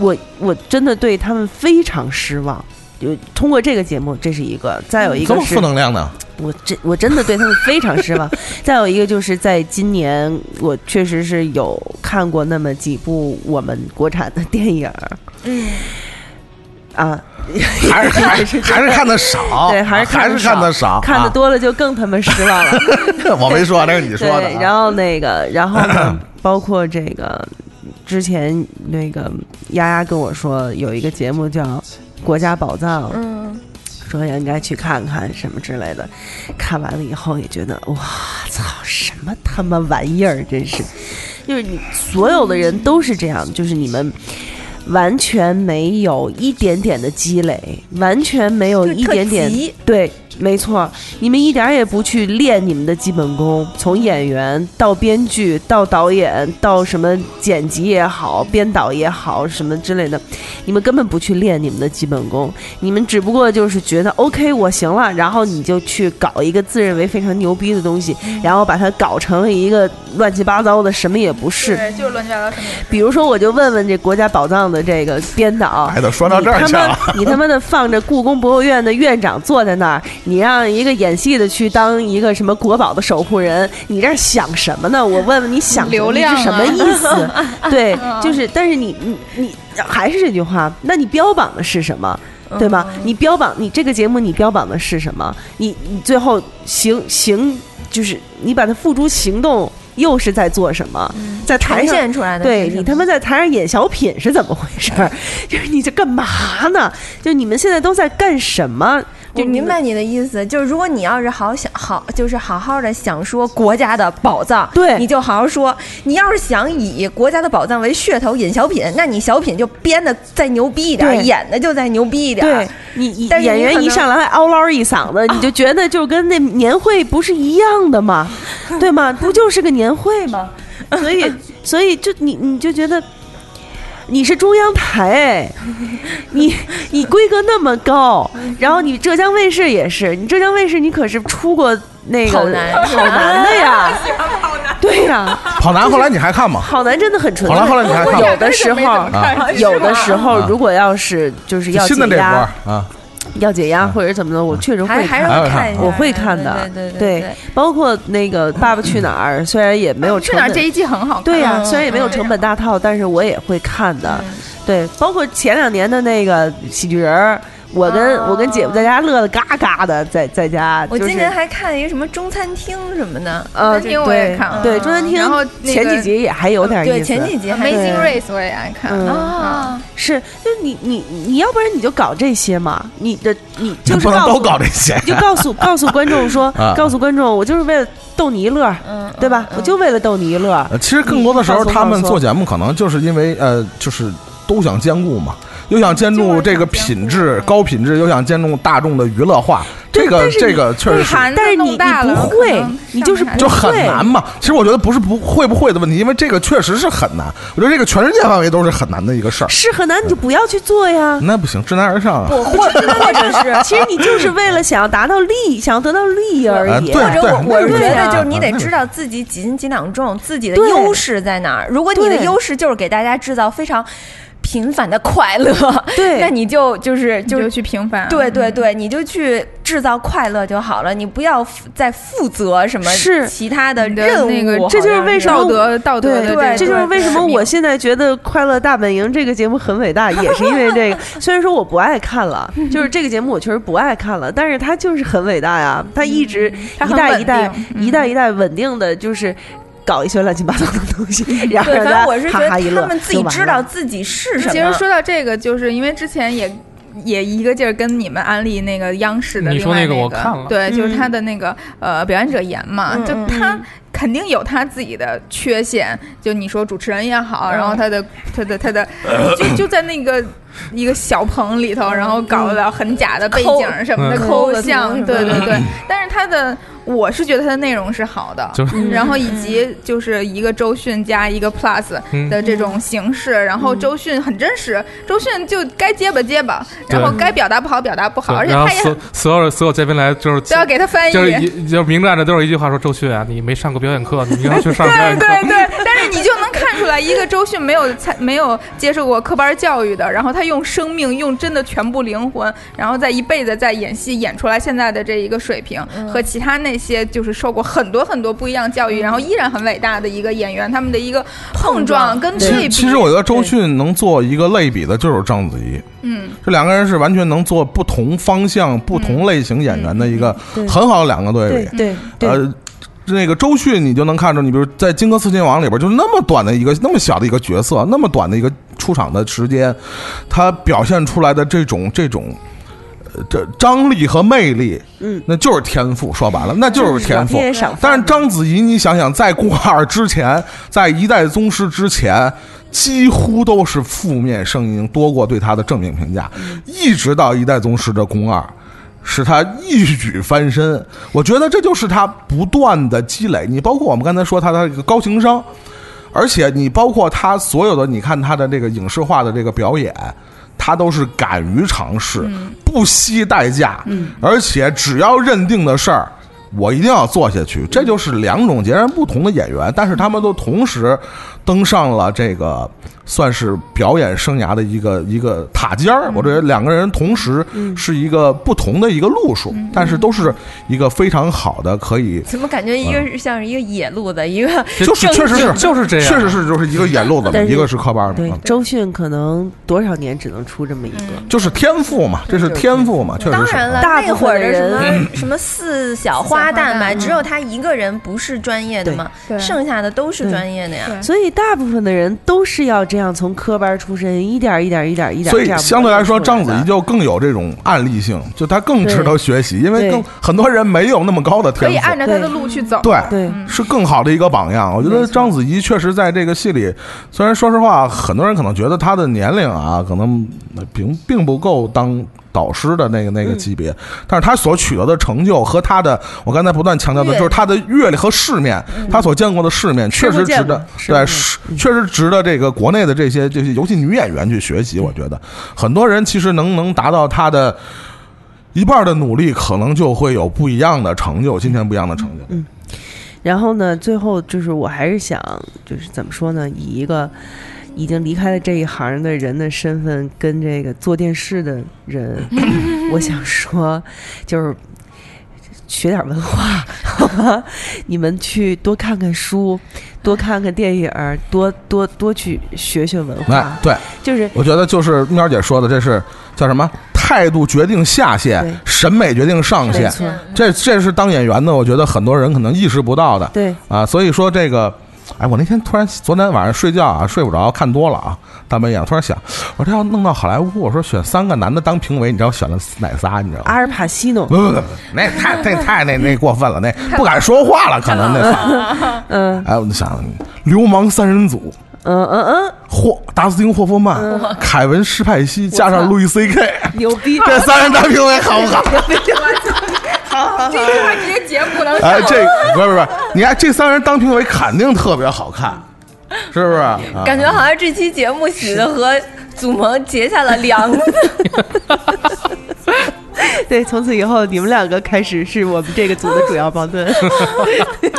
H: 我我真的对他们非常失望。就通过这个节目，这是一个，再有一
F: 这
H: 个
F: 么
H: 是
F: 负能量 呢？
H: 我真我真的对他们非常 失望。再有一个就是在今年，我确实是有看过那么几部我们国产的电影儿，
A: 嗯，
H: 啊，
F: 还是还是还是看的少，啊
H: 对，还是
F: 还是看
H: 的
F: 的少，
H: 看的多了就更他妈失望了。
F: 啊。 我没说，那是你说的
H: 对，
F: 啊。
H: 然后那个，然后呢，包括这个之前那个丫丫跟我说有一个节目叫《国家宝藏》，
A: 嗯，
H: 说应该去看看什么之类的。看完了以后也觉得，哇操，什么他妈玩意儿，真是！就是你所有的人都是这样，就是你们完全没有一点点的积累，完全没有
A: 就是
H: 一
A: 特
H: 点点
A: 急
H: 对，没错，你们一点儿也不去练你们的基本功，从演员到编剧到导演到什么剪辑也好，编导也好，什么之类的，你们根本不去练你们的基本功，你们只不过就是觉得 OK 我行了，然后你就去搞一个自认为非常牛逼的东西，然后把它搞成了一个乱七八糟的什么也不是。
G: 对，就是乱七八糟什么也
H: 比如说，我就问问这国家宝藏的这个编导，
F: 哎，都说到这儿
H: 你
F: 去
H: 他
F: 了
H: 妈，你他妈的放着故宫博物院的院长坐在那儿，你让一个演戏的去当一个什么国宝的守护人，你这儿想什么呢？我问问你想什么
G: 流量啊
H: 你是什么 意思？对，就是，但是你你你还是这句话，那你标榜的是什么？
G: 嗯
H: 对吧？你标榜你这个节目，你标榜的是什么？你你最后行行就是你把它付诸行动，又是在做什么？在
A: 嗯
H: 台
A: 呈
H: 上
A: 现出来的
H: 对
A: 是什
H: 你
A: 么
H: 他妈在台上演小品 是怎么回事儿？就是你这干嘛呢？就你们现在都在干什么？
A: 我明白你的意思，就是如果你要是好想好，就是好好的想说国家的宝藏，
H: 对
A: 你就好好说。你要是想以国家的宝藏为噱头引小品，那你小品就编的再牛逼一点儿，
H: 对
A: 演的就再牛逼一点儿
H: 对。你你
A: 但是
H: 演
A: 你可
H: 员一
A: 能啊
H: 上来还嗷唠一嗓子，你就觉得就跟那年会不是一样 的嘛，对吗？不就是个年会吗？所以所以就你你就觉得。你是中央台哎，你 你规格那么高，
A: 嗯
H: 然后你浙江卫视也是，你浙江卫视你可是出过那个
A: 跑男
H: 跑男的 呀，对呀，
F: 跑男后来你还看吗？
H: 跑男真的很纯
F: 跑
H: 粹。
F: 男后来你还看吗？
H: 有的时候，
F: 啊
H: 有的时候
F: 啊
H: 如果要是就是要
F: 新的
H: 解
F: 这波
H: 压
F: 儿，啊，
H: 要解压或者怎么的，我确实
A: 还
H: 会
A: 还
H: 看
A: 是。会
F: 还会看
A: 看一下，
H: 我会看的，
A: 对对
H: 对
A: 对，
H: 包括那个《爸爸去哪 儿》，虽然也没有
G: 去
H: 成
G: 哪儿
H: 本，
G: 这一季很好看，啊
H: 对呀，
A: 嗯
H: 虽然也没有成本大套，但是我也会看的。对，包括前两年的那个喜剧人儿，我跟
A: 哦
H: 我跟姐夫在家乐得嘎嘎的，在在家，
A: 我
H: 就
A: 今
H: 是
A: 年还看一个什么中餐厅什么的，
H: 呃，
G: 嗯中餐厅我也
H: 对
G: 看了
A: 嗯
G: 嗯
H: 对中餐厅
G: 然后那
H: 前几
G: 个
H: 集也还有点意思，
A: 对前几集还
H: 对
G: Amazing Race 我也爱看
H: 嗯
G: 啊，
H: 是，就是你你你要不然你就搞这些嘛，你的你就是
F: 不能
H: 告
F: 都
H: 诉
F: 搞这些。
H: 你就告诉 告诉观众说
F: 啊，
H: 告诉观众，我就是为了逗你一乐儿，
A: 嗯，
H: 对吧？我就为了逗你一乐儿。
F: 呃其实更多的时候，
H: 嗯放松
F: 他们
H: 放松
F: 做节目可能就是因为呃，就是都想兼顾嘛，又想兼顾这个品质高品质，又想兼顾大众的娱乐化，
H: 对
F: 这个
H: 但是
F: 这
H: 你
F: 个确实是。
G: 盘子
H: 但是你
G: 弄大
H: 你
G: 了
H: 不
G: 可
H: 会
G: 能
H: 你
G: 上
H: 就是
G: 不来
F: 就
H: 不
F: 很
H: 会
F: 难嘛。其实我觉得不是不会不会的问题，因为这个确实是很难。我觉得这个全世界范围都是很难的一个事儿。
H: 是很难，你就不要去做呀。
F: 那不行，知难而上啊！
A: 我或 者或者是
H: 其实你就是为了想要达到利益，想要得到利益而
F: 啊
H: 已。
F: 对
A: 或者我
F: 对
A: 我是
F: 那
A: 觉
F: 个
A: 得
F: 是
A: 就是你
F: 啊
A: 得
F: 那个
A: 知道自己几斤几两重，自己的
H: 对
A: 优势在哪儿。如果你的
H: 对
A: 优势就是给大家制造非常平凡的快乐，
H: 对
A: 那你就就是
G: 就
A: 就
G: 去平凡，
A: 对对对，你就去制造快乐就好了，你不要负再负责什么
H: 是
A: 其他的
G: 你的
A: 任务。
G: 那个
H: 这就是为什么
G: 道德道德的
H: 对
G: 这个
A: 哦对
H: 这就是为什么
A: 对
H: 我现在觉得《快乐大本营》这个节目很伟大，也是因 为这个。虽然说我不爱看了，就是这个节目我确实不爱看了，但是它就是很伟大呀，它一直
A: 嗯
G: 它
H: 一
G: 很
H: 代
G: 稳
H: 一代
G: 定嗯
H: 一代一代稳定的就是。搞一些乱七八糟的东西，然后
A: 嗯对，反正
H: 让大家
A: 我是觉
H: 哈
A: 得
H: 哈一乐，
A: 他们自己知道自己是什么。
G: 其实说到这个，就是因为之前也也一个劲儿跟你们安利那个央视的
I: 你
G: 另
I: 说
G: 外
I: 那
G: 那
I: 个我看了
G: 对，就是
A: 嗯
G: 他的那个呃表演者言嘛，
A: 嗯
G: 就
A: 嗯
G: 他
A: 嗯
G: 肯定有他自己的缺陷，就你说主持人也好，
A: 嗯
G: 然后他的他的他的就就在那个。一个小棚里头，然后搞了很假的背景什
I: 嗯
G: 么的
A: 抠
G: 抠
A: 抠
G: 像
A: 的，图嗯
G: 对
A: 什么
G: 对对。但是他的，我是觉得他的内容是好的，
I: 就
G: 然
A: 嗯
G: 后以及就是一个周迅加一个 Plus
I: 嗯
G: 的这种形式，然后周迅很真实，周迅就该结巴结巴，
I: 对
G: 然后该表达不好表达不好，
I: 对
G: 而且
I: 然后
G: 他也
I: 所
G: 很
I: 所有所有嘉宾来就是
G: 都要给他翻译。
I: 就是一就是明站着都是一句话说周迅啊，你没上过表演课，你应该去上表演
G: 对
I: 课。
G: 对对，但是你就能看出来，一个周迅没有参没有接受过科班教育的，然后他用生命，用真的全部灵魂，然后在一辈子在演戏演出来现在的这一个水平，
I: 嗯
G: 和其他那些就是受过很多很多不一样教育，然后依然很伟大的一个演员，他们的一个碰撞跟
F: 其
G: 对比。
F: 实其实我觉得周迅能做一个类比的，就是章子怡，
G: 嗯，
F: 这两个人是完全能做不同方向、不同类型演员的一个
H: 嗯嗯对
F: 很好的两个对
H: 对
F: 比。
H: 对对
F: 呃，那个周迅，你就能看出，你比如在《荆轲刺秦王》里边，就那么短的一个、那么小的一个角色，那么短的一个出场的时间，他表现出来的这种这种。呃这张力和魅力，
H: 嗯，
F: 那就是天赋。说白了，那就是天赋
H: 老天。爷赏饭
F: 但是章子怡，你想想，在顾二之前，在一代宗师之前，几乎都是负面声音多过对她的正面评价，一直到一代宗师的宫二。使她一举翻身，我觉得这就是她不断的积累。你包括我们刚才说她的这个高情商，而且你包括她所有的，你看她的这个影视化的这个表演，她都是敢于尝试，
G: 嗯
F: 不惜代价，而且只要认定的事儿，我一定要做下去。这就是两种截然不同的演员，但是他们都同时登上了这个算是表演生涯的一个一个塔尖儿。我觉得两个人同时是一个不同的一个路数，
H: 嗯
F: 但是都是一个非常好的可以。
A: 怎么感觉一个是像是一个野路子，一个
I: 这
F: 就是确实是
I: 就是这样
F: 确实是就是一个演路子嘛，
H: 啊但是
F: 一个是科班
H: 对
F: 嘛，，
H: 周迅可能多少年只能出这么一
A: 嗯
H: 个，
F: 就是天赋嘛，这是天赋嘛，确实
A: 当
F: 是。
A: 然了，
H: 大
A: 那
H: 部
A: 会
H: 分
A: 儿的什
H: 人
A: 么什么 四小花旦嗯
G: 小花
A: 吧，
G: 旦
A: 只有他一个人不是专业的嘛，
G: 对对
A: 剩下的都是专业的呀。
G: 对
H: 所以大部分的人都是要这样从科班出身，一点儿一点儿一点儿一点儿
F: 所
H: 这
F: 以
H: 样。
F: 相对来说，章子怡就更有这种案例性，就她更值得学习，因为更
H: 对
F: 很多人没有那么高的
G: 可
F: 天
G: 以
F: 赋。
G: 按照他的路去走。
F: 对
H: 对
F: 是更好的一个榜样。我觉得章子怡确实在这个戏里，虽然说实话，很多人可能觉得她的年龄啊，可能呃并并不够当导师的那个那个级别，但是她所取得的成就和她的，我刚才不断强调的
G: 阅
F: 就是她的阅历和世面，她所见过的世面，确实值
H: 见过
F: 得
H: 吃
F: 对，
H: 过
F: 是确实值得这个国内的这些这些，尤其女演员去学习。我觉得很多人其实能能达到她的。一半的努力，可能就会有不一样的成就，今天不一样的成就。
H: 然后呢，最后就是我还是想，就是怎么说呢，以一个已经离开了这一行的人的身份，跟这个做电视的人，我想说，就是。学点文化， 好吧？你们去多看看书，多看看电影儿，多多多去学学文
F: 来
H: 化，。
F: 对，
H: 就是
F: 我觉得就是喵姐说的，这是叫什么？态度决定下
H: 对
F: 限，审美决定上限。
H: 错，
F: 这这是当演员的，我觉得很多人可能意识不到的
H: 对，
F: 啊。所以说这个，哎，我那天突然昨天晚上睡觉啊，睡不着，看多了啊，大半夜突然想，我这要弄到好莱坞，我说选三个男的当评委，你知道选了哪仨？你知道吗？
H: 阿尔帕西诺
F: 不，不不，那太那太那那过分了，那不敢说话了，可能那仨。
H: 嗯
F: 哎，我就想，流氓三人组，
H: 嗯嗯嗯，
F: 霍达斯汀霍夫曼、凯文施派西加上路易 C K，
H: 牛逼，
F: 这三人当评委好不好？
G: 这句话直接节目不能
F: 哎，
G: 上。
F: 这不是不是，你看这三人当评委肯定特别好看，是不是？啊
A: 感觉好像这期节目写的和祖萌结下了 梁子。
H: 对，从此以后你们两个开始是我们这个组的主要矛盾。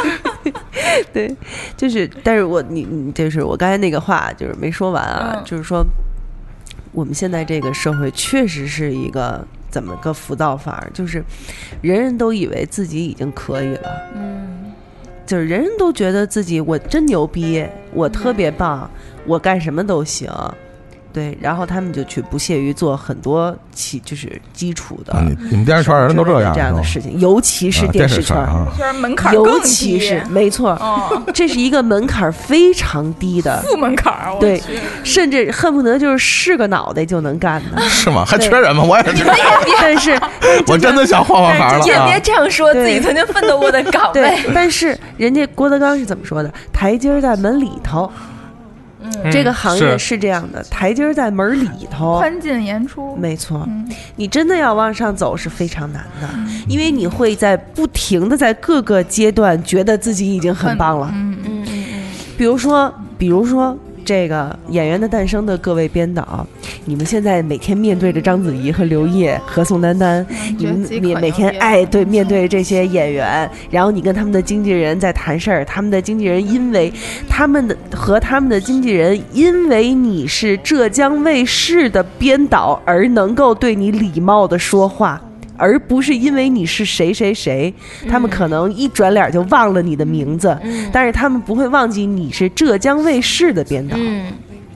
H: 对，就是，但是我你你就是我刚才那个话就是没说完啊，
G: 嗯
H: 就是说我们现在这个社会确实是一个怎么个浮躁法儿，就是人人都以为自己已经可以了，嗯，就是人人都觉得自己我真牛逼，我特别棒，我干什么都行。对，然后他们就去不屑于做很多起就是基础的，
F: 啊你你们电视圈人都这样
H: 这样的
F: 是
H: 事
F: 吧
H: 情，尤其是
F: 啊
H: 电
F: 电视
H: 圈
F: 圈
H: 儿，
F: 啊，。
G: 圈门槛更低，
H: 尤其是没错儿，
G: 哦，
H: 这是一个门槛儿非常低的，
G: 负门槛儿，我
H: 对
G: 去，
H: 甚至恨不得就是是个脑袋就能干的
F: 啊是吗？还缺人吗？我也是，
G: 哎
H: 但是，但是
F: 我真的想换换行
A: 也
F: 了啊
A: 别！这样说
H: 对
A: 自己曾经奋斗过的岗
H: 对
A: 位，，
H: 但是人家郭德纲是怎么说的？台阶儿在门里头，
I: 嗯
H: 这个行业
I: 是
H: 是这样的，台阶儿在门儿里头。
G: 宽进严出。
H: 没错，
G: 嗯
H: 你真的要往上走是非常难的，因为你会在不停的在各个阶段觉得自己已经很棒了。
G: 嗯嗯，
H: 比如说，比如说这个《演员的诞生》的各位编导，你们现在每天面对着章子怡和刘烨和宋丹丹，你
G: 觉得
H: 们
G: 自己
H: 你
G: 可
H: 嗯每
G: 牛
H: 天
G: 逼了
H: 哎对面对这些演员，然后你跟他们的经纪人在谈事儿，他们的经纪人因为
G: 嗯
H: 他们的和他们的经纪人因为你是浙江卫视的编导而能够对你礼貌的说话。而不是因为你是谁谁谁，他
G: 嗯
H: 们可能一转脸就忘了你的名字，但是他们不会忘记你是浙江卫视的编导，
G: 嗯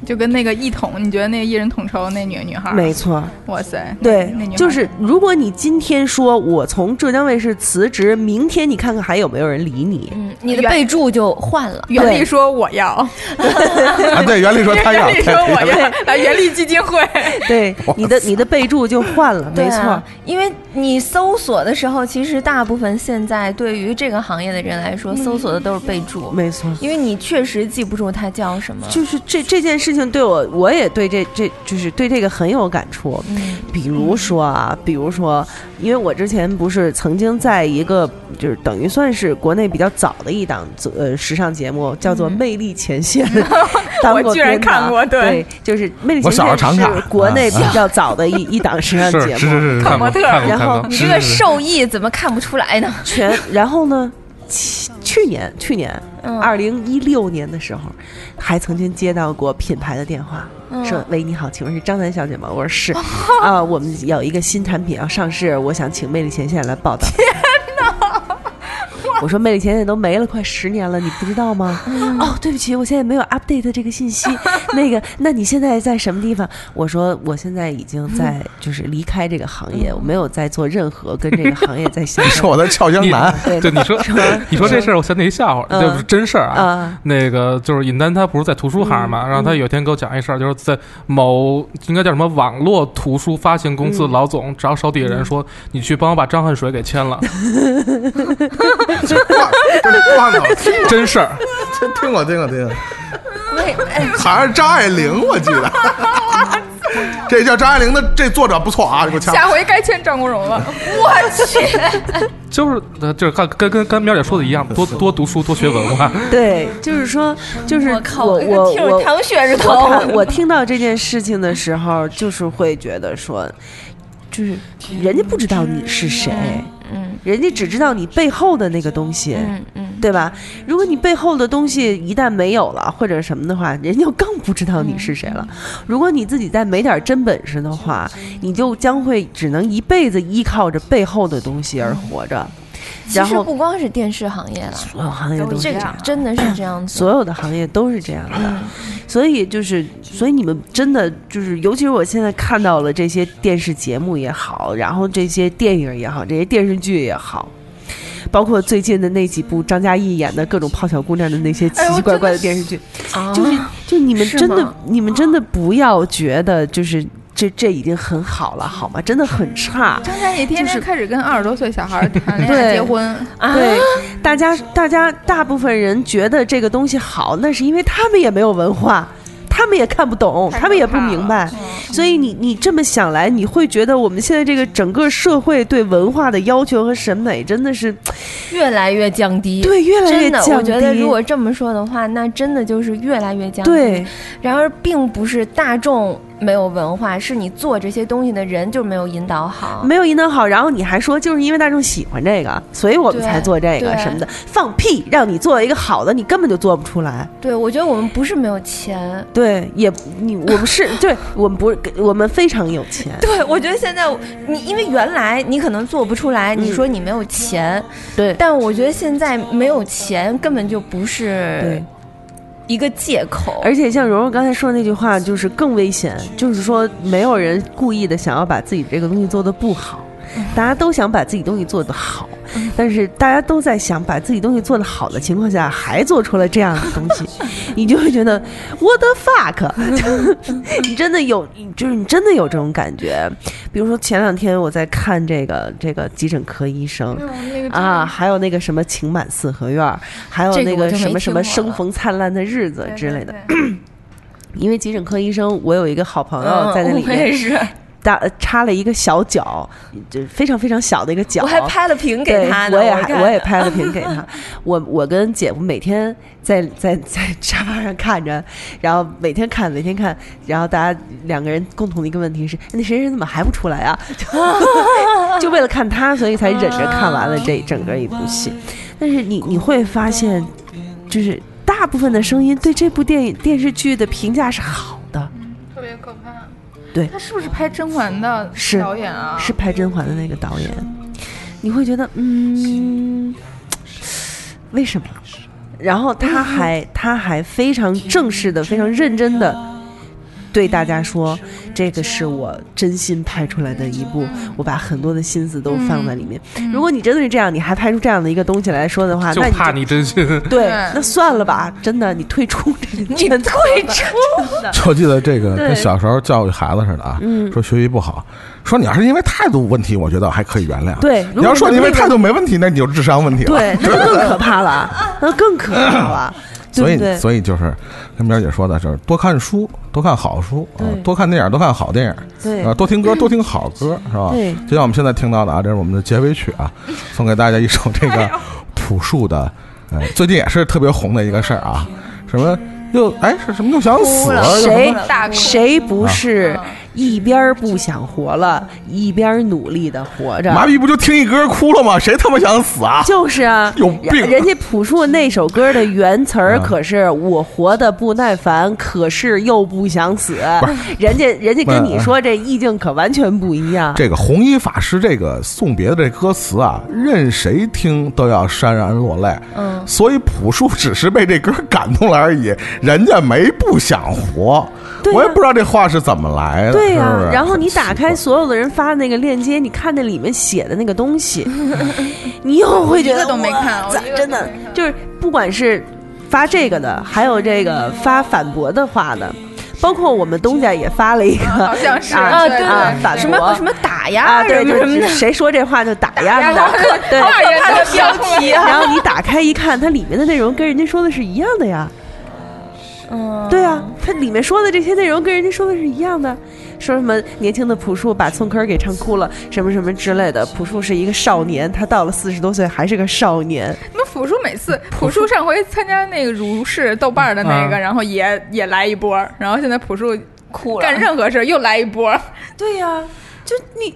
G: 就跟那个一统，你觉得那个一人统筹那女女孩儿，
H: 没错，
G: 哇塞，那
H: 对
G: 那女孩，儿
H: 就是如果你今天说我从浙江卫视辞职，明天你看看还有没有人理你，
A: 嗯，你的备注就换了。
G: 袁立说我要，
F: 啊，对，袁立说他要，
G: 袁立说我
F: 对
G: 要来袁立基金会，
H: 对，你的你的备注就换了，
A: 对
H: 没错
A: 啊，，因为你搜索的时候，其实大部分现在对于这个行业的人来说，搜索的都是备注，
H: 没错。
A: 因为你确实记不住它叫什
G: 啊
A: 么。
H: 就是这这件事情对我，我也对这这就是对这个很有感触。
G: 嗯
H: 比如说啊，比如说，因为我之前不是曾经在一个就是等于算是国内比较早的一档呃时尚节目，叫做《魅力前 线》当
G: 嗯我
H: 过
G: 居然
H: 编导
G: 看过对
H: 对，就是《魅力
F: 我
H: 前
F: 小时候
H: 线
F: 常》看
H: 是国内 比较早的一一档时尚
I: 啊是
H: 节
I: 是
H: 目，
I: 是是，看过
G: 模特儿
I: 看过
H: 然后
I: 看过
A: 你
I: 是
A: 这个
I: 是是
A: 受益怎么看不出来呢？
H: 全然后呢，去去年去年
G: 嗯
H: 二零一六年的时候，还曾经接到过品牌的电话，说：“喂，你好，请问是张楠小姐吗？”我说：“是。”啊，我们啊有一个新产品要上市，我想请魅力前线来报道。 我说魅力前线都没了快十年了，你不知道吗？哦，对不起，我现在没有 update 这个信 息。那个，那你现在在什么地方？我说我现在已经在就是离开这个行业，我没有在做任何跟这个行业在相 关。
F: 说我在俏江南，
H: 对
I: 对，你说你说这 事儿，我想起一笑话，
H: 嗯嗯
I: 这不是真事儿啊。
H: 啊，
I: 那个就是尹丹，他不是在图书行嘛，然后他有一天给我讲一事儿，就是在某应该叫什么网络图书发行公
H: 嗯
I: 司老总找手底下人说：“你去帮我把张恨水给签了。
F: 这挂这挂脑，”
I: 真事儿，
F: 这听过听过听过，
A: 为
H: 哎
F: 还是张爱玲，我记 得。这叫张爱玲的，这作者不错啊，给我掐了。
G: 下回该签张国荣 了。
I: 就是呃就是跟跟跟跟苗姐说的一样，多多读书，多学文化。
H: 对，就是说，就是
A: 我靠，
H: 我我
A: 听着
H: 我
A: 淌血
H: 我
A: 头。
H: 看我听到这件事情的时候，就是会觉得说，就是人家不知道你是谁，
A: 嗯
H: 人家只知道你背后的那个东西，
A: 嗯嗯，
H: 对吧？如果你背后的东西一旦没有了或者什么的话，人就更不知道你是谁
A: 嗯
H: 了。如果你自己再没点真本事的话，你就将会只能一辈子依靠着背后的东西而活着。
A: 嗯其
H: 然
A: 实
H: 后
A: 不光是电视行业了，
H: 所有行业都是这
A: 这
H: 样
A: 个，真的是这样子。
H: 所有的行业都是这样的。
A: 嗯
H: 所以就是，所以你们真的就是，尤其是我现在看到了这些电视节目也好，然后这些电影也好，这些电视剧也好，包括最近的那几部张嘉译演的各种泡小姑娘的那些奇
G: 哎呦
H: 奇
G: 真
H: 怪
G: 的
H: 怪的
G: 是
H: 电视剧，
A: 啊
H: 就是就你们
A: 是
H: 真的
A: 吗，
H: 你们真的不要觉得就是这这已经很好了，好吗？真的很差。
G: 张嘉译天
H: 就是
G: 天开始跟二十多岁小孩儿谈恋
H: 对
G: 爱结婚，
A: 啊
H: 对，大家大家大部分人觉得这个东西好，那是因为他们也没有文化，他们也看不懂，
G: 太可
H: 他们也不
G: 怕
H: 明
G: 了
H: 白。
A: 嗯
H: 所以你你这么想来，你会觉得我们现在这个整个社会对文化的要求和审美真的是
A: 越来越降低。
H: 对越来越
A: 真的，
H: 降
A: 我
H: 低。
A: 觉得如果这么说的话，那真的就是越来越降低。
H: 对，
A: 然而并不是大众没有文化，是你做这些东西的人就没有引导好。
H: 没有引导好，然后你还说就是因为大众喜欢这个，所以我们
A: 对
H: 才做这个
A: 对
H: 什么的，放屁！让你做一个好的，你根本就做不出来。
A: 对，我觉得我们不是没有钱。
H: 对，也你我们是对，我们不是我们非常有钱，
A: 对，我觉得现在你因为原来你可能做不出来，你说你没有钱，
H: 嗯对
A: 但我觉得现在没有钱根本就不是
H: 对。
A: 一个借口。
H: 而且像蓉蓉刚才说的那句话，就是更危险，就是说没有人故意的想要把自己这个东西做得不好，大家都想把自己东西做得好，
A: 嗯
H: 但是大家都在想把自己东西做得好的情况下，还做出了这样的东 西，你就会觉得 what the fuck，你 真的有，就是你真的有这种感觉。比如说前两天我在看这个这个急诊科医生，
G: 嗯
H: 啊，还有那个什么情满四合院儿，还有
A: 这个
H: 那
A: 我
H: 个
A: 就没
H: 什
A: 听
H: 么什么
A: 过
H: 生
A: 了
H: 逢灿烂的日子
G: 对
H: 之类的。。嗯
G: 对对
H: 因为急诊科医生，我有一个好朋友
A: 嗯，
H: 在那里
A: 我也
H: 面
A: 是，
H: 搭、插了一个小脚，就非常非常小的一个脚。
A: 我还拍了屏给
H: 对
A: 他呢。
H: 我也还
A: 看
H: 我也拍 了屏给他。我我跟姐夫每天在在在沙发上看着，然后每天看每天看，然后大家两个人共同的一个问题是：那谁谁怎么还不出来啊？ 就为了看他，所以才忍着看完了这整个一部戏。但是你你会发现，就是大部分的声音对这部电影电视剧的评价是好的，
G: 特别可怕。
H: 对
G: 他是不是拍《甄嬛》的
H: 是
G: 导演啊？
H: 是拍《甄嬛》的那个导演，你会觉得嗯，为什么？然后他还他还非常正式的、非常认真的对大家说，这个是我真心拍出来的一部，我把很多的心思都放在里面。如果你真的是这样，你还拍出这样的一个东西来说的话，
I: 就
H: 啊那你
I: 怕
H: 就
I: 你真心。
H: 对
G: 对，
H: 那算了吧，真的，嗯你退出这个圈子吧，你退出，
F: 就记得这个
H: 对嗯
F: 跟小时候教育孩子似的啊，说学习不好，说你要是因为态度问题，我觉得还可以原谅。
H: 对如
F: 你要
H: 果
F: 说你因为
H: 那个
F: 态度没问题，那你就智商问题了。
H: 对，那就更可怕了，那更可怕了，
F: 所
H: 对
F: 以
H: 不对？
F: 所以就是跟苗姐说的，就是多看书，多看好书，啊
H: 对，
F: 多看电影，多看好电影，
H: 对
F: 啊，多听歌，多听好歌，是吧？
H: 对
F: 就像我们现在听到的啊，这是我们的结尾曲 啊，送给大家一首这
H: 哎
F: 个朴树的，呃，最近也是特别红的一个事儿啊，什么又哎是什么又想死
A: 哭了
F: 了，又什么啊
H: 谁
G: 大哭
H: 谁不是一边儿不想活了，一边儿努力的活着。
F: 麻痹不就听一歌哭了吗？谁他妈想死啊？
H: 啊就是啊，
F: 有病
H: 人人家朴树那首歌的原词儿可是“我活的不耐烦，可是又不想死”，人家人家跟你说这意境可完全不一样。
F: 这个弘一法师这个送别的这歌词啊，任谁听都要潸然落泪。
A: 嗯
F: 所以朴树只是被这歌感动了而已，人家没不想活。
H: 对呀
F: 我也不知道这话是怎么来的，
H: 对呀、
F: 是不啊是
H: 然后你打开所有的人发的那个链接，你看那里面写的那个 东西，你又会觉
G: 我一个
H: 得
G: 都没看我
H: 哇
G: 一个都
H: 真的
G: 没看
H: 就是不管是发这个的，还有这个发反驳的话的，包括我们东家也发了一 个，
A: 哦
G: 好像是
H: 啊
G: 对
H: 啊
G: 对
H: 反
G: 对
A: 什
H: 驳
A: 么什么打呀，
H: 啊，
A: 什
H: 对，
A: 么
H: 就
A: 什么
H: 是
A: 的，
H: 谁说这话就打压
G: 打
H: 他
G: 压，
H: 对。
G: 好 人的标题啊！
H: 然后你打开一看，它里面的内容跟人家说的是一样的呀。
A: 嗯，
H: 对啊，它里面说的这些内容跟人家说的是一样的，说什么年轻的朴树把宋柯儿给唱哭了，什么什么之类的。朴树是一个少年，他到了四十多岁还是个少年。
G: 那朴树每次，
A: 嗯
G: 朴树上回参加那个如是豆瓣儿的
A: 啊
G: 那个，
I: 嗯
G: 然后也也来一波儿，然后现在朴树
A: 哭了
G: 干任何事儿又来一波儿，
H: 对呀、就你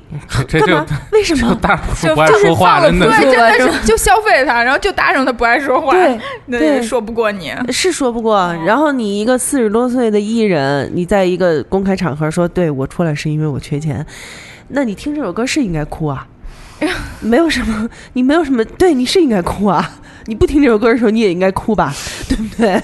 I: 这
H: 干
I: 就
H: 嘛？为什
I: 就
H: 么？
I: 大伙
A: 就
I: 不爱
A: 就是
I: 说话，
A: 放了
I: 真的
A: 不
I: 是
A: 是
G: 对，真
A: 吧
G: 的是就消费他，然后就打赏他不爱说话，
H: 对
G: 那
H: 对
G: 也说不过你。
H: 是说不过。
I: 哦
H: 然后你一个四十多岁的艺人，你在一个公开场合说“对我出来是因为我缺钱”，那你听这首歌是应该 哭啊。没有什么，你没有什么，对，你是应该哭啊！你不听这首歌的时候，你也应该哭吧， 对不对？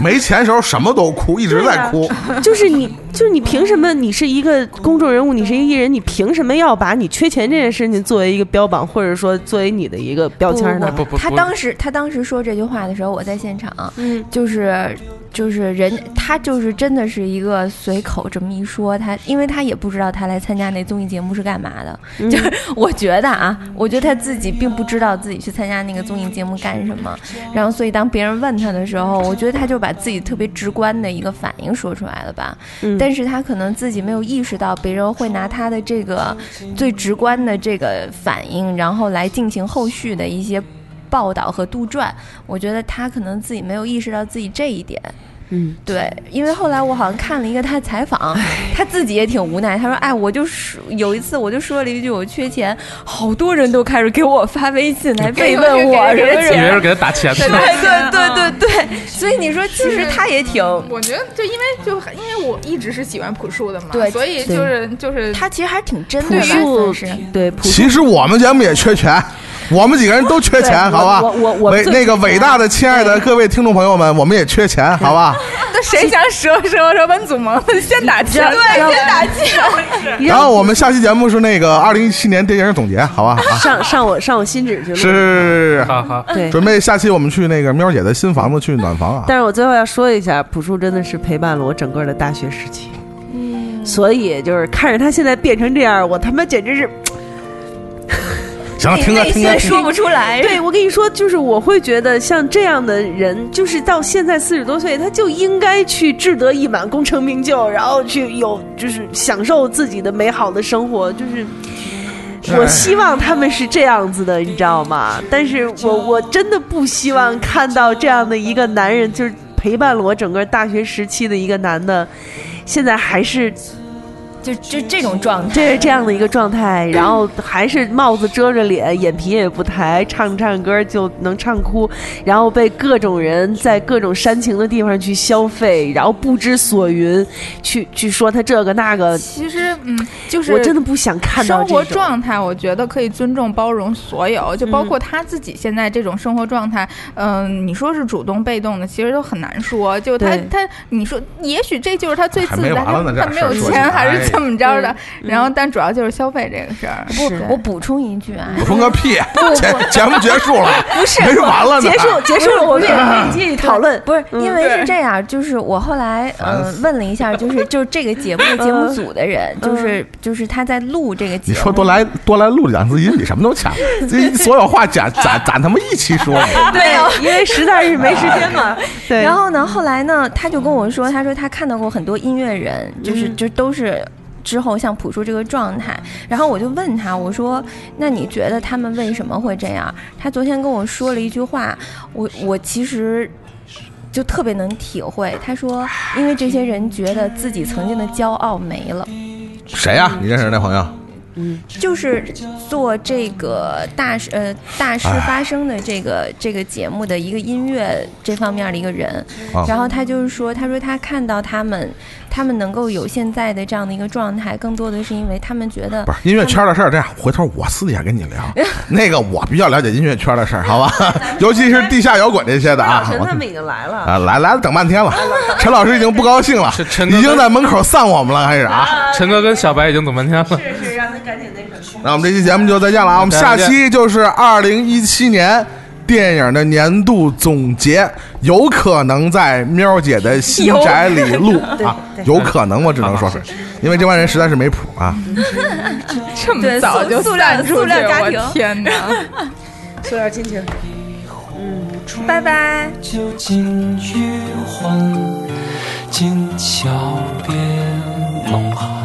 F: 没钱时候什么都哭，一直在哭。
H: 就是你，就是你，凭什么？你是一个公众人物，你是一个艺人，你凭什么要把你缺钱这件事情作为一个标榜，或者说作为你的一个标签呢？
I: 哦不不
A: 他
I: 不
A: 当时他当时说这句话的时候，我在现场，
H: 嗯，
A: 就是就是人他就是真的是一个随口这么一说，他因为他也不知道他来参加那综艺节目是干嘛的，
H: 嗯
A: 就是我觉得啊，我觉得他自己并不知道自己去参加那个综艺节目干什么，然后所以当别人问他的时候，我觉得他就把自己特别直观的一个反应说出来了吧，
H: 嗯
A: 但是他可能自己没有意识到别人会拿他的这个最直观的这个反应，然后来进行后续的一些报道和杜撰。我觉得他可能自己没有意识到自己这一点。
H: 嗯，哎
A: 对，因为后来我好像看了一个他的采访，他自己也挺无奈。他说：“哎，我就是有一次我就说了一句我缺钱，好多人都开始给我发微信 来慰
G: 给我
A: 问
G: 给
A: 我，
G: 给
A: 什么
I: 以
A: 什
I: 为
A: 么。”
I: 是给他打钱
A: 对
I: 呢。
A: 对对对对，所以你说其实他也挺，
G: 我觉得就因为就因为我一直是喜欢朴树的嘛，
A: 对
G: 所以就是就是
A: 他其实还是挺真的
H: 朴
A: 吧，
H: 树
A: 算是。
H: 对朴树
F: 其实我们节目也缺钱， 我们几个人都缺钱，
H: 对
F: 好吧？
H: 我我我
F: 伟
H: 最
F: 那个伟大的、亲爱的各位听众朋友们，我们也缺钱，好吧？
G: 那谁想折折折温祖萌， 先打气，对，先打气。
F: 然后我们下期节目是那个二零一七年电影总结，好吧？啊
H: 上上我上我新址去了。
F: 是是是是
I: 好好，
F: 是，
H: 对，
F: 准备下期我们去那个喵姐的新房子去暖房啊。
H: 但是我最后要说一下，朴树真的是陪伴了我整个的大学时期，嗯，所以就是看着他现在变成这样，我他妈简直是，
F: 行了，听歌
A: 内
F: 听歌啊
A: 心
F: 听
A: 说
F: 歌。
A: 不出来，
H: 对我跟你说，就是我会觉得像这样的人，就是到现在四十多岁，他就应该去志得意满、功成名就，然后去有就是享受自己的美好的生活，就是。我希望他们是这样子的，你知道吗？但是我我真的不希望看到这样的一个男人，就是陪伴了我整个大学时期的一个男的，现在还是
A: 就就这种状态。
H: 这这样的一个状态，然后还是帽子遮着脸，眼皮也不抬，唱唱歌就能唱哭，然后被各种人在各种煽情的地方去消费，然后不知所云，去去说他这个那个，
G: 其实嗯，就是
H: 我真的不想看到
G: 生
H: 这
G: 活
H: 种
G: 状态，我觉得可以尊重包容所
A: 嗯
G: 有，就包括他自己现在这种生活状态。嗯、你说是主动被动的，其实都很难说。就他
H: 对
G: 他，你说，也许这就是他最自
F: 还没
G: 在，
F: 完了呢
G: 他他
F: 这
G: 没
F: 事儿
G: 有
F: 说起
G: 钱
F: 来
G: 还是怎么着
A: 哎
G: 的
H: 嗯。
G: 然后，但主要就是消费这个事儿。
A: 不
G: 对，
A: 我补充一句啊，
F: 补充个 屁！
A: 不
F: 节节目结束了，
A: 不是
F: 没完了呢
H: 结。束结束了，我们也可以继续讨论。
A: 不是，
H: 嗯
A: 因为
G: 对
A: 是这样，就是我后来嗯、呃
F: 烦
A: 问了一下，就是就是这个节目节目组的人，
H: 嗯
A: 就是就是他在录这个节
F: 你
A: 目，
F: 说多来多来录两次音，比什么都 强。这所有话攒攒攒他妈一起说。
H: 对，因为实在是没时间嘛。 对，
A: 然后呢，后来呢，他就跟我说，他说他看到过很多音乐人，就是、
H: 嗯
A: 就都是。之后像朴树这个状态，然后我就问他，我说：“那你觉得他们为什么会这样？”他昨天跟我说了一句话，我我其实就特别能体会。他说，因为这些人觉得自己曾经的骄傲没了，
F: 谁呀、你认识的那朋友？
A: 就是做这个大师呃大师
F: 哎
A: 发声的这个这个节目的一个音乐这方面的一个人
F: 啊，
A: 然后他就是说，他说他看到他们，他们能够有现在的这样的一个状态，更多的是因为他们觉得
F: 不是音乐圈的
A: 嗯
F: 事儿，这样回头我私底下 跟你聊。那个我比较了解音乐圈的事儿，好吧？尤其是地下摇滚这些的啊。我
H: 已经来了，
F: 啊，来来了，等半天了，陈老师已经不高兴了
I: 是陈，哥
F: 已经在门口散我们了，开始啊。
I: 陈哥跟小白已经走半天了，
H: 是是，让他赶紧那什么。
F: 那我们这期节目就再见了啊！我们下
I: 再
F: 期就是二零一七年电影的年度总结，有可能在喵姐的新宅里录啊，有可能我只能说是，因为这帮人实在是没谱啊。
G: 这么
A: 对
G: 早
A: 塑
G: 就
A: 塑料
G: 散出
A: 塑
G: 去，
A: 料家
G: 我
A: 庭
G: 天哪！
H: 塑料亲情。
A: 嗯拜拜。
B: 酒尽余欢，今宵别梦寒。